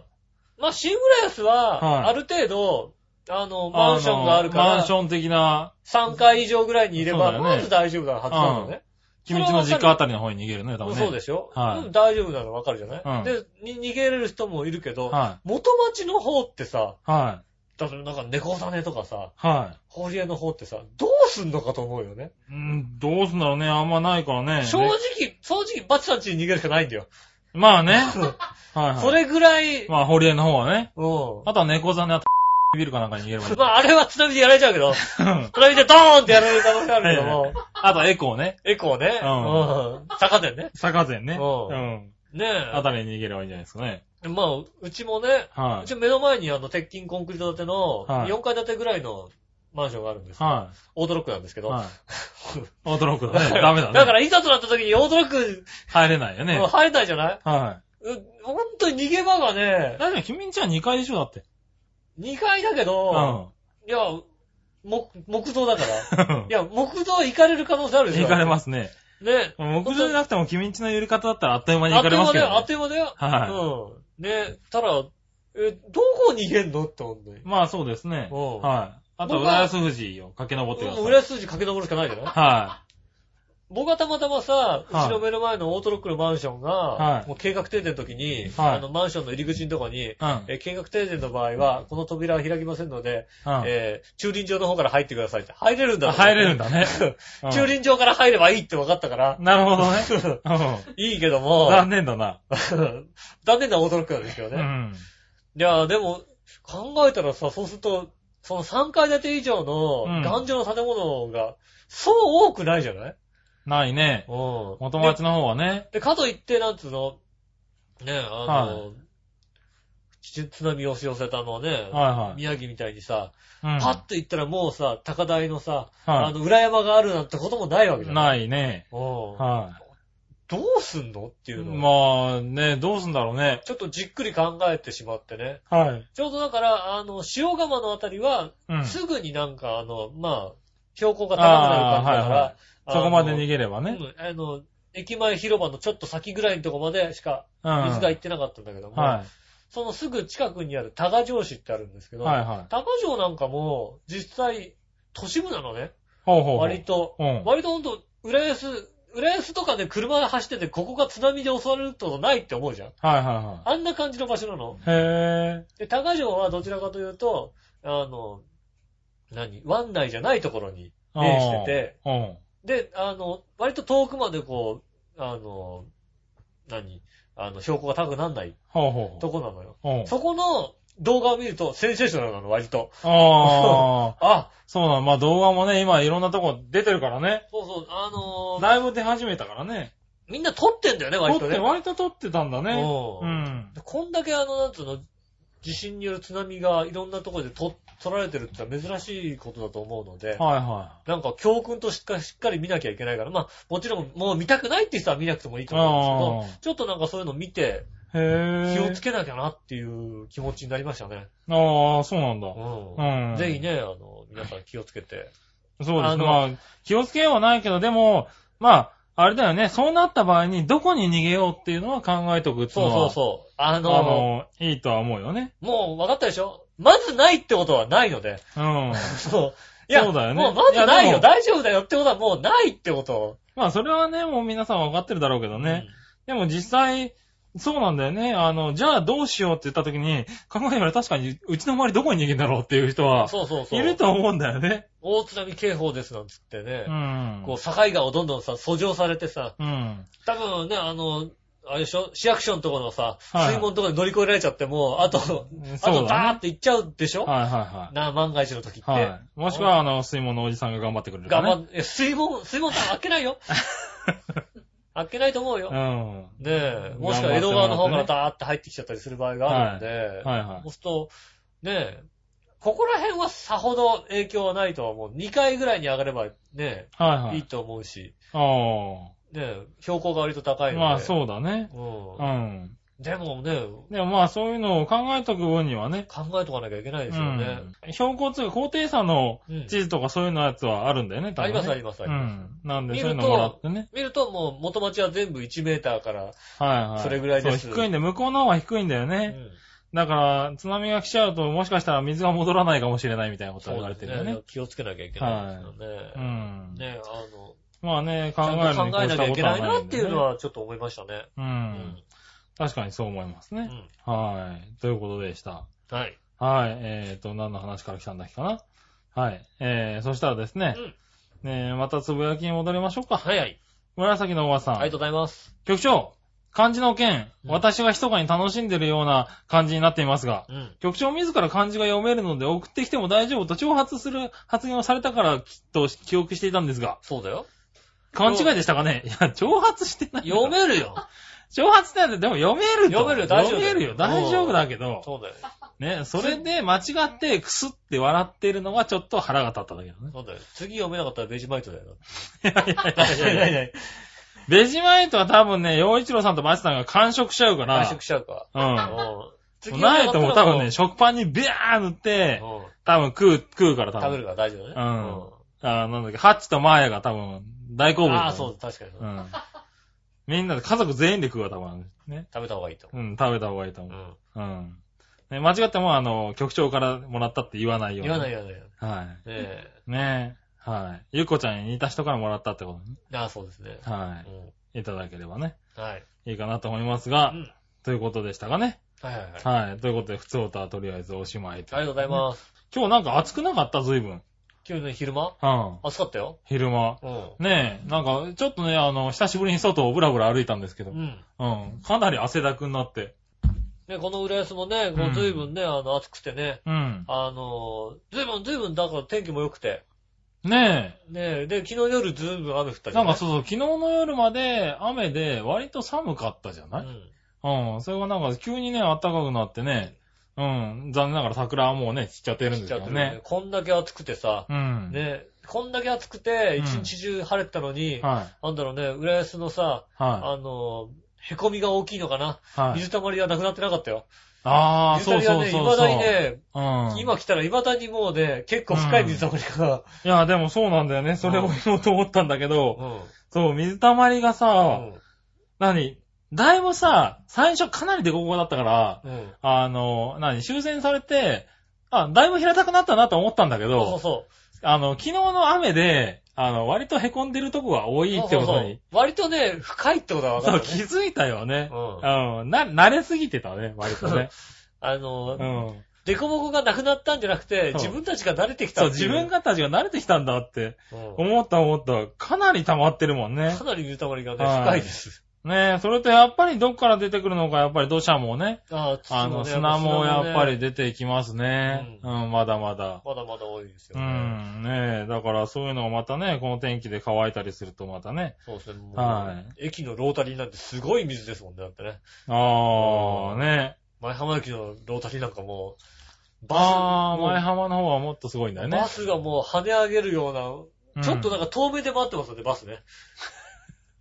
[SPEAKER 2] まあ、新浦安
[SPEAKER 3] はい
[SPEAKER 2] は、ある程度、あの、マンションがあるか
[SPEAKER 3] のマンシ
[SPEAKER 2] ら、
[SPEAKER 3] ョン的な、
[SPEAKER 2] 3階以上ぐらいにいれ
[SPEAKER 3] そ
[SPEAKER 2] ば、
[SPEAKER 3] うだよね
[SPEAKER 2] まず大丈夫なはずなのね。
[SPEAKER 3] 君ちの実家あたりの方に逃げるね、多分ね。
[SPEAKER 2] そうでしょ、
[SPEAKER 3] はい
[SPEAKER 2] うん大丈夫なのわかるじゃない、
[SPEAKER 3] うん
[SPEAKER 2] でに逃げれる人もいるけど、
[SPEAKER 3] は
[SPEAKER 2] 元町の方ってさ、
[SPEAKER 3] はい。
[SPEAKER 2] だからなんか猫種とかさ、
[SPEAKER 3] は
[SPEAKER 2] 堀江の方ってさ、どうすんのかと思うよね。
[SPEAKER 3] い。うん、どうすんだろうね、あんまないからね。
[SPEAKER 2] 正
[SPEAKER 3] で
[SPEAKER 2] 直、正直、バチさんちに逃げるしかないんだよ。
[SPEAKER 3] まあね。はいはい。
[SPEAKER 2] それぐらい、うん。
[SPEAKER 3] まあ、堀江の方はね。
[SPEAKER 2] ま
[SPEAKER 3] あとは猫座のやつ、ビルかなんかに逃げればいい。
[SPEAKER 2] あ、あれは津波でやられちゃうけど、津波でドーンってやられる可能性あるけども、
[SPEAKER 3] あとエコーね。
[SPEAKER 2] エコーね、
[SPEAKER 3] う
[SPEAKER 2] うん。坂でね。
[SPEAKER 3] 坂前ね。
[SPEAKER 2] うん
[SPEAKER 3] うん。
[SPEAKER 2] ね
[SPEAKER 3] あたりに逃げればいいんじゃないですかね。
[SPEAKER 2] え。まあ、うちもね、
[SPEAKER 3] は
[SPEAKER 2] う
[SPEAKER 3] い。
[SPEAKER 2] ち目の前にあの、鉄筋コンクリート建ての、
[SPEAKER 3] はい
[SPEAKER 2] 4階建てぐらいのマンションがあるんですよ。
[SPEAKER 3] は
[SPEAKER 2] オートロックなんですけ
[SPEAKER 3] い。
[SPEAKER 2] ど。
[SPEAKER 3] はい。驚 くだね。 ダメだね。
[SPEAKER 2] だから、いざとなった時にオートロック、
[SPEAKER 3] 入れないよね。
[SPEAKER 2] もう入れないじゃない
[SPEAKER 3] は
[SPEAKER 2] うほんとに逃げ場がね
[SPEAKER 3] い。、だって君んちは2階でしょ、だって。
[SPEAKER 2] 2階だけ
[SPEAKER 3] う
[SPEAKER 2] ど、
[SPEAKER 3] ん。
[SPEAKER 2] いや、木、木造だから。い
[SPEAKER 3] 行
[SPEAKER 2] や、木造行かれる可能性あるでしょ
[SPEAKER 3] かれますね。
[SPEAKER 2] す。ね。
[SPEAKER 3] 木造じゃなくても君んちの寄り方だったらあっという間に
[SPEAKER 2] あ
[SPEAKER 3] 行
[SPEAKER 2] っと
[SPEAKER 3] か
[SPEAKER 2] い
[SPEAKER 3] れ
[SPEAKER 2] う
[SPEAKER 3] ます
[SPEAKER 2] 間
[SPEAKER 3] け
[SPEAKER 2] だ
[SPEAKER 3] ど
[SPEAKER 2] よ、あっ。
[SPEAKER 3] ね
[SPEAKER 2] という間だよ。
[SPEAKER 3] は
[SPEAKER 2] うん。ね、ただ、え、どこ逃げんのって思うんだよ
[SPEAKER 3] い。。まあそうですね。
[SPEAKER 2] うん
[SPEAKER 3] はい。あと、浦安富士を駆け上ってくだ
[SPEAKER 2] もう
[SPEAKER 3] さ
[SPEAKER 2] 裏
[SPEAKER 3] い。
[SPEAKER 2] 筋駆け上るしかないじゃない
[SPEAKER 3] は
[SPEAKER 2] 僕はたまたまさ、う
[SPEAKER 3] はい
[SPEAKER 2] ちの目の前のオートロックのマンションが、
[SPEAKER 3] はい
[SPEAKER 2] もう計画停電の時に、
[SPEAKER 3] はい
[SPEAKER 2] あのマンションの入り口のとこに、
[SPEAKER 3] い。うん。
[SPEAKER 2] えー計画停電の場合は、この扉は開きませんので、
[SPEAKER 3] うん
[SPEAKER 2] えー駐輪場の方から入ってくださいって。入れるんだ。
[SPEAKER 3] あ入れるんだね
[SPEAKER 2] 駐輪場から入ればいいって分かったから
[SPEAKER 3] う、んなるほどね。うん
[SPEAKER 2] いいけども、
[SPEAKER 3] 残念だな。
[SPEAKER 2] 残念な驚くなんですけど
[SPEAKER 3] う
[SPEAKER 2] ね。
[SPEAKER 3] ん。
[SPEAKER 2] いやー、でも、考えたらさ、そうすると、その3階建て以上の
[SPEAKER 3] うん
[SPEAKER 2] 頑丈な建物が、そう多くないじゃない
[SPEAKER 3] ないね。
[SPEAKER 2] うん。
[SPEAKER 3] 元町の方はね。
[SPEAKER 2] で、かといって、なんつうの、ね、あの、
[SPEAKER 3] は
[SPEAKER 2] ち津波を押し寄せたのね、
[SPEAKER 3] は
[SPEAKER 2] 宮城みたいにさ、
[SPEAKER 3] いはい。うん
[SPEAKER 2] パッと行ったらもうさ、高台のさ、あ
[SPEAKER 3] は
[SPEAKER 2] の、裏山があるなんてこともないわけ
[SPEAKER 3] い。
[SPEAKER 2] じゃない。
[SPEAKER 3] ないね。
[SPEAKER 2] うん。
[SPEAKER 3] は
[SPEAKER 2] どうすんのって
[SPEAKER 3] い。
[SPEAKER 2] いうのを、
[SPEAKER 3] まあね、どうすんだろうね。
[SPEAKER 2] ちょっとじっくり考えてしまってね。
[SPEAKER 3] はい。
[SPEAKER 2] ちょうどだから、あの、塩釜のあたりは、
[SPEAKER 3] うん。そ
[SPEAKER 2] すぐになんか、あの、まあ、標高が高くなる感じだから、あの
[SPEAKER 3] こまで逃げればね。
[SPEAKER 2] うんあの、駅前広場のちょっと先ぐらいのとこまでしか
[SPEAKER 3] うん。
[SPEAKER 2] 水が行ってなかったんだけども、
[SPEAKER 3] は
[SPEAKER 2] そのすぐ近くにある多賀城市ってあるんですけ
[SPEAKER 3] い。
[SPEAKER 2] ど、
[SPEAKER 3] はいはい。
[SPEAKER 2] 多賀城なんかも、実際、都市部なのね。
[SPEAKER 3] ほうほうほう。
[SPEAKER 2] 割と。
[SPEAKER 3] うん。
[SPEAKER 2] 割とほんと、浦安、浦安とかで車で走ってて、ここが津波で襲われるってことないって思うじゃん。
[SPEAKER 3] はいは
[SPEAKER 2] あんな感じの場所なの。
[SPEAKER 3] いはい。へ
[SPEAKER 2] で、高城はどちらかというと、あの、何湾内じゃないところに
[SPEAKER 3] ぇー。
[SPEAKER 2] 面してて、
[SPEAKER 3] うん。うん。
[SPEAKER 2] で、あの、割と遠くまでこう、あの、何あの、標高が高くなんない
[SPEAKER 3] ほうほうほ
[SPEAKER 2] とこなのよ。
[SPEAKER 3] う。うん。
[SPEAKER 2] そこの動画を見るとセンセーショナルなの、割と。
[SPEAKER 3] ああ、
[SPEAKER 2] あ、
[SPEAKER 3] そうなの。まあ動画もね、今いろんなとこ出てるからね。
[SPEAKER 2] そうそう、あのー
[SPEAKER 3] だいぶ出始めたからね。
[SPEAKER 2] みんな撮ってんだよね、
[SPEAKER 3] 撮
[SPEAKER 2] 割
[SPEAKER 3] っ
[SPEAKER 2] と
[SPEAKER 3] て、
[SPEAKER 2] ね。
[SPEAKER 3] 割と撮ってたんだね。
[SPEAKER 2] う
[SPEAKER 3] うんん。
[SPEAKER 2] でこんだけあの、なんつうの、地震による津波がいろんなところでと取られてるってのは珍しいことだと思うので、
[SPEAKER 3] はいは
[SPEAKER 2] なんか教訓としっかりしっかり見なきゃいけないから、まあ、もちろんもう見たくないって人は見なくてもいいと思うんですけど、ちょっとなんかそういうの見て、
[SPEAKER 3] い。へ
[SPEAKER 2] 気
[SPEAKER 3] ぇー。
[SPEAKER 2] をつけなきゃなっていう気持ちになりましたね。
[SPEAKER 3] ああ、そうなんだ。
[SPEAKER 2] う。
[SPEAKER 3] うんん。
[SPEAKER 2] ぜひ。ね、あの、皆さん気をつけて。
[SPEAKER 3] そう
[SPEAKER 2] あ
[SPEAKER 3] です
[SPEAKER 2] の
[SPEAKER 3] ね。まあ、気をつけようはないけど、でも、まあ、あれだよね。そうなった場合に、どこに逃げようっていうのは考えておくってい
[SPEAKER 2] そうう
[SPEAKER 3] の
[SPEAKER 2] そう
[SPEAKER 3] は、
[SPEAKER 2] そう。あの、
[SPEAKER 3] あの、いいとは思うよね。
[SPEAKER 2] もう分かったでしょまずないってことはないので。
[SPEAKER 3] うん。
[SPEAKER 2] そう。いや、
[SPEAKER 3] そうだよね
[SPEAKER 2] もうまずない
[SPEAKER 3] いやで
[SPEAKER 2] よ、
[SPEAKER 3] も
[SPEAKER 2] 大丈夫だよってことはもうないってこと。
[SPEAKER 3] まあ、それはね、もう皆さんわかってるだろうけどね。でも実際、そうなんだよね。あの、じゃあどうしようって言った時に、考えたら確かに、うちの周りどこに逃げんだろうっていう人
[SPEAKER 2] うん。
[SPEAKER 3] は、
[SPEAKER 2] そうそうそう。
[SPEAKER 3] いると思うんだよね。
[SPEAKER 2] 大津波警報ですなんつってね
[SPEAKER 3] う、ん。
[SPEAKER 2] こう、境川をどんどんさ、遡上されてさ、
[SPEAKER 3] うん。
[SPEAKER 2] 多分ね、あの、あれでしょ市役所のところのさ、
[SPEAKER 3] はい
[SPEAKER 2] 水門のところで乗り越えられちゃって、もう、あと、あ
[SPEAKER 3] そ
[SPEAKER 2] と
[SPEAKER 3] う
[SPEAKER 2] ダー
[SPEAKER 3] だ
[SPEAKER 2] っ
[SPEAKER 3] ね。
[SPEAKER 2] て行っちゃうでしょ、
[SPEAKER 3] はいは
[SPEAKER 2] な、万が一の時って。
[SPEAKER 3] いはい。はい。もしくは、あの、水門のおじさんが頑張ってくれるか
[SPEAKER 2] 頑張
[SPEAKER 3] ね。
[SPEAKER 2] っえ、水門、水門さん開けない よ。開けないと思うよ。ね
[SPEAKER 3] うん。
[SPEAKER 2] え、もしくは江戸川の方からダーって入ってきちゃったりする場合があるので、
[SPEAKER 3] はいは
[SPEAKER 2] そ。
[SPEAKER 3] いう
[SPEAKER 2] すると、ねえ、ここら辺はさほど影響はないとは思う。2回ぐらいに上がればね、
[SPEAKER 3] はいはい
[SPEAKER 2] い
[SPEAKER 3] い。
[SPEAKER 2] と思うし、
[SPEAKER 3] あ
[SPEAKER 2] ねえ、標高が割と高い
[SPEAKER 3] あ。
[SPEAKER 2] ので。
[SPEAKER 3] まあそうだね。う。
[SPEAKER 2] うんん。でもね、
[SPEAKER 3] でもまあそういうのを考えとく分にはね。
[SPEAKER 2] 考えとかなきゃいけないで
[SPEAKER 3] う
[SPEAKER 2] すよね。
[SPEAKER 3] ん。標高とか高低差の
[SPEAKER 2] うん
[SPEAKER 3] 地図とかそういうのやつはあるんだよね、多
[SPEAKER 2] あり
[SPEAKER 3] 分
[SPEAKER 2] ま
[SPEAKER 3] ね
[SPEAKER 2] すありますあ
[SPEAKER 3] う
[SPEAKER 2] ります。
[SPEAKER 3] ん。なんで
[SPEAKER 2] 見
[SPEAKER 3] そう
[SPEAKER 2] る
[SPEAKER 3] い
[SPEAKER 2] と
[SPEAKER 3] うのもらってね。
[SPEAKER 2] 見るともう元町は全部1メーターから、
[SPEAKER 3] はいはい。
[SPEAKER 2] それぐらいです
[SPEAKER 3] そう、低いんで、向こうの方は低いんだ
[SPEAKER 2] う
[SPEAKER 3] よね。
[SPEAKER 2] ん
[SPEAKER 3] だから、津波が来ちゃうと、もしかしたら水が戻らないかもしれないみたいなことが言われてるよね。
[SPEAKER 2] 気をつけなきゃいけないですよね。
[SPEAKER 3] うん。
[SPEAKER 2] ねえ、あの、
[SPEAKER 3] まあね、
[SPEAKER 2] ち
[SPEAKER 3] 考え
[SPEAKER 2] ゃ
[SPEAKER 3] る
[SPEAKER 2] ん
[SPEAKER 3] の
[SPEAKER 2] と考
[SPEAKER 3] に越
[SPEAKER 2] えなき
[SPEAKER 3] した
[SPEAKER 2] ゃい
[SPEAKER 3] こ
[SPEAKER 2] け
[SPEAKER 3] と
[SPEAKER 2] な
[SPEAKER 3] はないい
[SPEAKER 2] なんって
[SPEAKER 3] で
[SPEAKER 2] い
[SPEAKER 3] ね
[SPEAKER 2] うのはちょっと思いましたね。う
[SPEAKER 3] う。
[SPEAKER 2] んん。
[SPEAKER 3] 確かにそう思いますね。はい。ということでした。
[SPEAKER 2] うんはい。
[SPEAKER 3] はい。えーと、何の話から来たんだっけかな。はい。えー、そしたらですね、ねまたつぶやきに戻りましょうか。
[SPEAKER 2] はいはい。
[SPEAKER 3] 紫のおばさん。
[SPEAKER 2] ありがとうございます。
[SPEAKER 3] 局長、漢字の件、
[SPEAKER 2] うん
[SPEAKER 3] 私が密かに楽しんでるような感じになっていますが、
[SPEAKER 2] うん。
[SPEAKER 3] 局長自ら漢字が読めるので送ってきても大丈夫と挑発する発言をされたからきっと記憶していたんですが、
[SPEAKER 2] そうだよ。
[SPEAKER 3] 勘違いでしたかねいや、 挑発してない。
[SPEAKER 2] 読める よ。
[SPEAKER 3] 挑発ってなんてでも読めると
[SPEAKER 2] 読めるよ大丈夫だよ
[SPEAKER 3] 読めるよ。大丈夫だけど、
[SPEAKER 2] そうだよ。
[SPEAKER 3] ね、それで間違ってクスって笑ってるのがちょっと腹が立っただけだね。
[SPEAKER 2] そうだよ。次読めなかったらベジマイトだよ。
[SPEAKER 3] いやいやいやベジマイトは多分ね、洋一郎さんとマチさんが完食しちゃうから、
[SPEAKER 2] 完食しちゃうか。
[SPEAKER 3] うん。
[SPEAKER 2] うん。次読
[SPEAKER 3] ナ
[SPEAKER 2] め
[SPEAKER 3] イ
[SPEAKER 2] なか
[SPEAKER 3] ト
[SPEAKER 2] った
[SPEAKER 3] も
[SPEAKER 2] ら
[SPEAKER 3] 多分ね、、食パンにビャー塗って、
[SPEAKER 2] うん
[SPEAKER 3] 多分食う、食うから多
[SPEAKER 2] 食べ
[SPEAKER 3] 分。
[SPEAKER 2] るから大丈夫だね。
[SPEAKER 3] うんあーなんだっけ、ハッチとマーヤが多分、大好
[SPEAKER 2] う
[SPEAKER 3] 物
[SPEAKER 2] ん。
[SPEAKER 3] だね。
[SPEAKER 2] ああ、そう、確かに。
[SPEAKER 3] う
[SPEAKER 2] 食
[SPEAKER 3] ん。みんなで家族全員で食うわ、多分。ね。
[SPEAKER 2] べた方がいいと思
[SPEAKER 3] うん、食べた方がいいと
[SPEAKER 2] う。う
[SPEAKER 3] 思う。
[SPEAKER 2] ん。
[SPEAKER 3] うん。ね、間違っても、あの、局長からもらったって言わないように。
[SPEAKER 2] 言わない
[SPEAKER 3] い。
[SPEAKER 2] 言わないよ。
[SPEAKER 3] は
[SPEAKER 2] ねえ。
[SPEAKER 3] い。ねえ。はい。ゆっこちゃんに似た人からもらったってことね。
[SPEAKER 2] ああ、そうですね。
[SPEAKER 3] は
[SPEAKER 2] うん
[SPEAKER 3] い。いただければね。
[SPEAKER 2] はい。
[SPEAKER 3] いいかなと思います
[SPEAKER 2] う
[SPEAKER 3] が、
[SPEAKER 2] ん。
[SPEAKER 3] ということでしたかね。
[SPEAKER 2] はいはいはい。あり
[SPEAKER 3] はい。ということで、普通歌はとりあえずおしまいと。
[SPEAKER 2] がとうございます。
[SPEAKER 3] 今日なんか暑くなかった、随分。
[SPEAKER 2] 今日ね、昼間
[SPEAKER 3] うん。
[SPEAKER 2] 暑かったよ。
[SPEAKER 3] 昼間。
[SPEAKER 2] うん。
[SPEAKER 3] ねえ、なんか、ちょっとね、あの、久しぶりに外をブラブラ歩いたんですけど
[SPEAKER 2] う、ん。
[SPEAKER 3] うん。かなり汗だくになって。
[SPEAKER 2] ね、この浦安もね、こ
[SPEAKER 3] う
[SPEAKER 2] うん随分ね、あの、暑くてね、
[SPEAKER 3] うん。
[SPEAKER 2] あの、随分随分、だから天気も良くて、
[SPEAKER 3] ね
[SPEAKER 2] ね、で、昨日夜随分雨降った
[SPEAKER 3] え、
[SPEAKER 2] じゃ
[SPEAKER 3] なん
[SPEAKER 2] ん。
[SPEAKER 3] かそうそう、昨日の夜まで雨で割と寒かったじゃない、
[SPEAKER 2] うん。
[SPEAKER 3] うん、それがなんか急にね、暖かくなってね、うん、残念ながら桜はもうね、散っちゃってるん
[SPEAKER 2] 来
[SPEAKER 3] です
[SPEAKER 2] ちゃ
[SPEAKER 3] け
[SPEAKER 2] って
[SPEAKER 3] ど
[SPEAKER 2] るね
[SPEAKER 3] ね。。
[SPEAKER 2] こんだけ暑くてさ、
[SPEAKER 3] うん。
[SPEAKER 2] ね、こんだけ暑くて、
[SPEAKER 3] うん
[SPEAKER 2] 一日中晴れてたのに、
[SPEAKER 3] はい。
[SPEAKER 2] なんだろうね、浦安のさ、
[SPEAKER 3] は
[SPEAKER 2] あの、凹みが大きいのかな。
[SPEAKER 3] い。はい。
[SPEAKER 2] 水たまりはなくなってなかったよ。
[SPEAKER 3] ああ、
[SPEAKER 2] 水
[SPEAKER 3] そ
[SPEAKER 2] た
[SPEAKER 3] う
[SPEAKER 2] まりは
[SPEAKER 3] そ
[SPEAKER 2] ね、未
[SPEAKER 3] うそうそう。
[SPEAKER 2] だにね、
[SPEAKER 3] うん。
[SPEAKER 2] 今来たら未だにもうね、結構深い水たまりが、
[SPEAKER 3] いや、でもそうなんだよね。それを言おうと思ったんだけ
[SPEAKER 2] う
[SPEAKER 3] ど、
[SPEAKER 2] ん。
[SPEAKER 3] そう、水たまりが
[SPEAKER 2] う
[SPEAKER 3] さ、
[SPEAKER 2] ん。
[SPEAKER 3] 何だいぶさ、最初かなりデコボコだったから、
[SPEAKER 2] うん。
[SPEAKER 3] あの、何修繕されて、あ、だいぶ平たくなったなと思ったんだけ
[SPEAKER 2] そうそう
[SPEAKER 3] ど、
[SPEAKER 2] そ
[SPEAKER 3] あの、昨日の雨で、あの、割と凹んでるとこが多いって
[SPEAKER 2] そう
[SPEAKER 3] こと
[SPEAKER 2] そうそう
[SPEAKER 3] に。
[SPEAKER 2] 割とね、深いってことが分か
[SPEAKER 3] そう、
[SPEAKER 2] る、
[SPEAKER 3] 気
[SPEAKER 2] ね。
[SPEAKER 3] づいたよね。
[SPEAKER 2] うん。
[SPEAKER 3] うん。な、慣れすぎてたね、割と ね。
[SPEAKER 2] あの、
[SPEAKER 3] うん。
[SPEAKER 2] デコボコがなくなったんじゃなくて、
[SPEAKER 3] そう
[SPEAKER 2] 自分たちが慣れてきた
[SPEAKER 3] そう、
[SPEAKER 2] ってい
[SPEAKER 3] 自分たちが慣れてきたんだって、
[SPEAKER 2] うん
[SPEAKER 3] 思った思った。かなり溜まってるもんね
[SPEAKER 2] か。なり水たまりがね、
[SPEAKER 3] はい
[SPEAKER 2] 深いです。
[SPEAKER 3] ねえ、それとやっぱりどっから出てくるのか、やっぱり土砂もね、
[SPEAKER 2] ああ、土
[SPEAKER 3] あ
[SPEAKER 2] も
[SPEAKER 3] の
[SPEAKER 2] ね
[SPEAKER 3] 砂もやっぱ。
[SPEAKER 2] 砂もね
[SPEAKER 3] り出てきますね。
[SPEAKER 2] う
[SPEAKER 3] うん、まだまだ。
[SPEAKER 2] まだまだ多いですよ
[SPEAKER 3] う
[SPEAKER 2] ね。
[SPEAKER 3] ん、ねえ、だからそういうのがまたね、この天気で乾いたりするとまたね。
[SPEAKER 2] そうですね。もう
[SPEAKER 3] は
[SPEAKER 2] 駅のロータリーなんてすごい水ですもんね、だってね。
[SPEAKER 3] ああ、ね
[SPEAKER 2] 前浜駅のロータリーなんかもう、バス、
[SPEAKER 3] ああ、
[SPEAKER 2] もう
[SPEAKER 3] 前浜の方はもっとすごいんだよね
[SPEAKER 2] バ。スがもう跳ね上げるよう
[SPEAKER 3] うん
[SPEAKER 2] な、ちょっとなんか遠目で待ってますよね、バスね。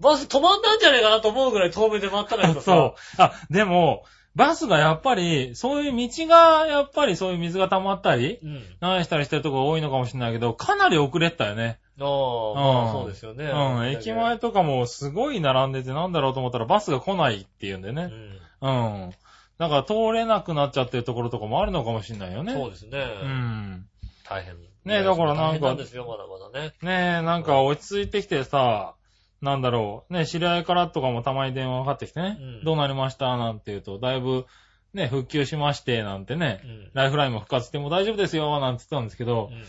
[SPEAKER 2] バス止まんないんじゃないかなと思うぐらい遠目で待ったんだけどさ。
[SPEAKER 3] そう。あ、でも、バスがやっぱり、そういう道が、やっぱりそういう水が溜まったり、
[SPEAKER 2] うん。
[SPEAKER 3] 何したりしてるとこ多いのかもしれないけど、かなり遅れてたよね。
[SPEAKER 2] ああ、まあ
[SPEAKER 3] うん
[SPEAKER 2] そうですよね。
[SPEAKER 3] うん。駅前とかもすごい並んでてなんだろうと思ったらバスが来ないっていうんで
[SPEAKER 2] う
[SPEAKER 3] ね。
[SPEAKER 2] ん。
[SPEAKER 3] うん。だから通れなくなっちゃってるところとかもあるのかもしれないよね。
[SPEAKER 2] そうですね。
[SPEAKER 3] うん。
[SPEAKER 2] 大変。
[SPEAKER 3] ねだからな
[SPEAKER 2] 大
[SPEAKER 3] んか
[SPEAKER 2] 変なんですよ、まだまだね。
[SPEAKER 3] ねえ、なんか落ち着いてきてさ、なんだろう、ね、知り合いからとかもたまに電話がかかってきてね、
[SPEAKER 2] うん
[SPEAKER 3] どうなりましたなんて言うと、だいぶ、ね、復旧しまして、なんてね、
[SPEAKER 2] うん。
[SPEAKER 3] ライフラインも復活しても大丈夫ですよ、なんて言ってたんですけど、
[SPEAKER 2] うん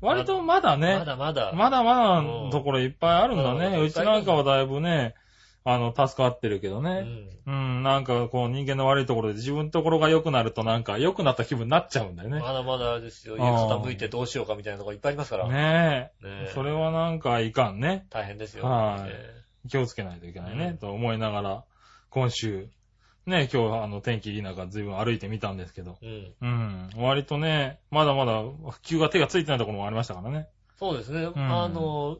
[SPEAKER 3] 割とまだね、
[SPEAKER 2] まだまだ。
[SPEAKER 3] まだまだのところいっぱいあるんだね。
[SPEAKER 2] うん
[SPEAKER 3] うちなんかはだいぶね、あの、助かってるけど
[SPEAKER 2] う
[SPEAKER 3] ね。
[SPEAKER 2] ん。
[SPEAKER 3] うん、なんかこう人間の悪いところで自分のところが良くなるとなんか良くなった気分になっちゃうんだよね。
[SPEAKER 2] まだまだですよ。
[SPEAKER 3] う
[SPEAKER 2] 家
[SPEAKER 3] ん
[SPEAKER 2] 傾いてどうしようかみたいなとこいっぱいありますから。ね
[SPEAKER 3] ねえ
[SPEAKER 2] え。。
[SPEAKER 3] それはなんかいかんね。
[SPEAKER 2] 大変ですよ。
[SPEAKER 3] はい
[SPEAKER 2] ね
[SPEAKER 3] 気をつけないといけないうね
[SPEAKER 2] ん、
[SPEAKER 3] と思いながら、今週、ね、今日あの天気いい中随分歩いてみたんですけど、
[SPEAKER 2] え。うん。
[SPEAKER 3] うん、割とね、まだまだ復旧が手がついてないところもありましたからね。
[SPEAKER 2] そうですね。あの、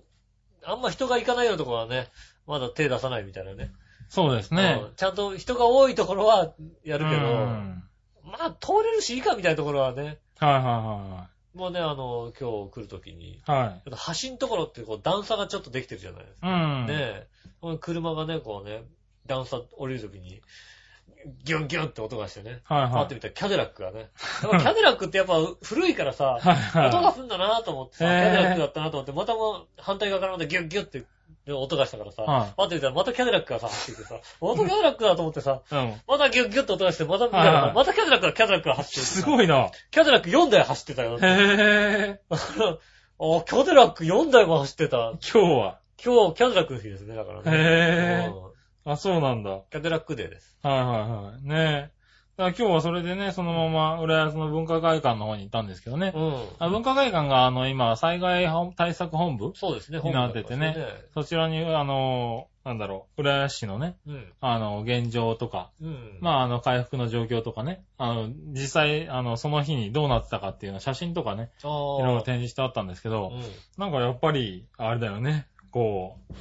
[SPEAKER 2] あんま人が行かないようなところはね、まだ手出さないみたいなね。
[SPEAKER 3] そうですね
[SPEAKER 2] う。んちゃんと人が多いところはやるけど、
[SPEAKER 3] うん
[SPEAKER 2] まあ通れるしいいかみたいなところはね、
[SPEAKER 3] はいは
[SPEAKER 2] もうね、あの、今日来るときに、
[SPEAKER 3] いはい。はい。
[SPEAKER 2] ちょっと橋のところってこう段差がちょっとできてるじゃないですか。
[SPEAKER 3] うん。
[SPEAKER 2] ねえ。この車がね、こうね、段差降りるときに、ギュンギュンって音がしてね。
[SPEAKER 3] はい
[SPEAKER 2] パ
[SPEAKER 3] は
[SPEAKER 2] っ
[SPEAKER 3] い
[SPEAKER 2] て。見たらキャデラックがね。やっぱキャデラックってやっぱ古いからさ、
[SPEAKER 3] はいはい。
[SPEAKER 2] 音がすんだなと思ってさ、キ
[SPEAKER 3] へー
[SPEAKER 2] ャデラックだったなと思って、またもう反対側からまたギュッギュッって音がしたからさ、
[SPEAKER 3] はい
[SPEAKER 2] 待ってみたらまたキャデラックがさ、走ってきてさ、またキャデラックだと思ってさ、
[SPEAKER 3] うん。
[SPEAKER 2] またギュッギュッって音がして、また見た
[SPEAKER 3] はい
[SPEAKER 2] ら
[SPEAKER 3] は
[SPEAKER 2] さ
[SPEAKER 3] い
[SPEAKER 2] またキャデラックがキャデラックが走ってきて
[SPEAKER 3] す
[SPEAKER 2] さ
[SPEAKER 3] ごいな。
[SPEAKER 2] キャデラック4台走ってた よ。
[SPEAKER 3] へぇー。
[SPEAKER 2] あ、キャデラック4台も走ってた。
[SPEAKER 3] 今日は。
[SPEAKER 2] 今日、キャデラックの日ですね、だからね。
[SPEAKER 3] へぇ
[SPEAKER 2] う
[SPEAKER 3] ー。
[SPEAKER 2] ん
[SPEAKER 3] あ、そうなんだ。はい
[SPEAKER 2] キャデラックデーです。
[SPEAKER 3] はいはい。ねえ。だから今日はそれでね、そのまま浦安の文化会館の方に行ったんですけどね。
[SPEAKER 2] うん。
[SPEAKER 3] あ文化会館があの今、災害対策本部
[SPEAKER 2] そうですね、
[SPEAKER 3] になってて
[SPEAKER 2] 本
[SPEAKER 3] ね
[SPEAKER 2] 部だったんで
[SPEAKER 3] そちらに、あの、なんだろう、浦安市のね、
[SPEAKER 2] すよね。
[SPEAKER 3] あの、現状とか、
[SPEAKER 2] うん。うん。
[SPEAKER 3] まあ、あの、回復の状況とかね、あの、実際、あの、その日にどうなってたかっていうのは写真とかね、
[SPEAKER 2] あ
[SPEAKER 3] い
[SPEAKER 2] ー、
[SPEAKER 3] ろいろ展示してあったんですけど、
[SPEAKER 2] うん。
[SPEAKER 3] なんかやっぱり、あれだよね。こう、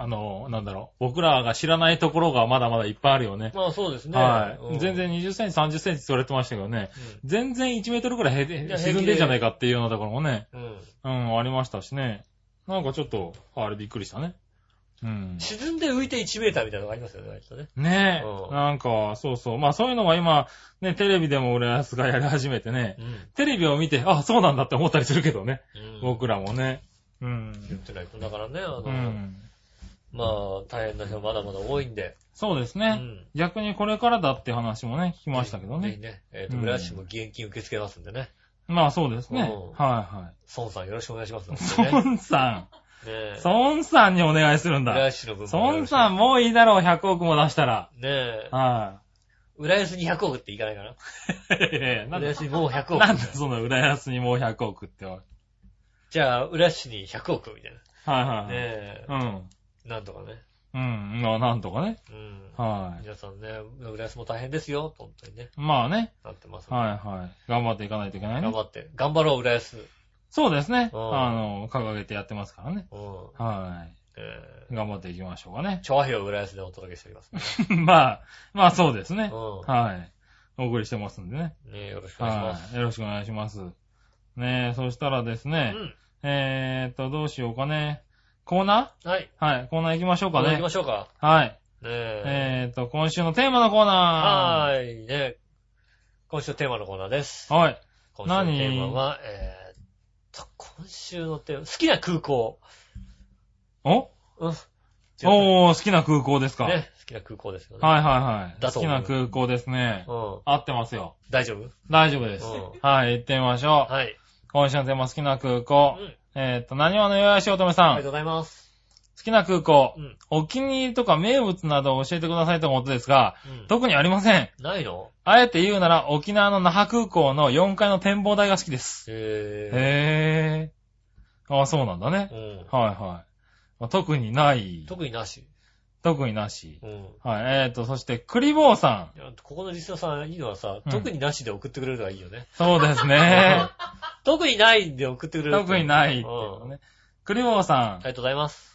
[SPEAKER 3] あの、なんだろう。僕らが知らないところがまだまだいっぱいあるよね。
[SPEAKER 2] まあそうですね。
[SPEAKER 3] はい、
[SPEAKER 2] うん
[SPEAKER 3] 全。然20センチ、30センチって言われてましたけどね。
[SPEAKER 2] う
[SPEAKER 3] 全然1メートルくらい
[SPEAKER 2] い
[SPEAKER 3] へ
[SPEAKER 2] や
[SPEAKER 3] 沈んでんじゃないかっていうようなところもね、
[SPEAKER 2] んうん。
[SPEAKER 3] うん、ありましたしね。なんかちょっと、あれびっくりしたね。うん。
[SPEAKER 2] 沈んで浮いて1メーターみたいなのがありますよね、割とね。
[SPEAKER 3] ね
[SPEAKER 2] うん
[SPEAKER 3] え。なんか、そうそう。まあそういうのが今、ね、テレビでも俺はすがやり始めてね。
[SPEAKER 2] うん。
[SPEAKER 3] テレビを見て、あ、そうなんだって思ったりするけどね。
[SPEAKER 2] 僕
[SPEAKER 3] 僕らもね。うん。
[SPEAKER 2] 言ってないと。だからね、あの、
[SPEAKER 3] うん。
[SPEAKER 2] まあ、大変な人まだまだ多いんで。
[SPEAKER 3] そうです
[SPEAKER 2] う
[SPEAKER 3] ね。
[SPEAKER 2] ん。
[SPEAKER 3] 逆にこれからだって話もね、聞きましたけど
[SPEAKER 2] ぜひ
[SPEAKER 3] ね。
[SPEAKER 2] ね。えっと、
[SPEAKER 3] うん
[SPEAKER 2] 浦安市も義援金受け付けますんでね。
[SPEAKER 3] まあそうですね。
[SPEAKER 2] うん
[SPEAKER 3] は
[SPEAKER 2] 孫さんよろしくお願いします。
[SPEAKER 3] い
[SPEAKER 2] 本
[SPEAKER 3] はい。
[SPEAKER 2] 当にね
[SPEAKER 3] 孫さ
[SPEAKER 2] ね
[SPEAKER 3] ん。
[SPEAKER 2] え。
[SPEAKER 3] 孫さんにお願いするん
[SPEAKER 2] 浦
[SPEAKER 3] だ。
[SPEAKER 2] 安市の分もよろ
[SPEAKER 3] 孫
[SPEAKER 2] しく
[SPEAKER 3] さん、もういいだろう、100億も出したら。
[SPEAKER 2] ねえ。
[SPEAKER 3] は
[SPEAKER 2] 浦安に100億っていかないか
[SPEAKER 3] い。ええ
[SPEAKER 2] な
[SPEAKER 3] な
[SPEAKER 2] 浦
[SPEAKER 3] んで、
[SPEAKER 2] 安にもう100
[SPEAKER 3] なん
[SPEAKER 2] 億。
[SPEAKER 3] でその裏安にもう100億って。はい
[SPEAKER 2] じゃあ、浦安市に100億みたい
[SPEAKER 3] はい
[SPEAKER 2] な。
[SPEAKER 3] はい。
[SPEAKER 2] ね
[SPEAKER 3] うん。
[SPEAKER 2] え。なんとかね。
[SPEAKER 3] うん。まあなんとかね。
[SPEAKER 2] うん。
[SPEAKER 3] はい。
[SPEAKER 2] 皆さんね、浦安も大変ですよ、本当にね。
[SPEAKER 3] まあね。
[SPEAKER 2] なってます。
[SPEAKER 3] はいはい。頑張っていかないといけない
[SPEAKER 2] 頑
[SPEAKER 3] ね。
[SPEAKER 2] 張って。頑張ろう、浦安。
[SPEAKER 3] そうですね。
[SPEAKER 2] うん
[SPEAKER 3] あの、掲げてやってますからね。
[SPEAKER 2] うん。
[SPEAKER 3] は
[SPEAKER 2] え
[SPEAKER 3] い。頑張っていきましょうか
[SPEAKER 2] ー、。
[SPEAKER 3] ね
[SPEAKER 2] 調和票浦安でお届けしております。
[SPEAKER 3] まあ、まあそうですね。
[SPEAKER 2] う
[SPEAKER 3] はい。お送りしてますんでね。
[SPEAKER 2] ん。ねえよろしくお願いしま
[SPEAKER 3] は
[SPEAKER 2] す。
[SPEAKER 3] い。よろしくお願いします。ねえ、そしたらです
[SPEAKER 2] う
[SPEAKER 3] ね、
[SPEAKER 2] ん。
[SPEAKER 3] えーっと、どうしようかね。コーナ
[SPEAKER 2] はい。
[SPEAKER 3] ーはい、コーナー行きましょうか
[SPEAKER 2] 行き
[SPEAKER 3] ね
[SPEAKER 2] ま。しょうか。
[SPEAKER 3] はい。
[SPEAKER 2] ねえ。
[SPEAKER 3] えーっと、今週のテーマのコーナ
[SPEAKER 2] はーい。ねえ今週のテーマのコーナーです。
[SPEAKER 3] ー。はい。
[SPEAKER 2] 今週のテーマは、えーっさ今週のテーマ、好きな空港。
[SPEAKER 3] お
[SPEAKER 2] うん。違う
[SPEAKER 3] おー、好きな空港ですか。
[SPEAKER 2] ね、好きな空港ですよね。
[SPEAKER 3] はいはいはい。
[SPEAKER 2] だ
[SPEAKER 3] 好
[SPEAKER 2] と
[SPEAKER 3] き
[SPEAKER 2] 思う
[SPEAKER 3] な空港ですね。
[SPEAKER 2] うん。
[SPEAKER 3] 合ってますよ。
[SPEAKER 2] 大丈夫
[SPEAKER 3] 大丈夫です
[SPEAKER 2] う。
[SPEAKER 3] はい、行ってみましょう。
[SPEAKER 2] はい。
[SPEAKER 3] 今週のテーマ、好きな空
[SPEAKER 2] うん。あ
[SPEAKER 3] 港。
[SPEAKER 2] り
[SPEAKER 3] えーっと、何話のよやしおとめさ。
[SPEAKER 2] がとうん
[SPEAKER 3] 好
[SPEAKER 2] ございます。
[SPEAKER 3] きな空港
[SPEAKER 2] う。ん。
[SPEAKER 3] お気に入りとか名物などを教えてくださいとのことですが、
[SPEAKER 2] うん。
[SPEAKER 3] 特にありません。
[SPEAKER 2] ないの
[SPEAKER 3] あえて言うなら、沖縄の那覇空港の4階の展望台が好きです。
[SPEAKER 2] へ
[SPEAKER 3] へぇー。ああ、そうなんだね
[SPEAKER 2] ぇ。ー。
[SPEAKER 3] はいはい。まあ特にな
[SPEAKER 2] うん。
[SPEAKER 3] い。
[SPEAKER 2] 特になし。
[SPEAKER 3] 特になし。
[SPEAKER 2] うん。
[SPEAKER 3] はい。えーっと、そして、クリボーさん。
[SPEAKER 2] いやここのリスナーさん、いいのはさ
[SPEAKER 3] う、ん
[SPEAKER 2] 特になしで送ってくれるのがいいよね。
[SPEAKER 3] そうで すね。
[SPEAKER 2] 特にないんで送ってくれる。
[SPEAKER 3] 特にないっていう
[SPEAKER 2] うん。あ
[SPEAKER 3] の
[SPEAKER 2] り
[SPEAKER 3] ね。クリボーさん。
[SPEAKER 2] がとうございます。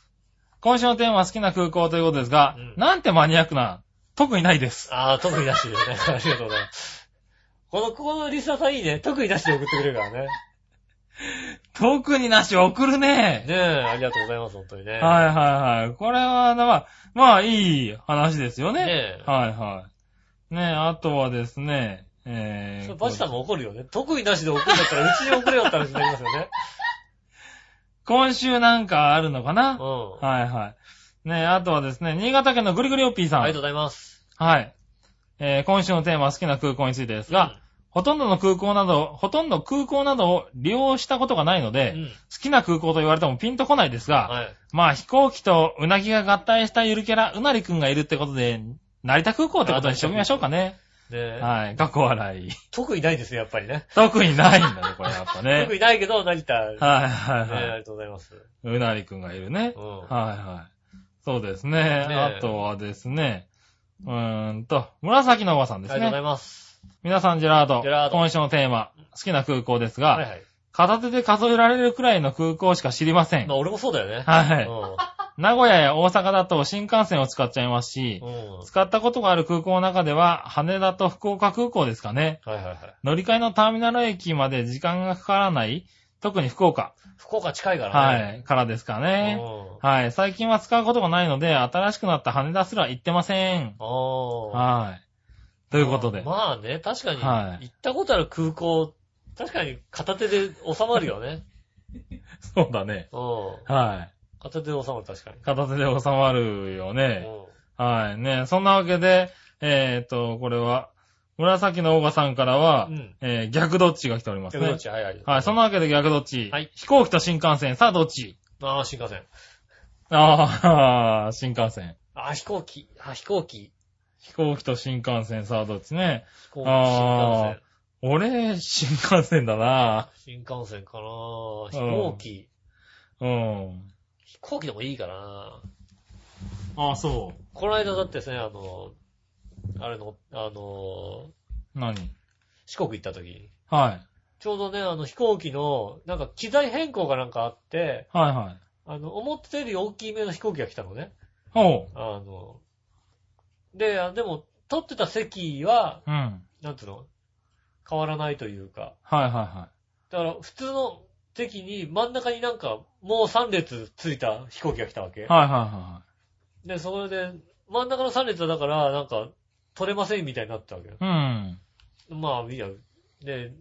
[SPEAKER 3] 今週のテーマは好きな空港ということですが、
[SPEAKER 2] うん
[SPEAKER 3] なんてマニアックな、特にないです。
[SPEAKER 2] ああ、特になしですね。 ありがとうございます。この、ここのリスナーさんいいね。特になしで送ってくれるからね。
[SPEAKER 3] 特になし送るね。
[SPEAKER 2] ねえ、ありがとうございます、本当にね。
[SPEAKER 3] はいはいはい。これは、まあ、まあいい話ですよね。
[SPEAKER 2] ねえ
[SPEAKER 3] はいはい。ねえ、あとはですね、え
[SPEAKER 2] それ
[SPEAKER 3] ー、
[SPEAKER 2] バチさんも怒るよね。特になしで送るんだったら、うちに送れよって話になりますよね。
[SPEAKER 3] 今週なんかあるのかな、
[SPEAKER 2] う
[SPEAKER 3] はいはい。ねえ、あとはですね、新潟県のぐりぐりおっぴーさ
[SPEAKER 2] ん。
[SPEAKER 3] ん。
[SPEAKER 2] ありがとうございます。
[SPEAKER 3] はい。えー、今週のテーマは好きな空港についてですが、ほとんどの空港など、ほとんど空港などを利用したことがないの
[SPEAKER 2] う
[SPEAKER 3] で、
[SPEAKER 2] ん。
[SPEAKER 3] 好きな空港と言われてもピンとこないですが、
[SPEAKER 2] はい。
[SPEAKER 3] まあ飛行機とうなぎが合体したゆるキャラ、うなりくんがいるってことで、成田空港ってことにしておきましょうかね。
[SPEAKER 2] ねえ。
[SPEAKER 3] はい。過去笑い。
[SPEAKER 2] 特にないですね、やっぱりね。
[SPEAKER 3] 特にないんだね、これやっぱ ね
[SPEAKER 2] 特。にないけど、成田。ね
[SPEAKER 3] はいはい
[SPEAKER 2] え、あ
[SPEAKER 3] はい。
[SPEAKER 2] りがとうございます。
[SPEAKER 3] うなりくんがいるね
[SPEAKER 2] う。ん。
[SPEAKER 3] はいはい。そうですね。
[SPEAKER 2] え
[SPEAKER 3] あとはですね、うーんと、紫のおばさん
[SPEAKER 2] あ
[SPEAKER 3] で
[SPEAKER 2] り
[SPEAKER 3] す
[SPEAKER 2] がとうござい
[SPEAKER 3] ね。
[SPEAKER 2] ます。
[SPEAKER 3] 皆さん、ジェラード。
[SPEAKER 2] ジェラード
[SPEAKER 3] 今週のテーマ、好きな空港ですが、
[SPEAKER 2] はいはい。
[SPEAKER 3] 片手で数えられるくらいの空港しか知りません。
[SPEAKER 2] まあ、俺もそうだよね。
[SPEAKER 3] は
[SPEAKER 2] う
[SPEAKER 3] い。名古屋や大阪だと新幹線を使っちゃいますし
[SPEAKER 2] ん。、うん。は
[SPEAKER 3] 使ったことがある空港の中では、羽田と福岡空港ですかね。
[SPEAKER 2] いはいはい。
[SPEAKER 3] 乗り換えのターミナル駅まで時間がかからない、特に福岡、
[SPEAKER 2] 福岡近いから
[SPEAKER 3] は
[SPEAKER 2] ね。
[SPEAKER 3] い、からですか
[SPEAKER 2] う
[SPEAKER 3] ね。
[SPEAKER 2] ん。
[SPEAKER 3] はい、最近は使うことがないので、新しくなった羽田すら行ってません。
[SPEAKER 2] ああ。
[SPEAKER 3] はい。ということで。
[SPEAKER 2] まあね、確かに、
[SPEAKER 3] はい
[SPEAKER 2] 行ったことある空港、確かに片手で収まるよね。
[SPEAKER 3] そうだね。
[SPEAKER 2] うん。
[SPEAKER 3] は
[SPEAKER 2] 片手で収まる、確かに
[SPEAKER 3] い。。片手で収まるよ
[SPEAKER 2] う
[SPEAKER 3] ね。
[SPEAKER 2] ん。
[SPEAKER 3] はい、ね。そんなわけで、えーっと、これは、紫のオーバさんからは、
[SPEAKER 2] うん
[SPEAKER 3] えー逆どっちが来ております
[SPEAKER 2] 逆ど
[SPEAKER 3] ね
[SPEAKER 2] っ。ち早い。
[SPEAKER 3] はい、そんなわけで逆どっち。
[SPEAKER 2] はい
[SPEAKER 3] 飛行機と新幹線、さあどっち
[SPEAKER 2] ああ、新幹線。
[SPEAKER 3] ああ、新幹線。
[SPEAKER 2] ああ、飛行機。あ、飛行機。
[SPEAKER 3] 飛行機と新幹線、さあどっちね。
[SPEAKER 2] 飛行機、
[SPEAKER 3] あ俺、新幹線だな
[SPEAKER 2] 新幹線。新幹線かな飛行機。
[SPEAKER 3] うん。
[SPEAKER 2] 飛行機でもいいかな
[SPEAKER 3] ああ、そ
[SPEAKER 2] この間だってですね、あの、あれの、あの、
[SPEAKER 3] う。何
[SPEAKER 2] 四国行った時
[SPEAKER 3] はい。
[SPEAKER 2] ちょうどね、あの飛行機の、なんか機材変更がなんかあって、
[SPEAKER 3] はいはい。
[SPEAKER 2] あの、思ってたより大きいめの飛行機が来たのね。
[SPEAKER 3] ほ
[SPEAKER 2] あの、で、あでも、取ってた席は、
[SPEAKER 3] う。うん。はい
[SPEAKER 2] なんつうの変わらないというか。
[SPEAKER 3] はいは
[SPEAKER 2] だから、普通の席に真ん中になんか、もう3列ついた飛行機が来たわけ
[SPEAKER 3] い。。はいはいは
[SPEAKER 2] で、それで、真ん中の3列はだから、なんか、取れませんみたいになったわけよ。
[SPEAKER 3] いはい。うん。
[SPEAKER 2] まあ、いいや。で、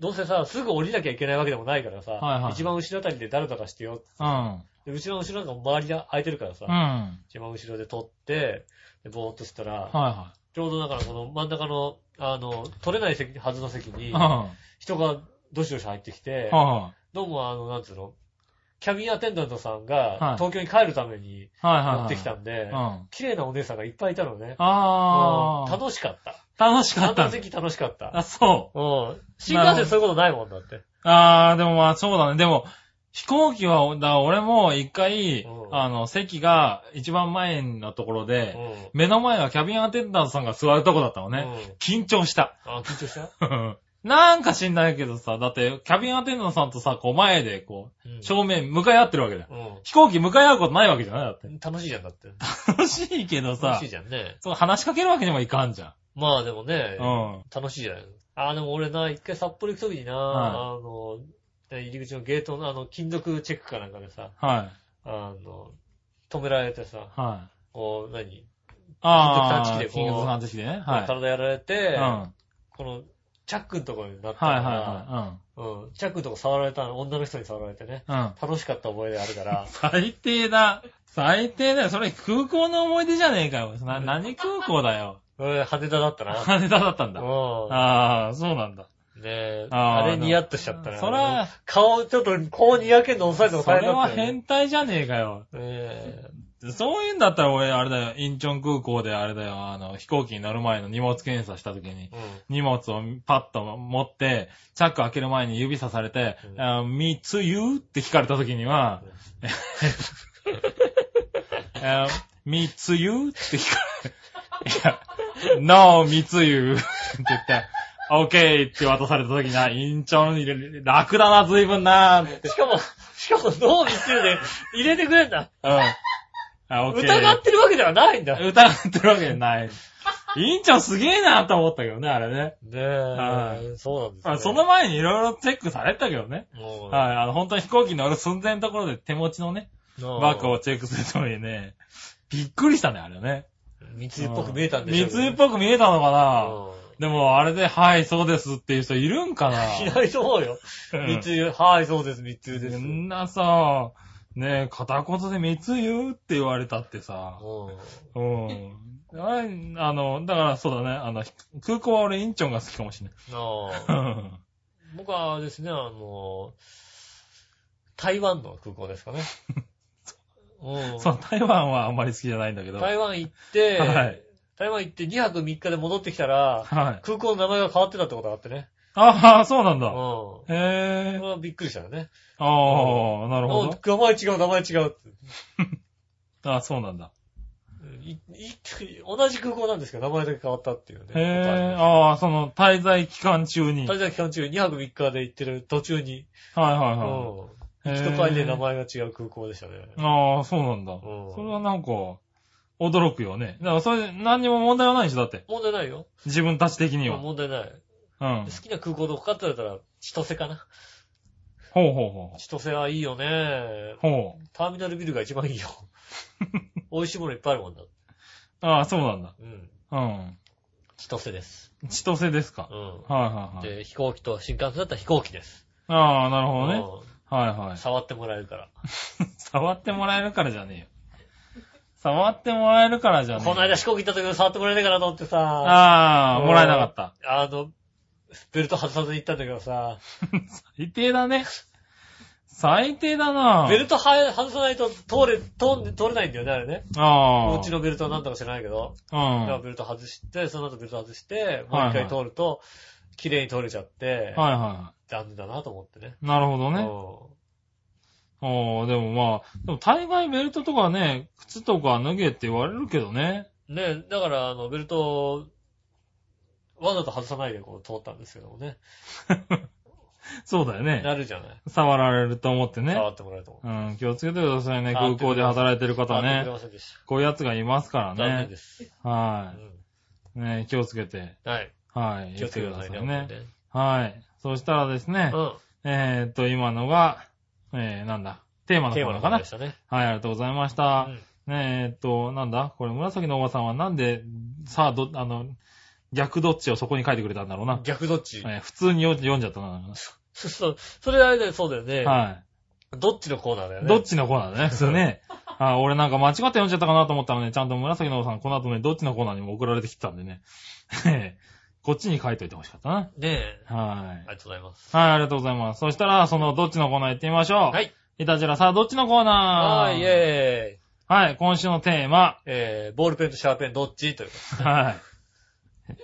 [SPEAKER 2] どうせさ、すぐ降りなきゃいけないわけでもないからさ、
[SPEAKER 3] はいはい
[SPEAKER 2] 一番後ろあたりで誰とかしてよ。
[SPEAKER 3] うん。
[SPEAKER 2] で、後ろの後ろなんか周りが空いてるからさ、
[SPEAKER 3] うん。はい
[SPEAKER 2] 一番後ろで取って、で、ぼーっとしたら、
[SPEAKER 3] は
[SPEAKER 2] ちょうどだからこの真ん中の、あの、取れない席、はずの席
[SPEAKER 3] い。
[SPEAKER 2] に
[SPEAKER 3] うん。、は
[SPEAKER 2] 人がどしどし入ってきて
[SPEAKER 3] い、は
[SPEAKER 2] どうもあの、なんつうの、キャビンアテンダントさん
[SPEAKER 3] は
[SPEAKER 2] が
[SPEAKER 3] い
[SPEAKER 2] 東京に帰るために
[SPEAKER 3] い。はいはい。
[SPEAKER 2] 持ってきたん
[SPEAKER 3] う
[SPEAKER 2] で
[SPEAKER 3] ん。、あ
[SPEAKER 2] 綺麗なお姉さんがいっぱいいたのね。
[SPEAKER 3] あ
[SPEAKER 2] うん
[SPEAKER 3] ー。
[SPEAKER 2] 楽しかった。
[SPEAKER 3] 楽しか
[SPEAKER 2] あ
[SPEAKER 3] った
[SPEAKER 2] の
[SPEAKER 3] んだ。
[SPEAKER 2] 席楽しかった。
[SPEAKER 3] あ、そう。
[SPEAKER 2] うん。新幹線そういうことないもんだって。
[SPEAKER 3] あー、でもまあそうだね。でも、飛行機は、だ俺も一回
[SPEAKER 2] う、ん
[SPEAKER 3] あの、席が一番前のところ
[SPEAKER 2] う
[SPEAKER 3] で、
[SPEAKER 2] ん。
[SPEAKER 3] 目の前はキャビンアテンダントさんが座るとこだったのね。
[SPEAKER 2] うん。
[SPEAKER 3] 緊張した。
[SPEAKER 2] あ、緊張した
[SPEAKER 3] なんか知んないけどさ、だって、キャビンアテンダントさんとさ、こう前で、こ
[SPEAKER 2] うん
[SPEAKER 3] う、正面向かい合ってるわけだよ。
[SPEAKER 2] う
[SPEAKER 3] 飛行機向かい合うことないわけじゃないだって。
[SPEAKER 2] ん。楽しいじゃん、だって。
[SPEAKER 3] 楽しいけど
[SPEAKER 2] 楽
[SPEAKER 3] さ
[SPEAKER 2] しい、じゃんね。
[SPEAKER 3] そう話しかけるわけにもいかんじゃん。
[SPEAKER 2] まあでもね、
[SPEAKER 3] うん。
[SPEAKER 2] 楽しいじゃないああ、でも俺な、一回札幌行くときにな、
[SPEAKER 3] は
[SPEAKER 2] あの、入り口のゲートのあの、金属チェックかなんかでさ、
[SPEAKER 3] はい。
[SPEAKER 2] あの、止められてさ、
[SPEAKER 3] はい。
[SPEAKER 2] こう、何、金
[SPEAKER 3] ああ、
[SPEAKER 2] 属探知機でこう
[SPEAKER 3] 金属探知機でね。はい。
[SPEAKER 2] 体やられ
[SPEAKER 3] うん。
[SPEAKER 2] て、
[SPEAKER 3] はい
[SPEAKER 2] この、チャックのところになったか
[SPEAKER 3] はい
[SPEAKER 2] ら、
[SPEAKER 3] はい。
[SPEAKER 2] うん。チャックのとこ触られたの、女の人に触られてね。
[SPEAKER 3] うん。
[SPEAKER 2] 楽しかった思い出ある から。
[SPEAKER 3] 最低だ。最低だよ。それ空港の思い出じゃねえかよ。な、何空港だよ。
[SPEAKER 2] うん、羽田だったな。
[SPEAKER 3] 羽田だったんだ。
[SPEAKER 2] う
[SPEAKER 3] ああ、そうなんだ。
[SPEAKER 2] ん。ねえ、
[SPEAKER 3] あー
[SPEAKER 2] あれニヤッとしちゃったな。
[SPEAKER 3] そら、
[SPEAKER 2] 顔、ちょっと、こうにやけんの抑えて
[SPEAKER 3] そ
[SPEAKER 2] 抑え
[SPEAKER 3] れ
[SPEAKER 2] た
[SPEAKER 3] は
[SPEAKER 2] ったよね。
[SPEAKER 3] 変態じゃねえかよ。
[SPEAKER 2] え
[SPEAKER 3] そういうんだったら俺、あれだよ、インチョン空港であれだよ、あの、飛行機に乗る前の荷物検査した時に、
[SPEAKER 2] えうん。
[SPEAKER 3] 荷物をパッと持って、チャック開ける前に指さされて、
[SPEAKER 2] うん
[SPEAKER 3] あみつゆって聞かれた時には、あみつゆって聞かれいや、No, みつゆって言って、OK って渡された時には、インチョン入れる楽だな、随分なって。
[SPEAKER 2] しかも、しかも、脳についで入れてくれんだ。
[SPEAKER 3] うん。あ、OK。
[SPEAKER 2] 疑ってるわけではないんだ。ね
[SPEAKER 3] 疑ってるわけじゃない。委員長すげえなと思ったけどね、あれね。
[SPEAKER 2] え、そうなんですね
[SPEAKER 3] あその前にいろいろチェックされたけどね。
[SPEAKER 2] もう
[SPEAKER 3] はい、あの、本当に飛行機乗る寸前のところで手持ちのね、
[SPEAKER 2] なあ
[SPEAKER 3] バッグをチェックするためにね、びっくりしたね、あれね。
[SPEAKER 2] 密輸っぽく見えたんでしょうけど
[SPEAKER 3] 水
[SPEAKER 2] ね。
[SPEAKER 3] っぽく見えたのかな
[SPEAKER 2] ぽ
[SPEAKER 3] でも、あれで、はい、そうですっていう人いるんかな
[SPEAKER 2] いないと思うよ。
[SPEAKER 3] うん
[SPEAKER 2] 密輸、はい、そうです、密輸です。
[SPEAKER 3] み
[SPEAKER 2] うん
[SPEAKER 3] んなさ、ねえ、片言で密輸って言われたってさ。うん。ああの、だからそうだね。あの、ひ空港は俺インチョンが好きかもしれ
[SPEAKER 2] なあ
[SPEAKER 3] ない。
[SPEAKER 2] 僕はですね、あの、台湾の空港です かね。うん
[SPEAKER 3] そう、台湾はあんまり好きじゃないんだけど。
[SPEAKER 2] 台湾行って、
[SPEAKER 3] はい
[SPEAKER 2] 台湾行って2泊3日で戻ってきたら、
[SPEAKER 3] はい。
[SPEAKER 2] 空港の名前が変わってたってことがあってね。
[SPEAKER 3] ああ、そうなん
[SPEAKER 2] うん。
[SPEAKER 3] だ。
[SPEAKER 2] こ
[SPEAKER 3] へ
[SPEAKER 2] れ
[SPEAKER 3] え。
[SPEAKER 2] はびっくりしたよね。
[SPEAKER 3] ああ、なるほ
[SPEAKER 2] お
[SPEAKER 3] ど。
[SPEAKER 2] 名前違う、名前違うって。
[SPEAKER 3] ああ、そうなんだ。
[SPEAKER 2] いい同じ空港なんですけど、名前だけ変わったっていうね。
[SPEAKER 3] へえ。ああ、その、滞在期間中に。は
[SPEAKER 2] 滞
[SPEAKER 3] い
[SPEAKER 2] 在期間中、2泊3日で行ってる途中に、
[SPEAKER 3] はいうは
[SPEAKER 2] ん。
[SPEAKER 3] い。へえ
[SPEAKER 2] 一と書いて名。前が違う空港でしたね。
[SPEAKER 3] ああ、そうなんだ。
[SPEAKER 2] ん
[SPEAKER 3] それはなんか、驚くよね。だからそれ、何にも問題はないでしょ、だって。
[SPEAKER 2] 問題ないよ。
[SPEAKER 3] 自分たち的には。
[SPEAKER 2] 問題ない。
[SPEAKER 3] うん
[SPEAKER 2] 好。きな空港どこかって言われたら、千歳かな。
[SPEAKER 3] ほうほうほ
[SPEAKER 2] 千歳はいいよね
[SPEAKER 3] う。。ほう。
[SPEAKER 2] ターミナルビルが一番いい よ。美味しいものいっぱいあるもんだ。
[SPEAKER 3] ああ、そうなんだ。
[SPEAKER 2] うん。
[SPEAKER 3] うん。
[SPEAKER 2] 千歳です。
[SPEAKER 3] 千歳ですか。
[SPEAKER 2] う
[SPEAKER 3] はいはい
[SPEAKER 2] ん。
[SPEAKER 3] はい。
[SPEAKER 2] で、飛行機と新幹線だったら飛行機です。
[SPEAKER 3] ああ、なるほどね。
[SPEAKER 2] う
[SPEAKER 3] はいは
[SPEAKER 2] ん
[SPEAKER 3] い。
[SPEAKER 2] 触ってもらえるから。
[SPEAKER 3] 触ってもらえるからじゃねえよ。触ってもらえるからじゃねえ
[SPEAKER 2] この間飛行機行った時も触ってもらえないかなと思ってさ、
[SPEAKER 3] ああ、
[SPEAKER 2] うん
[SPEAKER 3] もらえなかった。
[SPEAKER 2] あの、ベルト外さずに行ったんだけどさ、
[SPEAKER 3] 最低だね。最低だな
[SPEAKER 2] ベルトは外さないと通れ、通ん通れないんだよね、あれね。
[SPEAKER 3] ああ。
[SPEAKER 2] お家のベルトはなんとか知らないけど。
[SPEAKER 3] う
[SPEAKER 2] だから
[SPEAKER 3] ん。
[SPEAKER 2] ベルト外して、その後ベルト外して、もう一回通ると、綺麗に通れちゃって、
[SPEAKER 3] はいは
[SPEAKER 2] 残念だなと思ってね。
[SPEAKER 3] い。なるほどね。
[SPEAKER 2] う
[SPEAKER 3] おーでもまあ、でも大概ベルトとかね、靴とか脱げって言われるけどね。
[SPEAKER 2] んねだから、あの、ベルトを、わざと外さないでこう通ったんですけどもね。
[SPEAKER 3] そうだよね。
[SPEAKER 2] なるじゃない。
[SPEAKER 3] 触られると思ってね。
[SPEAKER 2] 触ってもらえると思う。
[SPEAKER 3] うん、気をつけてくださいね。
[SPEAKER 2] 触っ
[SPEAKER 3] 空
[SPEAKER 2] て
[SPEAKER 3] 港で働いてる方
[SPEAKER 2] 触ってく
[SPEAKER 3] ね
[SPEAKER 2] れ。ませんでした。
[SPEAKER 3] こういう奴がいますから
[SPEAKER 2] 残念
[SPEAKER 3] ね
[SPEAKER 2] で。す。う
[SPEAKER 3] は
[SPEAKER 2] ん
[SPEAKER 3] い。ね気をつけて。
[SPEAKER 2] はい。
[SPEAKER 3] はい。
[SPEAKER 2] 気をつけてくださいね。本当にね
[SPEAKER 3] はい。そしたらですね、
[SPEAKER 2] う
[SPEAKER 3] えーっと、今のが、えー、なんだ、テーマ
[SPEAKER 2] ん。
[SPEAKER 3] の
[SPEAKER 2] テ
[SPEAKER 3] コ
[SPEAKER 2] ー
[SPEAKER 3] ー
[SPEAKER 2] マの方
[SPEAKER 3] ナーかな
[SPEAKER 2] で。したね。
[SPEAKER 3] はい、ありがとうございまし
[SPEAKER 2] う
[SPEAKER 3] た。
[SPEAKER 2] ん
[SPEAKER 3] ねえーっと、なんだこれ、紫のおばさんはなんで、さあ、ど、あの、逆どっちをそこに書いてくれたんだろうな。
[SPEAKER 2] 逆どっち
[SPEAKER 3] えー普通に読ん読んじゃったな。
[SPEAKER 2] そう、それあれだよ、そうだよね。
[SPEAKER 3] は
[SPEAKER 2] どっちのコーナーだよ
[SPEAKER 3] い。
[SPEAKER 2] ね。
[SPEAKER 3] どっちのコーナー だね、普通ね。あー俺なんか間違って読んじゃったかなと思ったらね、ちゃんと紫のおばさん、この後ね、どっちのコーナーにも送られてきてたんでね。 こっちに書いといてほしかったな。
[SPEAKER 2] ねえ。
[SPEAKER 3] はい
[SPEAKER 2] あ。りがとうございます。
[SPEAKER 3] はい、ありがとうございます。そしたら、その、どっちのコーナー行ってみましょう。
[SPEAKER 2] はい。
[SPEAKER 3] いたじらさあ、どっちのコーナー
[SPEAKER 2] はい、イェーイ。
[SPEAKER 3] はい、今週のテーマ。
[SPEAKER 2] えー、ボールペンとシャーペンどっちというこ
[SPEAKER 3] はい。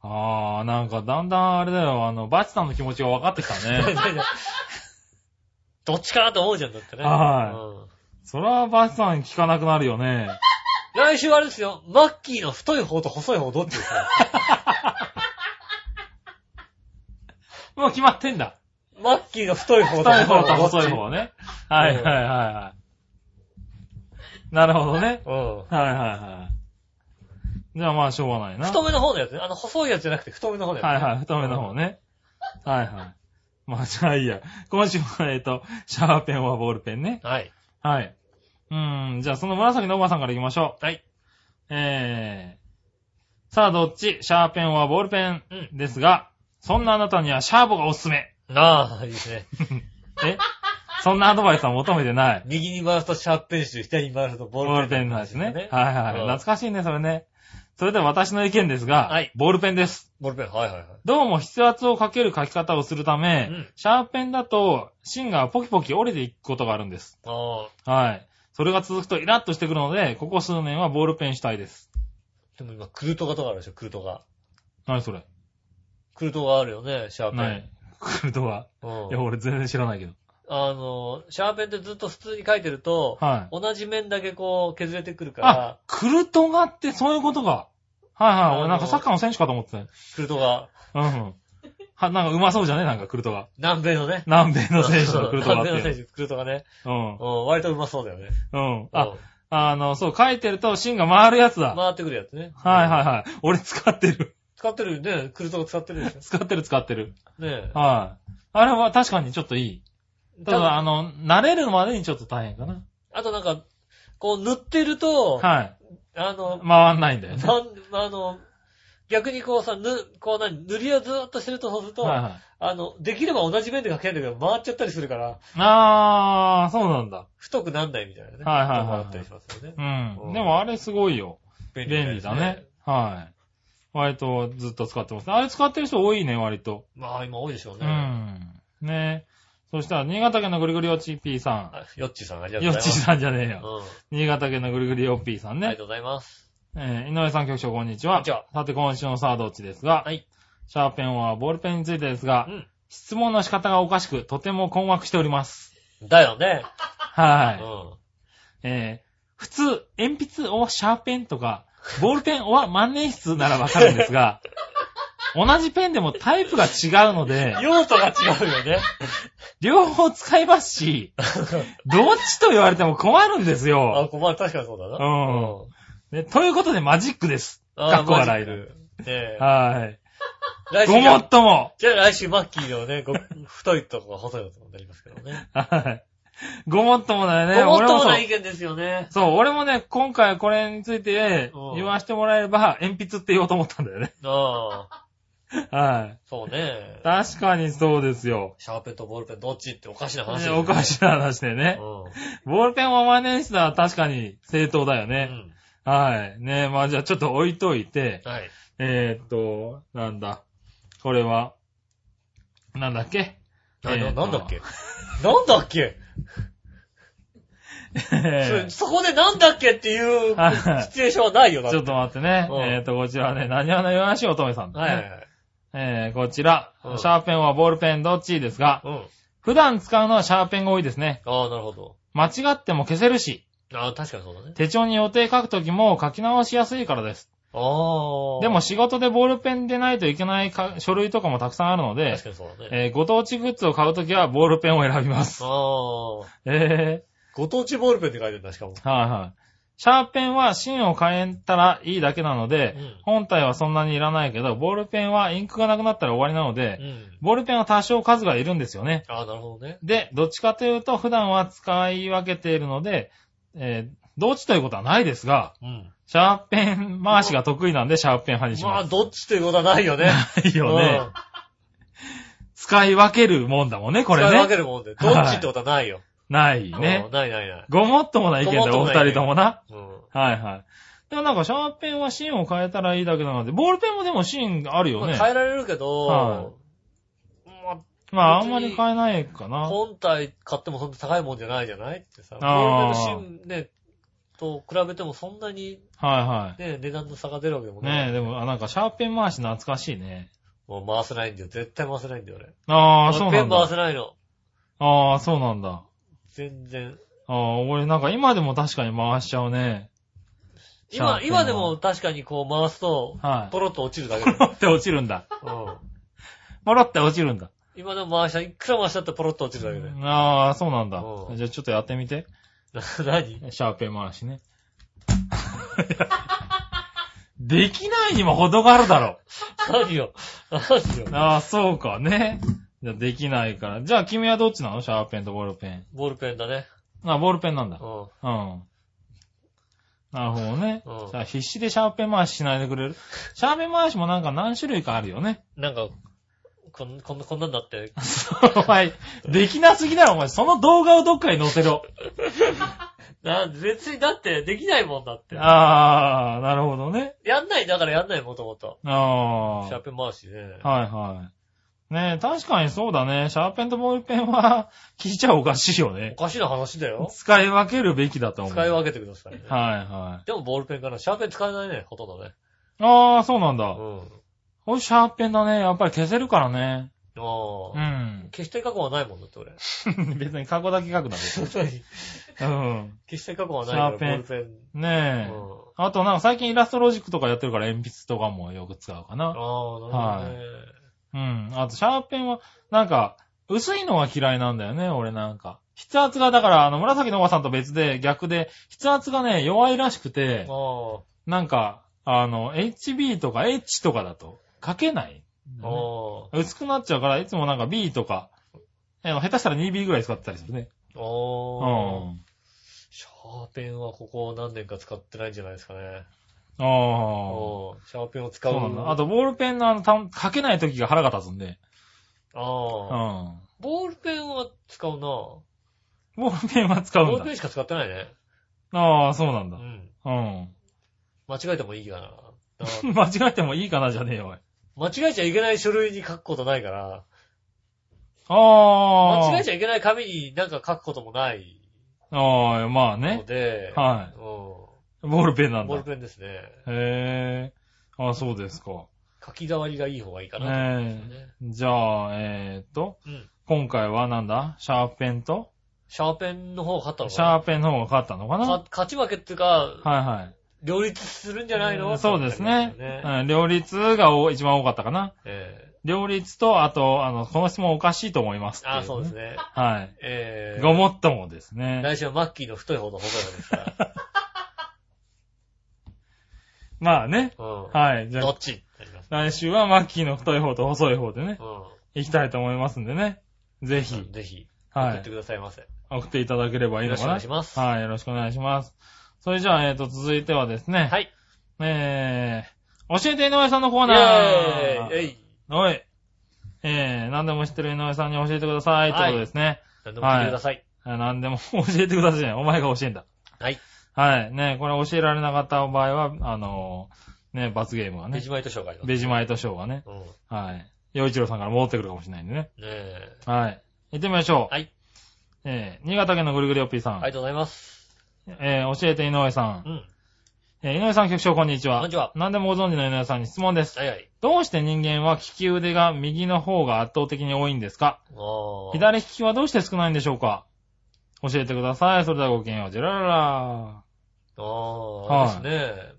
[SPEAKER 3] あー、なんかだんだんあれだよ、あの、バチさんの気持ちが分かってきた
[SPEAKER 2] と
[SPEAKER 3] ね。
[SPEAKER 2] で どっちかなと思うじゃん、だってね。
[SPEAKER 3] はそれはバチさん聞かなくなるよね。
[SPEAKER 2] うん来週はあれですよ、マッキーの太い方と細い方どっちです か
[SPEAKER 3] もう決まってんだ。
[SPEAKER 2] マッキーの太い方と
[SPEAKER 3] 太い
[SPEAKER 2] 細い
[SPEAKER 3] 方と
[SPEAKER 2] 方どっち
[SPEAKER 3] 細い方ね。はいはいはいはい。なるほどね。
[SPEAKER 2] うん。
[SPEAKER 3] はいはいはい。じゃあまあしょうがないな。
[SPEAKER 2] 太めの方のやつね。あの、細いやつじゃなくて太めの方のやつ、ね。
[SPEAKER 3] はいはい、太めの方ね。はいはい。まあじゃあいいや。今週は、えっと、シャーペンはボールペンね。
[SPEAKER 2] はい。
[SPEAKER 3] はい。うーん、じゃあその紫のおばさんから行きましょう。
[SPEAKER 2] はい。
[SPEAKER 3] えー、さあどっちシャーペンはボールペン
[SPEAKER 2] うん
[SPEAKER 3] ですが、そんなあなたにはシャーボがおすすめ。
[SPEAKER 2] ああ、いいですね。
[SPEAKER 3] えそんなアドバイスは求めてない。
[SPEAKER 2] 右に回すとシャープペンシル、左に回すとボ
[SPEAKER 3] ボ
[SPEAKER 2] ー
[SPEAKER 3] ー
[SPEAKER 2] ル
[SPEAKER 3] ル
[SPEAKER 2] ペン
[SPEAKER 3] ペン
[SPEAKER 2] の話
[SPEAKER 3] の話
[SPEAKER 2] ですね。
[SPEAKER 3] ね。はいはい。
[SPEAKER 2] うん
[SPEAKER 3] 懐かしいね、それね。それでは私の意見ですが、
[SPEAKER 2] はい
[SPEAKER 3] ボールペンです。
[SPEAKER 2] ボールペン、はいはいはい。
[SPEAKER 3] どうも筆圧をかける書き方をするため、
[SPEAKER 2] うん
[SPEAKER 3] シャーペンだと芯がポキポキ折れていくことがあるんです。
[SPEAKER 2] ああ、
[SPEAKER 3] はい。それが続くとイラッとしてくるので、ここ数年はボールペンしたいです。
[SPEAKER 2] でも今、クルトガとかあるでしょ、クルトガ。
[SPEAKER 3] 何それ
[SPEAKER 2] クルトガあるよね、シャーペン。
[SPEAKER 3] 何クルトは。
[SPEAKER 2] うん
[SPEAKER 3] いや、俺全然知らないけど。
[SPEAKER 2] あの、シャーペンってずっと普通に書いてると、
[SPEAKER 3] はい。
[SPEAKER 2] 同じ面だけこう削れてくるから
[SPEAKER 3] あ、、クルトガってそういうことか。はいはい。
[SPEAKER 2] あの
[SPEAKER 3] 俺なんかサッカーの選手かと思ってたよ。
[SPEAKER 2] クルトガ、
[SPEAKER 3] うんうん。は、なんかうまそうじゃねなんかクルトガ。
[SPEAKER 2] 南米のね。
[SPEAKER 3] 南米の選手のクルトガっ
[SPEAKER 2] 南米
[SPEAKER 3] て
[SPEAKER 2] の
[SPEAKER 3] いう
[SPEAKER 2] 選手、クルトガね。
[SPEAKER 3] の。
[SPEAKER 2] うん、割とうまそうだよね。
[SPEAKER 3] うん。うん。
[SPEAKER 2] う
[SPEAKER 3] あ
[SPEAKER 2] ん、
[SPEAKER 3] あの、そう、書いてると芯が回るやつだ。
[SPEAKER 2] 回ってくるやつね。
[SPEAKER 3] はいはい
[SPEAKER 2] い。
[SPEAKER 3] はい。俺使ってる。
[SPEAKER 2] 使ってるよね、クルトガ使ってるでしょ。
[SPEAKER 3] 使ってる使ってる。
[SPEAKER 2] ね
[SPEAKER 3] はい。あれは確かにちょっといい。
[SPEAKER 2] え。
[SPEAKER 3] ただ、あの、慣れるまでにちょっと大変かな。
[SPEAKER 2] あとなんか、こう塗ってると、
[SPEAKER 3] はい。
[SPEAKER 2] あの、
[SPEAKER 3] 回んないんだよね。
[SPEAKER 2] なん、あの、逆にこうさ、ぬ、こう何、塗りをずーっとしてるとそうすると、
[SPEAKER 3] はいはい。
[SPEAKER 2] あの、できれば同じ面で書けるんだけど、回っちゃったりするから、
[SPEAKER 3] あー、そうなんだ。
[SPEAKER 2] 太くなんないみたいなね。
[SPEAKER 3] はいはいはい
[SPEAKER 2] とこあったりしますよね
[SPEAKER 3] う。
[SPEAKER 2] うん
[SPEAKER 3] ん。でもあれすごいよ。便利
[SPEAKER 2] です
[SPEAKER 3] だね。。はい。割とずっと使ってます。あれ使ってる人多いね、割と。
[SPEAKER 2] まあ今多いでしょう
[SPEAKER 3] う
[SPEAKER 2] ね。
[SPEAKER 3] ん。ねそしたら、新潟県のぐりぐりおっちーぴーさ
[SPEAKER 2] あヨッチーさんありが
[SPEAKER 3] ん。
[SPEAKER 2] とう
[SPEAKER 3] よ
[SPEAKER 2] ご
[SPEAKER 3] っ
[SPEAKER 2] ざい
[SPEAKER 3] ちー
[SPEAKER 2] ます。
[SPEAKER 3] さんじゃねえ
[SPEAKER 2] う
[SPEAKER 3] よ。
[SPEAKER 2] ん。
[SPEAKER 3] 新潟県のぐりぐりおっぴーさん
[SPEAKER 2] ありが
[SPEAKER 3] ね
[SPEAKER 2] と。うございます。
[SPEAKER 3] えー、井上さん局長こんにち
[SPEAKER 2] こん
[SPEAKER 3] は
[SPEAKER 2] にち。は
[SPEAKER 3] さて、今週のサードっちですが、
[SPEAKER 2] はい
[SPEAKER 3] シャーペンはボールペンについてですが
[SPEAKER 2] う、ん。
[SPEAKER 3] 質問の仕方がおかしく、とても困惑しております。
[SPEAKER 2] だよね。
[SPEAKER 3] はい。
[SPEAKER 2] う
[SPEAKER 3] えー普通、鉛筆をシャーペンとか、ボールペンは万年筆ならわかるんです が、同じペンでもタイプが違うので
[SPEAKER 2] ん。、用途が違うよね。
[SPEAKER 3] 両方使いますし、 どっちと言われても困るんです
[SPEAKER 2] あ、
[SPEAKER 3] よ。
[SPEAKER 2] こまあ確かにそうだな。
[SPEAKER 3] うんね、ということでマジックです。
[SPEAKER 2] あー
[SPEAKER 3] かっこ
[SPEAKER 2] マ
[SPEAKER 3] 笑
[SPEAKER 2] ジ
[SPEAKER 3] い
[SPEAKER 2] ッ
[SPEAKER 3] る。
[SPEAKER 2] クねえ。
[SPEAKER 3] は
[SPEAKER 2] 来
[SPEAKER 3] い。
[SPEAKER 2] 週
[SPEAKER 3] ごもっとも。
[SPEAKER 2] じゃあ来週マッキーのね、 ご太いとこ細いとこになりますけどね。
[SPEAKER 3] はい。ごもっともだよね。
[SPEAKER 2] ごもっ
[SPEAKER 3] 俺
[SPEAKER 2] と
[SPEAKER 3] も
[SPEAKER 2] も
[SPEAKER 3] そ
[SPEAKER 2] な
[SPEAKER 3] う
[SPEAKER 2] 意見ですよね。
[SPEAKER 3] そう、俺もね、今回これについて
[SPEAKER 2] うん
[SPEAKER 3] 言わせてもらえれば、鉛筆って言おうと思ったんだよね。
[SPEAKER 2] ああ、
[SPEAKER 3] はい。
[SPEAKER 2] そうね。
[SPEAKER 3] 確かにそうですよ。
[SPEAKER 2] シャーペンとボールペンどっちっておかしな話
[SPEAKER 3] ね
[SPEAKER 2] だよね
[SPEAKER 3] おかしな話でね。
[SPEAKER 2] う
[SPEAKER 3] ボールペンは万年筆は確かに正当だよ
[SPEAKER 2] ん。う
[SPEAKER 3] ね。
[SPEAKER 2] ん。
[SPEAKER 3] はい。ねまあじゃあちょっと置いといて、
[SPEAKER 2] はい。
[SPEAKER 3] えーっと、なんだ。これは、なんだっけ
[SPEAKER 2] な
[SPEAKER 3] えー
[SPEAKER 2] な
[SPEAKER 3] と
[SPEAKER 2] なんだっけなんだっけ
[SPEAKER 3] えー
[SPEAKER 2] そそこでなんだっけっていう
[SPEAKER 3] はいはい
[SPEAKER 2] シチュエーションはないよ、だ
[SPEAKER 3] ちょっと待ってね。
[SPEAKER 2] うん
[SPEAKER 3] えーっと、こちらね、何話のよなし乙女さんです
[SPEAKER 2] は
[SPEAKER 3] ね。
[SPEAKER 2] いはいはい。
[SPEAKER 3] えー、こちら、
[SPEAKER 2] うん
[SPEAKER 3] シャーペンはボールペンどっちですが、
[SPEAKER 2] うん。
[SPEAKER 3] 普段使うのはシャーペンが多いですね。
[SPEAKER 2] ああ、なるほど。
[SPEAKER 3] 間違っても消せるし、
[SPEAKER 2] ああ、確かにそうだね。
[SPEAKER 3] 手帳に予定書くときも書き直しやすいからです。
[SPEAKER 2] ああ。
[SPEAKER 3] でも、仕事でボールペンでないといけないか書類とかもたくさんあるので
[SPEAKER 2] 確、かにそうだね。
[SPEAKER 3] えーご当地グッズを買うときはボールペンを選びます。
[SPEAKER 2] ああ。
[SPEAKER 3] え
[SPEAKER 2] ご当地ボールペンって書いてるんだ、しかも。
[SPEAKER 3] ー、はいはい。シャーペンは芯を変えたらいいだけなので、
[SPEAKER 2] うん
[SPEAKER 3] 本体はそんなにいらないけど、ボールペンはインクがなくなったら終わりなの
[SPEAKER 2] う
[SPEAKER 3] で、
[SPEAKER 2] ん。
[SPEAKER 3] ボールペンは多少数がいるんですよね。
[SPEAKER 2] ああ、なるほどね。
[SPEAKER 3] で、どっちかというと普段は使い分けているので、えーどっちということはないですが、
[SPEAKER 2] うん。
[SPEAKER 3] シャーペン回しが得意なんでシャーペン派にし
[SPEAKER 2] ま
[SPEAKER 3] ま
[SPEAKER 2] あ、
[SPEAKER 3] す。
[SPEAKER 2] どっちということはないよね。
[SPEAKER 3] いいよね。
[SPEAKER 2] うん
[SPEAKER 3] 使い分けるもんだもんね、これ
[SPEAKER 2] 使い分け
[SPEAKER 3] ね。
[SPEAKER 2] るもんで。どっちってことはないよ。
[SPEAKER 3] ないね
[SPEAKER 2] うん。ないないない。
[SPEAKER 3] ごもっともな意見だよ、
[SPEAKER 2] ごも
[SPEAKER 3] お
[SPEAKER 2] っともな
[SPEAKER 3] 二
[SPEAKER 2] 意見
[SPEAKER 3] 人ともな。
[SPEAKER 2] うん。
[SPEAKER 3] はいはい。でもなんか、シャーペンは芯を変えたらいいだけなので、ボールペンもでも芯あるよ
[SPEAKER 2] まあ
[SPEAKER 3] ね。
[SPEAKER 2] 変えられるけ
[SPEAKER 3] は
[SPEAKER 2] ど、ま
[SPEAKER 3] まあ、あんまり変えないか
[SPEAKER 2] あ、
[SPEAKER 3] な。
[SPEAKER 2] 本体買ってもそんな高いもんじゃないじゃないってさ。
[SPEAKER 3] あー
[SPEAKER 2] ボールペンの芯ね、と比べてもそんなに
[SPEAKER 3] は
[SPEAKER 2] ね、値段の差が出るわけでも
[SPEAKER 3] いはい。
[SPEAKER 2] ない。
[SPEAKER 3] ねえ、でも、あなんか、シャーペン回し懐かしいね。
[SPEAKER 2] もう回せないんだよ。絶対回せないんだよ、俺。
[SPEAKER 3] ああ、
[SPEAKER 2] 俺
[SPEAKER 3] そう
[SPEAKER 2] ペ
[SPEAKER 3] な
[SPEAKER 2] ン
[SPEAKER 3] ん
[SPEAKER 2] 回
[SPEAKER 3] だ。
[SPEAKER 2] せないの。
[SPEAKER 3] ああ、そうなんだ。
[SPEAKER 2] 全然。
[SPEAKER 3] ああ、俺なんか今でも確かに回しちゃうね。シャ
[SPEAKER 2] 今、
[SPEAKER 3] ーペンは
[SPEAKER 2] 今でも確かにこう回すと、
[SPEAKER 3] はい
[SPEAKER 2] ポロッと落ちるだけ
[SPEAKER 3] ポ
[SPEAKER 2] だ
[SPEAKER 3] ロって落ちるんだ。
[SPEAKER 2] よ。うん。
[SPEAKER 3] ポロって落ちるんだ。
[SPEAKER 2] 今でも回した、いくら回したってポロッと落ちるだけだよ。
[SPEAKER 3] ああ、そうなんだ
[SPEAKER 2] う。ん
[SPEAKER 3] じゃあちょっとやってみて。
[SPEAKER 2] な 何
[SPEAKER 3] シャーペン回しね。 できないにも程があるだろ。
[SPEAKER 2] 何よ。 何よ。
[SPEAKER 3] ああ、そうかね。じゃあできないから。じゃあ君はどっちなのシャーペンとボールペン。
[SPEAKER 2] ボールペンだね。
[SPEAKER 3] あ、ボールペンなんだ
[SPEAKER 2] う。ん。
[SPEAKER 3] うん。なるほどね。
[SPEAKER 2] うん
[SPEAKER 3] じゃあ必死でシャーペン回ししないでくれるシャーペン回しもなんか何種類かあるよね。
[SPEAKER 2] なんか、こん、こんな、こんなんだって。
[SPEAKER 3] お前、できなすぎだろ、お前。その動画をどっかに載せろ。
[SPEAKER 2] な、別にだって、できないもんだって。
[SPEAKER 3] あー、なるほどね。
[SPEAKER 2] やんない、だからやんない、もともと。
[SPEAKER 3] あ
[SPEAKER 2] シャー
[SPEAKER 3] ー。
[SPEAKER 2] ペン回しね。
[SPEAKER 3] はいはい。ねえ、確かにそうだね。シャーペンとボールペンは、 聞いちゃおかしいよ
[SPEAKER 2] お
[SPEAKER 3] ね。
[SPEAKER 2] かしな話だよ。
[SPEAKER 3] 使い分けるべきだと思う。
[SPEAKER 2] 使い
[SPEAKER 3] はい
[SPEAKER 2] 分けてくださいね。
[SPEAKER 3] はい。
[SPEAKER 2] でもボールペンかな。シャーペン使えないね、ほとんどね。
[SPEAKER 3] あー、そうなんだ。
[SPEAKER 2] うん。
[SPEAKER 3] おい、シャーペンだね。やっぱり消せるからね。う
[SPEAKER 2] ああ。
[SPEAKER 3] ん。
[SPEAKER 2] 消したい過去はないもんだっ て俺。
[SPEAKER 3] 別に過去だけ書くだけ。
[SPEAKER 2] 本当に
[SPEAKER 3] うん。
[SPEAKER 2] 消したい過去はないから、
[SPEAKER 3] シャー
[SPEAKER 2] ボ
[SPEAKER 3] ペ
[SPEAKER 2] ー
[SPEAKER 3] ン
[SPEAKER 2] ルペン。う
[SPEAKER 3] ねえ。
[SPEAKER 2] ん。
[SPEAKER 3] あとなんか最近イラストロジックとかやってるから鉛筆とかもよく使うかな。
[SPEAKER 2] ああ、なるほどね。
[SPEAKER 3] うん。あとシャーペンは、なんか、薄いのが嫌いなんだよね、俺なんか。筆圧が、だから、あの、紫のおばさんと別で、逆で、筆圧がね、弱いらしくて、
[SPEAKER 2] あ
[SPEAKER 3] なんか、あの、HB とか H とかだと、書けない、
[SPEAKER 2] あ、あ
[SPEAKER 3] 薄くなっちゃうから、いつもなんか B とか、え下手したら 2B ぐらい使ってたりするね。
[SPEAKER 2] あ、
[SPEAKER 3] う
[SPEAKER 2] ああ。
[SPEAKER 3] ん。
[SPEAKER 2] シャーペンはここ何年か使ってないんじゃないですかね。うん
[SPEAKER 3] ああ。
[SPEAKER 2] シャーペンを使。
[SPEAKER 3] そううなんだ。あと、ボールペンのあの、たん書けない時が腹が立つんで。
[SPEAKER 2] あ
[SPEAKER 3] う
[SPEAKER 2] あ。
[SPEAKER 3] ん。
[SPEAKER 2] ボールペンは使うな。ボ
[SPEAKER 3] ボールペンは使うん
[SPEAKER 2] ール
[SPEAKER 3] だ
[SPEAKER 2] ペ。ンしか使ってないね。
[SPEAKER 3] ああ、そうなん
[SPEAKER 2] う
[SPEAKER 3] だ。
[SPEAKER 2] ん。
[SPEAKER 3] うん。
[SPEAKER 2] 間違えてもいいかな。あー
[SPEAKER 3] 間違えてもいいかな、じゃねえよ、おい。
[SPEAKER 2] 間違えちゃいけない書類に書くことないから、
[SPEAKER 3] ああ。
[SPEAKER 2] 間違えち
[SPEAKER 3] ゃ
[SPEAKER 2] ゃいけない紙になんか書くこともない
[SPEAKER 3] ああ、まあ
[SPEAKER 2] の
[SPEAKER 3] ね。
[SPEAKER 2] で、
[SPEAKER 3] は
[SPEAKER 2] うん。
[SPEAKER 3] い。ボールペンなん
[SPEAKER 2] ボー
[SPEAKER 3] だ。
[SPEAKER 2] ルペンですね。
[SPEAKER 3] へえ。ああ、そうですか。
[SPEAKER 2] 書き触りがいい方がいいかなと思いま
[SPEAKER 3] え
[SPEAKER 2] すね。
[SPEAKER 3] え。じゃあ、えーっと、
[SPEAKER 2] うん
[SPEAKER 3] 今回はなんだシャーペンと、
[SPEAKER 2] シャーペンの方が勝ったの
[SPEAKER 3] シ
[SPEAKER 2] かな
[SPEAKER 3] ャーペンの方が勝ったのかなは
[SPEAKER 2] か勝ち負けっていうか、
[SPEAKER 3] いはい。
[SPEAKER 2] 両立するんじゃないの、
[SPEAKER 3] うんそうですね
[SPEAKER 2] ってなりますよね
[SPEAKER 3] うん両立がお一番多かったかな。
[SPEAKER 2] ええ
[SPEAKER 3] 両立と、あと、あの、この質問おかしいと思いますってい
[SPEAKER 2] ああ、そうです。ね。
[SPEAKER 3] は
[SPEAKER 2] え
[SPEAKER 3] い。
[SPEAKER 2] え
[SPEAKER 3] ごもっともですね。
[SPEAKER 2] 来週はマッキーの太い方の方がですから。
[SPEAKER 3] まあね。
[SPEAKER 2] うん。
[SPEAKER 3] はい。じゃ
[SPEAKER 2] ど
[SPEAKER 3] あ
[SPEAKER 2] っ、ちってなります。
[SPEAKER 3] 来週はマッキーの太い方と細い方でね、
[SPEAKER 2] う
[SPEAKER 3] 行きたいと思いますんでね。ぜ
[SPEAKER 2] ん。
[SPEAKER 3] ひ、
[SPEAKER 2] ぜひ、送
[SPEAKER 3] は
[SPEAKER 2] っ
[SPEAKER 3] い
[SPEAKER 2] て。くださいませ。
[SPEAKER 3] 送っていただければいい
[SPEAKER 2] よ
[SPEAKER 3] の
[SPEAKER 2] ろしく
[SPEAKER 3] か
[SPEAKER 2] お
[SPEAKER 3] な。
[SPEAKER 2] 願いします。
[SPEAKER 3] はい。よろしくお願いします。それじゃあ、えっ、と、続いてはですね。
[SPEAKER 2] はい。
[SPEAKER 3] えー、教えて井上さんのコー
[SPEAKER 2] イ
[SPEAKER 3] ナ
[SPEAKER 2] ェー
[SPEAKER 3] ー。
[SPEAKER 2] イえい
[SPEAKER 3] おい。えー、何でも知ってる井上さんに教えてください。ということですね。
[SPEAKER 2] 何でも聞いてください。
[SPEAKER 3] あ何でも教えてくださいじゃない。お前が教えんだ。
[SPEAKER 2] はい。
[SPEAKER 3] はい。ね、これ教えられなかった場合は、あのーね、罰ゲームが
[SPEAKER 2] ベ
[SPEAKER 3] ね
[SPEAKER 2] ジ。マイト紹介の。
[SPEAKER 3] ベジマイト賞がね。
[SPEAKER 2] うん。ね
[SPEAKER 3] はい。洋一郎さんから戻ってくるかもしれないんでね。
[SPEAKER 2] え。
[SPEAKER 3] はい。行ってみましょう。
[SPEAKER 2] はい。
[SPEAKER 3] えー、新潟県のぐるぐるよっぴーさん。
[SPEAKER 2] ありがとうございます。
[SPEAKER 3] えー、教えて井上さん
[SPEAKER 2] う。ん。
[SPEAKER 3] えー、井上さん局長こんにちは。
[SPEAKER 2] こんにちは
[SPEAKER 3] 何でもご存知の井上さんに質問です。
[SPEAKER 2] はいはい。
[SPEAKER 3] どうして人間は利き腕が右の方が圧倒的に多いんですか
[SPEAKER 2] ああ。
[SPEAKER 3] 左利きはどうして少ないんでしょうか教えてください。それではごきげんよう。ジェラララ
[SPEAKER 2] あ
[SPEAKER 3] はい
[SPEAKER 2] あ、ですね。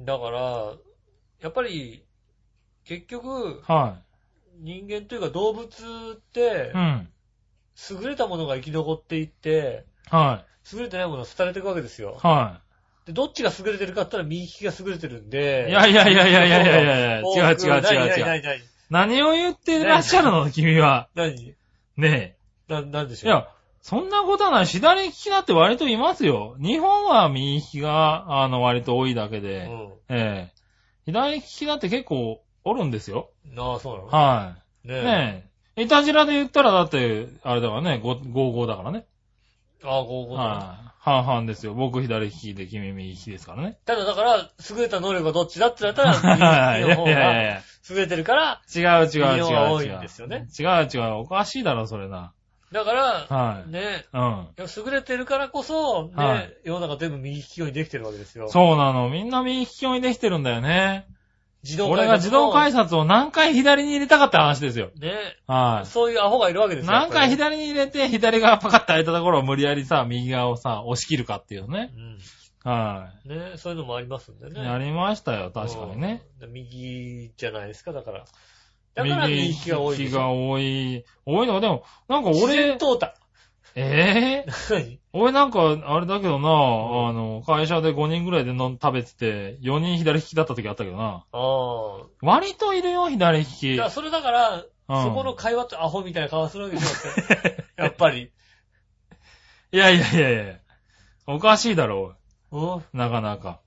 [SPEAKER 2] だから、やっぱり、結局、
[SPEAKER 3] は
[SPEAKER 2] 人間というか動物っ
[SPEAKER 3] い。
[SPEAKER 2] て
[SPEAKER 3] う、ん。
[SPEAKER 2] 優れたものが生き残っていって、
[SPEAKER 3] はい。
[SPEAKER 2] 優れてないものは廃れていくわけですよ。
[SPEAKER 3] は
[SPEAKER 2] で、どっちが優れてるかって言ったら右利きが優れてるんで。
[SPEAKER 3] い。いやいやいやいやいやいやいやい
[SPEAKER 2] 多
[SPEAKER 3] や違う
[SPEAKER 2] く
[SPEAKER 3] 違う違
[SPEAKER 2] 何
[SPEAKER 3] う違う。
[SPEAKER 2] 何何
[SPEAKER 3] 何を言ってらっしゃるの君は。
[SPEAKER 2] 何
[SPEAKER 3] ねえ。
[SPEAKER 2] 何な、なんでし
[SPEAKER 3] い
[SPEAKER 2] ょう。
[SPEAKER 3] や、そんなことはない。左利きだって割といますよ。日本は右利きが、あの、割と多いだけ
[SPEAKER 2] う
[SPEAKER 3] で、ええ左利きだって結構おるんですよ。
[SPEAKER 2] ん。なあ、そうなの
[SPEAKER 3] は
[SPEAKER 2] ね
[SPEAKER 3] い。
[SPEAKER 2] え。
[SPEAKER 3] ねえ。いたじらで言ったらだって、あれだからね、55だからね。
[SPEAKER 2] ああ、こう、こう。
[SPEAKER 3] はい。半々ですよ。僕左利きで君右利きですからね。
[SPEAKER 2] ただだから、優れた能力はどっちだって言われたら、
[SPEAKER 3] はい。
[SPEAKER 2] 右利き
[SPEAKER 3] いや
[SPEAKER 2] の方
[SPEAKER 3] いやい
[SPEAKER 2] が
[SPEAKER 3] や
[SPEAKER 2] 優れてるから、
[SPEAKER 3] 違う違う違う違う。
[SPEAKER 2] 右の方が多いんですよね
[SPEAKER 3] 違う違う。おかしいだろ、それな。
[SPEAKER 2] だから、
[SPEAKER 3] はい。
[SPEAKER 2] ね、
[SPEAKER 3] うん。
[SPEAKER 2] いや優れてるからこそ、ね、
[SPEAKER 3] はい
[SPEAKER 2] 世の中全部右利き用にできてるわけですよ。
[SPEAKER 3] そうなの。みんな右利き用にできてるんだよね。
[SPEAKER 2] 自動改札
[SPEAKER 3] 俺が自動改
[SPEAKER 2] 札
[SPEAKER 3] 札を何回左に入れたかって話ですよ。
[SPEAKER 2] も。ね、
[SPEAKER 3] は
[SPEAKER 2] そういうアホがいるわけで
[SPEAKER 3] い。
[SPEAKER 2] すよ。や
[SPEAKER 3] 何
[SPEAKER 2] っぱ
[SPEAKER 3] 回
[SPEAKER 2] り
[SPEAKER 3] 左に入れて、左側パカッて開いたところを無理やりさ、右側をさ、押し切るかっていうね。は
[SPEAKER 2] うん。ね、そういうのもありますんで
[SPEAKER 3] い。
[SPEAKER 2] ね。
[SPEAKER 3] やりましたよ、確かにね。
[SPEAKER 2] うん。右じゃないですか、だから。だから右利きが多い
[SPEAKER 3] 右
[SPEAKER 2] で
[SPEAKER 3] 利き
[SPEAKER 2] すよ。
[SPEAKER 3] が多い。多いのが、でも、なんか
[SPEAKER 2] 自
[SPEAKER 3] 俺
[SPEAKER 2] 然、淘汰。
[SPEAKER 3] ええ
[SPEAKER 2] 何
[SPEAKER 3] 俺なんか、あれだけどな、あの、会社で5人ぐらいで飲ん食べてて、4人左利きだった時あったけどな。
[SPEAKER 2] ああ。
[SPEAKER 3] 割といるよ、左利き。
[SPEAKER 2] だからそれだから、
[SPEAKER 3] うん
[SPEAKER 2] そこの会話ってアホみたいな顔するわけですよ。 やっぱり。
[SPEAKER 3] いやいやいやいや。おかしいだろ、
[SPEAKER 2] う
[SPEAKER 3] なかなか。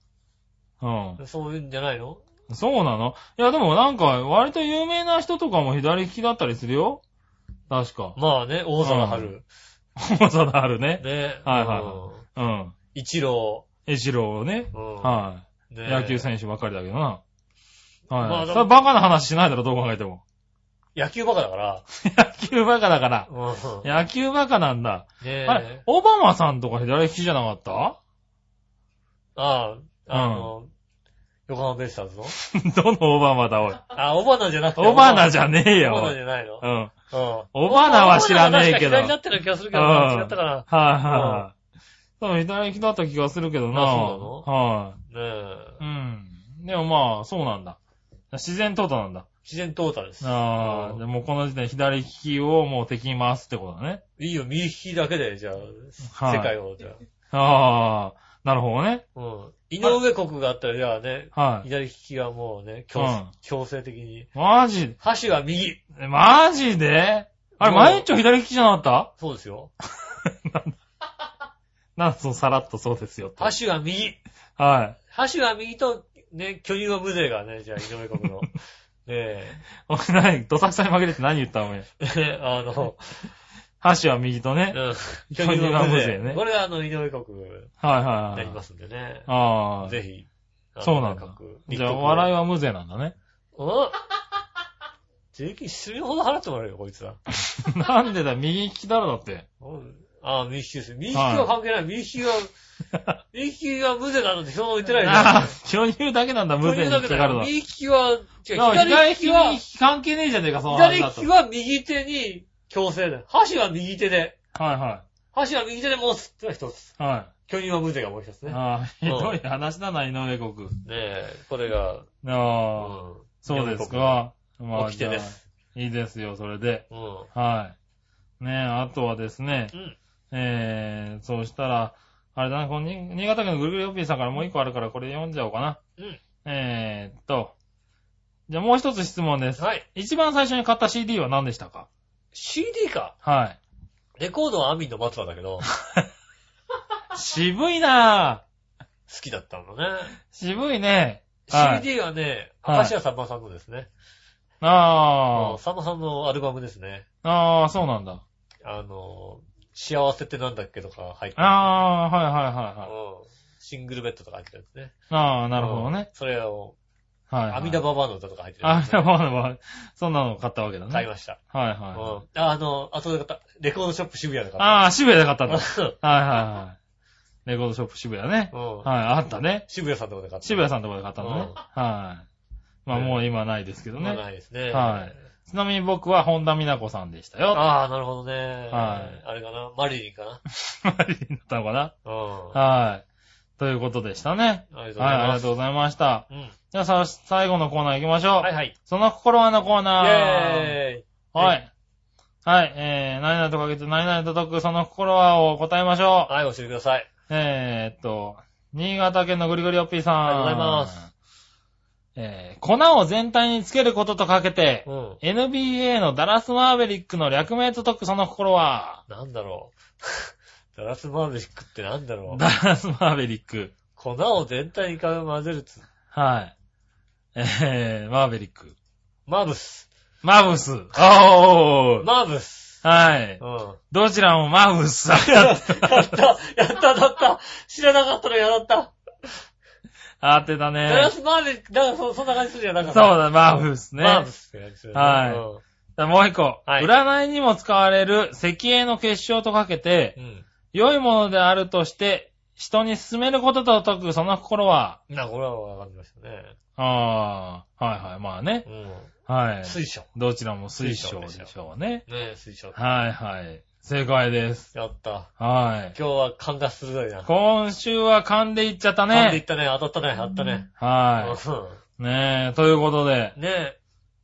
[SPEAKER 3] うん。
[SPEAKER 2] ん。そういうんじゃないの
[SPEAKER 3] そうなのいや、でもなんか、割と有名な人とかも左利きだったりするよ。確か。
[SPEAKER 2] まあね、大空春。
[SPEAKER 3] 重さのあるね。
[SPEAKER 2] ね。
[SPEAKER 3] はいはいはい
[SPEAKER 2] うん
[SPEAKER 3] うん。
[SPEAKER 2] 一郎。
[SPEAKER 3] エジローね。
[SPEAKER 2] うん
[SPEAKER 3] は
[SPEAKER 2] ね
[SPEAKER 3] い。野球選手ばっかりだけどな。
[SPEAKER 2] ま
[SPEAKER 3] は
[SPEAKER 2] あで
[SPEAKER 3] い。
[SPEAKER 2] も
[SPEAKER 3] それバカな話しないだろ、どう考えても。
[SPEAKER 2] 野球バカだから。
[SPEAKER 3] 野球バカだから。
[SPEAKER 2] うん。
[SPEAKER 3] 野球バカなんだ。
[SPEAKER 2] ね
[SPEAKER 3] あれ、オバマさんとか左利きじゃなか った
[SPEAKER 2] ああ、あの、横浜ベイスターズの
[SPEAKER 3] どのオバマだ、おい。
[SPEAKER 2] あ、オバナじゃなくて。
[SPEAKER 3] オバナじ
[SPEAKER 2] ゃ
[SPEAKER 3] ゃねえよ。
[SPEAKER 2] オバ
[SPEAKER 3] お
[SPEAKER 2] ナ
[SPEAKER 3] い
[SPEAKER 2] じゃないの
[SPEAKER 3] うん。
[SPEAKER 2] うん。
[SPEAKER 3] オバナは知らねえけど。
[SPEAKER 2] オバナは確か左
[SPEAKER 3] はい
[SPEAKER 2] になってる気がするけど、
[SPEAKER 3] うん
[SPEAKER 2] 違ったかな。
[SPEAKER 3] はいはい。多分左利きだった気がするけどな。
[SPEAKER 2] あそ
[SPEAKER 3] は
[SPEAKER 2] ねえ
[SPEAKER 3] い。うん。でもまあ、そうなんだ。自然淘汰なんだ。
[SPEAKER 2] 自然淘汰です。
[SPEAKER 3] あ
[SPEAKER 2] うん
[SPEAKER 3] あ、でもこの時点で左利きをもう敵に回すってことだね。
[SPEAKER 2] いいよ、右利きだけで、じゃあ、
[SPEAKER 3] はい
[SPEAKER 2] 世界を、じゃあ。
[SPEAKER 3] ああ、なるほどね。
[SPEAKER 2] うん。井上国があったら、じゃあね、
[SPEAKER 3] はい。
[SPEAKER 2] 左利きはもうね、強
[SPEAKER 3] うん
[SPEAKER 2] 強制的に。
[SPEAKER 3] マジ、
[SPEAKER 2] 箸は右。
[SPEAKER 3] マジであれ、
[SPEAKER 2] もう
[SPEAKER 3] 毎日左利きじゃなかっ
[SPEAKER 2] そうですよ。
[SPEAKER 3] たなんかそのさらっとそうですよって。
[SPEAKER 2] 箸は右。
[SPEAKER 3] はい。
[SPEAKER 2] 箸は右と、ね、巨乳は無勢がね、じゃあ、井上 国の。ねえ。
[SPEAKER 3] お前何、どさくさに負けてって何言ったのお前。
[SPEAKER 2] ねあの、
[SPEAKER 3] 箸は右とね。
[SPEAKER 2] うん。
[SPEAKER 3] 巨乳は無勢ね
[SPEAKER 2] これがあの、井上国
[SPEAKER 3] はい
[SPEAKER 2] に
[SPEAKER 3] はい
[SPEAKER 2] な
[SPEAKER 3] はい。
[SPEAKER 2] りますんでね。
[SPEAKER 3] ああ。
[SPEAKER 2] ぜひ。あの
[SPEAKER 3] そうなんだ
[SPEAKER 2] 内閣
[SPEAKER 3] じゃあ、笑い
[SPEAKER 2] い。
[SPEAKER 3] は無税なんだね。
[SPEAKER 2] うん税金死ぬほど払ってもらえるよ、こいつら。
[SPEAKER 3] なんでだ、右利きだろだって。
[SPEAKER 2] うんああ、右利きです。右利きは関係ない。右利き は、右利きは無税なので票を置いてないじゃ
[SPEAKER 3] あ
[SPEAKER 2] ん。
[SPEAKER 3] あ、巨乳だけなんだ、無税に引っかかるのは。
[SPEAKER 2] 右利きは、違う
[SPEAKER 3] だから
[SPEAKER 2] 左利きは
[SPEAKER 3] 左利、き関係ねえじゃねえか、その
[SPEAKER 2] 左
[SPEAKER 3] 話
[SPEAKER 2] 利
[SPEAKER 3] だと
[SPEAKER 2] き。は右手に強制だよ。箸は右手で。
[SPEAKER 3] はいは
[SPEAKER 2] 箸は右手で持つってのは一つ。
[SPEAKER 3] い。は
[SPEAKER 2] 巨人は無税がもう一つ
[SPEAKER 3] い。
[SPEAKER 2] ね。ね
[SPEAKER 3] ああ、 ひどい話だな、井上国。
[SPEAKER 2] え、これが、う
[SPEAKER 3] ああ、
[SPEAKER 2] ん。
[SPEAKER 3] そうですか。まあ
[SPEAKER 2] 起きてです。
[SPEAKER 3] じゃあいいですよ、それで。
[SPEAKER 2] うん。は
[SPEAKER 3] はい。ねえ、あとはですね。
[SPEAKER 2] うん
[SPEAKER 3] えー、そうしたら、あれだな、この新新潟県のぐるぐるよっぴーさんからもう一個あるから、これ読んじゃおうかな。
[SPEAKER 2] うん
[SPEAKER 3] えーっと。じゃあもう一つ質問です。
[SPEAKER 2] い。
[SPEAKER 3] 一番最初に買った CD は何でしたか
[SPEAKER 2] CD か。
[SPEAKER 3] はい。
[SPEAKER 2] レコードはアミンの松葉だけ ど、好
[SPEAKER 3] 渋いなぁ。
[SPEAKER 2] きだったのね。
[SPEAKER 3] 渋いね。はい
[SPEAKER 2] CD はね、
[SPEAKER 3] はい
[SPEAKER 2] 明石家さんまさんのですね。
[SPEAKER 3] あ
[SPEAKER 2] うんさんまさんのアルバムですね。
[SPEAKER 3] あ、ああ、そうなんだ。
[SPEAKER 2] あの、幸せってなんだっけとか入ってる。
[SPEAKER 3] ああ、はいはいはいはい。
[SPEAKER 2] うんシングルベッドとか入ってるやつね。
[SPEAKER 3] ああ、なるほどね
[SPEAKER 2] う。ん。それを、
[SPEAKER 3] はい、はい。
[SPEAKER 2] アミダババアの歌とか入ってる
[SPEAKER 3] あ、
[SPEAKER 2] や
[SPEAKER 3] アミ
[SPEAKER 2] つ
[SPEAKER 3] ダ
[SPEAKER 2] ね。
[SPEAKER 3] バは、そんなの買ったわけだね。
[SPEAKER 2] 買いました。
[SPEAKER 3] はい
[SPEAKER 2] うん
[SPEAKER 3] は。
[SPEAKER 2] ああの、あとで買ったレコードショップ渋谷
[SPEAKER 3] い。
[SPEAKER 2] とか。
[SPEAKER 3] ああ、渋谷で買ったんだ。はい
[SPEAKER 2] あ
[SPEAKER 3] はいはい。レコードショップ渋谷ね。
[SPEAKER 2] うん
[SPEAKER 3] はい、あったね。
[SPEAKER 2] 渋谷さんとかで買った。
[SPEAKER 3] 渋谷さんのとこで買ったの
[SPEAKER 2] うん
[SPEAKER 3] ね。はい。まあ
[SPEAKER 2] ね
[SPEAKER 3] もう今ないですけど
[SPEAKER 2] まあ
[SPEAKER 3] ね。
[SPEAKER 2] ないですね。
[SPEAKER 3] はいちなみに僕は本田美奈子さんでした よ。
[SPEAKER 2] ああ、なるほどね。
[SPEAKER 3] はい
[SPEAKER 2] あれかな。マリリンかな。
[SPEAKER 3] マリリンだったのかな
[SPEAKER 2] うん。
[SPEAKER 3] はい。ということでしたね。
[SPEAKER 2] ありがとうご
[SPEAKER 3] はい、
[SPEAKER 2] ざ
[SPEAKER 3] あ
[SPEAKER 2] い
[SPEAKER 3] り
[SPEAKER 2] ま
[SPEAKER 3] が
[SPEAKER 2] す。
[SPEAKER 3] とうございました。
[SPEAKER 2] うん。
[SPEAKER 3] じゃあさ、最後のコーナー行きましょう。
[SPEAKER 2] はいはい。
[SPEAKER 3] その心はのコー
[SPEAKER 2] イェ
[SPEAKER 3] ナー。
[SPEAKER 2] ーイ。
[SPEAKER 3] はい。はい、えー、何々とかけて何々と解く、その心はを答えましょう。
[SPEAKER 2] はい、教えてください。
[SPEAKER 3] えーっと、新潟県のぐりぐりおっぴーさん。
[SPEAKER 2] ありがとうございます。
[SPEAKER 3] えー、粉を全体につけることとかけて、
[SPEAKER 2] うん。
[SPEAKER 3] NBA のダラスマーベリックの略名と解く、その心は、
[SPEAKER 2] なんだろう。ダ ラスマーベリックってなんだろう。
[SPEAKER 3] ダラスマーベリック。
[SPEAKER 2] 粉を全体に混ぜるつ。
[SPEAKER 3] はい。えー、マーベリック。
[SPEAKER 2] マーブス。
[SPEAKER 3] マブス。おー。
[SPEAKER 2] マーブス。
[SPEAKER 3] はい。
[SPEAKER 2] うん。
[SPEAKER 3] どちらもマブ ス。
[SPEAKER 2] やった、やった、だった。知らなかったのやだった。
[SPEAKER 3] 当て
[SPEAKER 2] ガラ
[SPEAKER 3] たね。
[SPEAKER 2] スマーベリック、だからそそんな感じするじゃん。なん
[SPEAKER 3] そ
[SPEAKER 2] か
[SPEAKER 3] うだ、マブスね。
[SPEAKER 2] マーブスって感じするよね。
[SPEAKER 3] はいもう一個。
[SPEAKER 2] はい
[SPEAKER 3] 占いにも使われる石英の結晶とかけて
[SPEAKER 2] う、ん。
[SPEAKER 3] 良いものであるとして、人に勧めることと解く、その心は、
[SPEAKER 2] うん。な、これはわかりましたね。
[SPEAKER 3] ああ、はいはい、まあね。
[SPEAKER 2] う
[SPEAKER 3] はい
[SPEAKER 2] ん。。水晶。
[SPEAKER 3] どちらも水晶でしょうね。
[SPEAKER 2] ねえ、水晶。
[SPEAKER 3] はいはい。正解です。
[SPEAKER 2] やった。
[SPEAKER 3] はい。
[SPEAKER 2] 今日は勘が鋭いな。
[SPEAKER 3] 今週は噛んでいっちゃった
[SPEAKER 2] 勘でいっ
[SPEAKER 3] ね。
[SPEAKER 2] たね。当たったね。当たったね。
[SPEAKER 3] は
[SPEAKER 2] う
[SPEAKER 3] い。ねえ、ということで、
[SPEAKER 2] んねえ。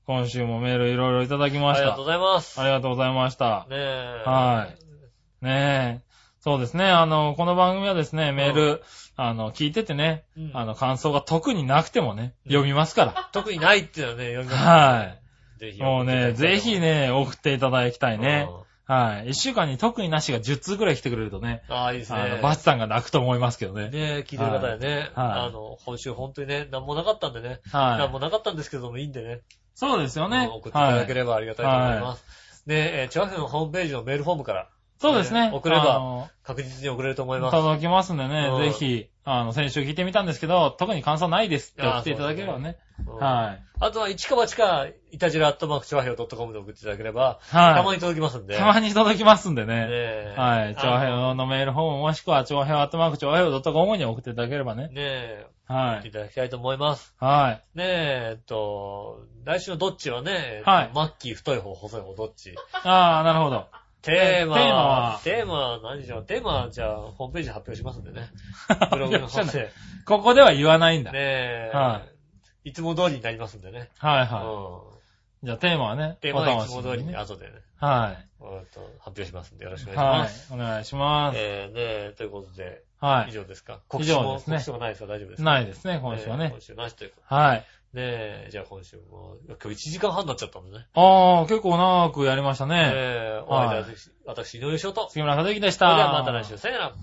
[SPEAKER 3] 今週もメールいろいろいただきま
[SPEAKER 2] あ
[SPEAKER 3] し
[SPEAKER 2] りが
[SPEAKER 3] た
[SPEAKER 2] とう。ございます。
[SPEAKER 3] ありがとうございました。
[SPEAKER 2] ねえ。
[SPEAKER 3] はい。ねえ。そうですね。あの、この番組はですね、メール、あの、聞いててね、
[SPEAKER 2] うん
[SPEAKER 3] あの、感想が特になくてもね、読みますか
[SPEAKER 2] 特にないっていうのはね、読み
[SPEAKER 3] ら。
[SPEAKER 2] ます。。
[SPEAKER 3] はい
[SPEAKER 2] ぜひ。
[SPEAKER 3] い。もうね、ぜひ。ね、送っていただきたいね。。はい。一週間に特になしが10通ぐらい来てくれるとね、
[SPEAKER 2] ああ、いいです
[SPEAKER 3] あ
[SPEAKER 2] ね
[SPEAKER 3] の、。バチさんが泣くと思いますけどね。
[SPEAKER 2] ね聞いてる方でね、
[SPEAKER 3] はい
[SPEAKER 2] あの、今週本当にね、何もなかったんでね、何
[SPEAKER 3] はい。
[SPEAKER 2] もなかったんですけども、いいんでね、
[SPEAKER 3] そうですよね
[SPEAKER 2] 送って。いた
[SPEAKER 3] は
[SPEAKER 2] だけ
[SPEAKER 3] い。
[SPEAKER 2] ればありがたいと思います。ねえー、チワフのホームページのメールフォームから
[SPEAKER 3] そうですね。
[SPEAKER 2] 送れば
[SPEAKER 3] あの
[SPEAKER 2] 確実に送れると思います。
[SPEAKER 3] 届きますんでね
[SPEAKER 2] う、ん
[SPEAKER 3] ぜひ、あの、先週聞いてみたんですけど、特に感想ないですって送っていただければね。
[SPEAKER 2] うん
[SPEAKER 3] はい。
[SPEAKER 2] あとは、一か八か、いたじらアットマークチョアヘオ .com で送っていただければ、
[SPEAKER 3] はい。
[SPEAKER 2] たまに届きますんで。
[SPEAKER 3] たまに届きますんでね。
[SPEAKER 2] ねえ。
[SPEAKER 3] はい。長
[SPEAKER 2] あ
[SPEAKER 3] 編のメールフォームもしくは、長編アットマーク長編 .com に送っていただければ
[SPEAKER 2] の
[SPEAKER 3] ね。
[SPEAKER 2] ねえ、送
[SPEAKER 3] は
[SPEAKER 2] って
[SPEAKER 3] い。
[SPEAKER 2] いただきたいと思います。
[SPEAKER 3] はい。
[SPEAKER 2] ねえ、えっと、来週のどっちはね、
[SPEAKER 3] はい
[SPEAKER 2] マッキー太い方、細い方、どっ ち
[SPEAKER 3] ああ、なるほど。
[SPEAKER 2] テー
[SPEAKER 3] テーマ
[SPEAKER 2] マ
[SPEAKER 3] は、
[SPEAKER 2] テーマは何でしょうテーマは、じゃあ、ホームページで発表しますんでね。ブログの方
[SPEAKER 3] いや知らない
[SPEAKER 2] で。
[SPEAKER 3] ここでは言わないんだ。
[SPEAKER 2] ねえ、、
[SPEAKER 3] はい
[SPEAKER 2] つも通りになりますんでね。
[SPEAKER 3] はい
[SPEAKER 2] うん
[SPEAKER 3] は。い。じゃあテーマはね、
[SPEAKER 2] テーマはいつも通
[SPEAKER 3] し
[SPEAKER 2] り
[SPEAKER 3] に
[SPEAKER 2] に
[SPEAKER 3] ね。
[SPEAKER 2] 後でね、
[SPEAKER 3] は
[SPEAKER 2] うんと発表しますんで、よろしくお
[SPEAKER 3] い。
[SPEAKER 2] 願い
[SPEAKER 3] は
[SPEAKER 2] します。
[SPEAKER 3] い。お願いします。
[SPEAKER 2] えー、ねえ、ということで、
[SPEAKER 3] は
[SPEAKER 2] 以上ですか
[SPEAKER 3] 以
[SPEAKER 2] 告知
[SPEAKER 3] 上
[SPEAKER 2] も、
[SPEAKER 3] ですね
[SPEAKER 2] 告知もないですか大丈夫です
[SPEAKER 3] い。
[SPEAKER 2] か
[SPEAKER 3] ないですね、今週は
[SPEAKER 2] えー
[SPEAKER 3] ね
[SPEAKER 2] 今。週なしというか。
[SPEAKER 3] はい。
[SPEAKER 2] ねえ、じゃあ今週も、今日1時間半になっちゃったんでね。
[SPEAKER 3] ああ、結構長くやりましたね。
[SPEAKER 2] ええ、お会いいた
[SPEAKER 3] はい
[SPEAKER 2] 私、私、井上翔と。そ
[SPEAKER 3] 杉村和之でし
[SPEAKER 2] れ
[SPEAKER 3] た。
[SPEAKER 2] ではまた来週、さよなら。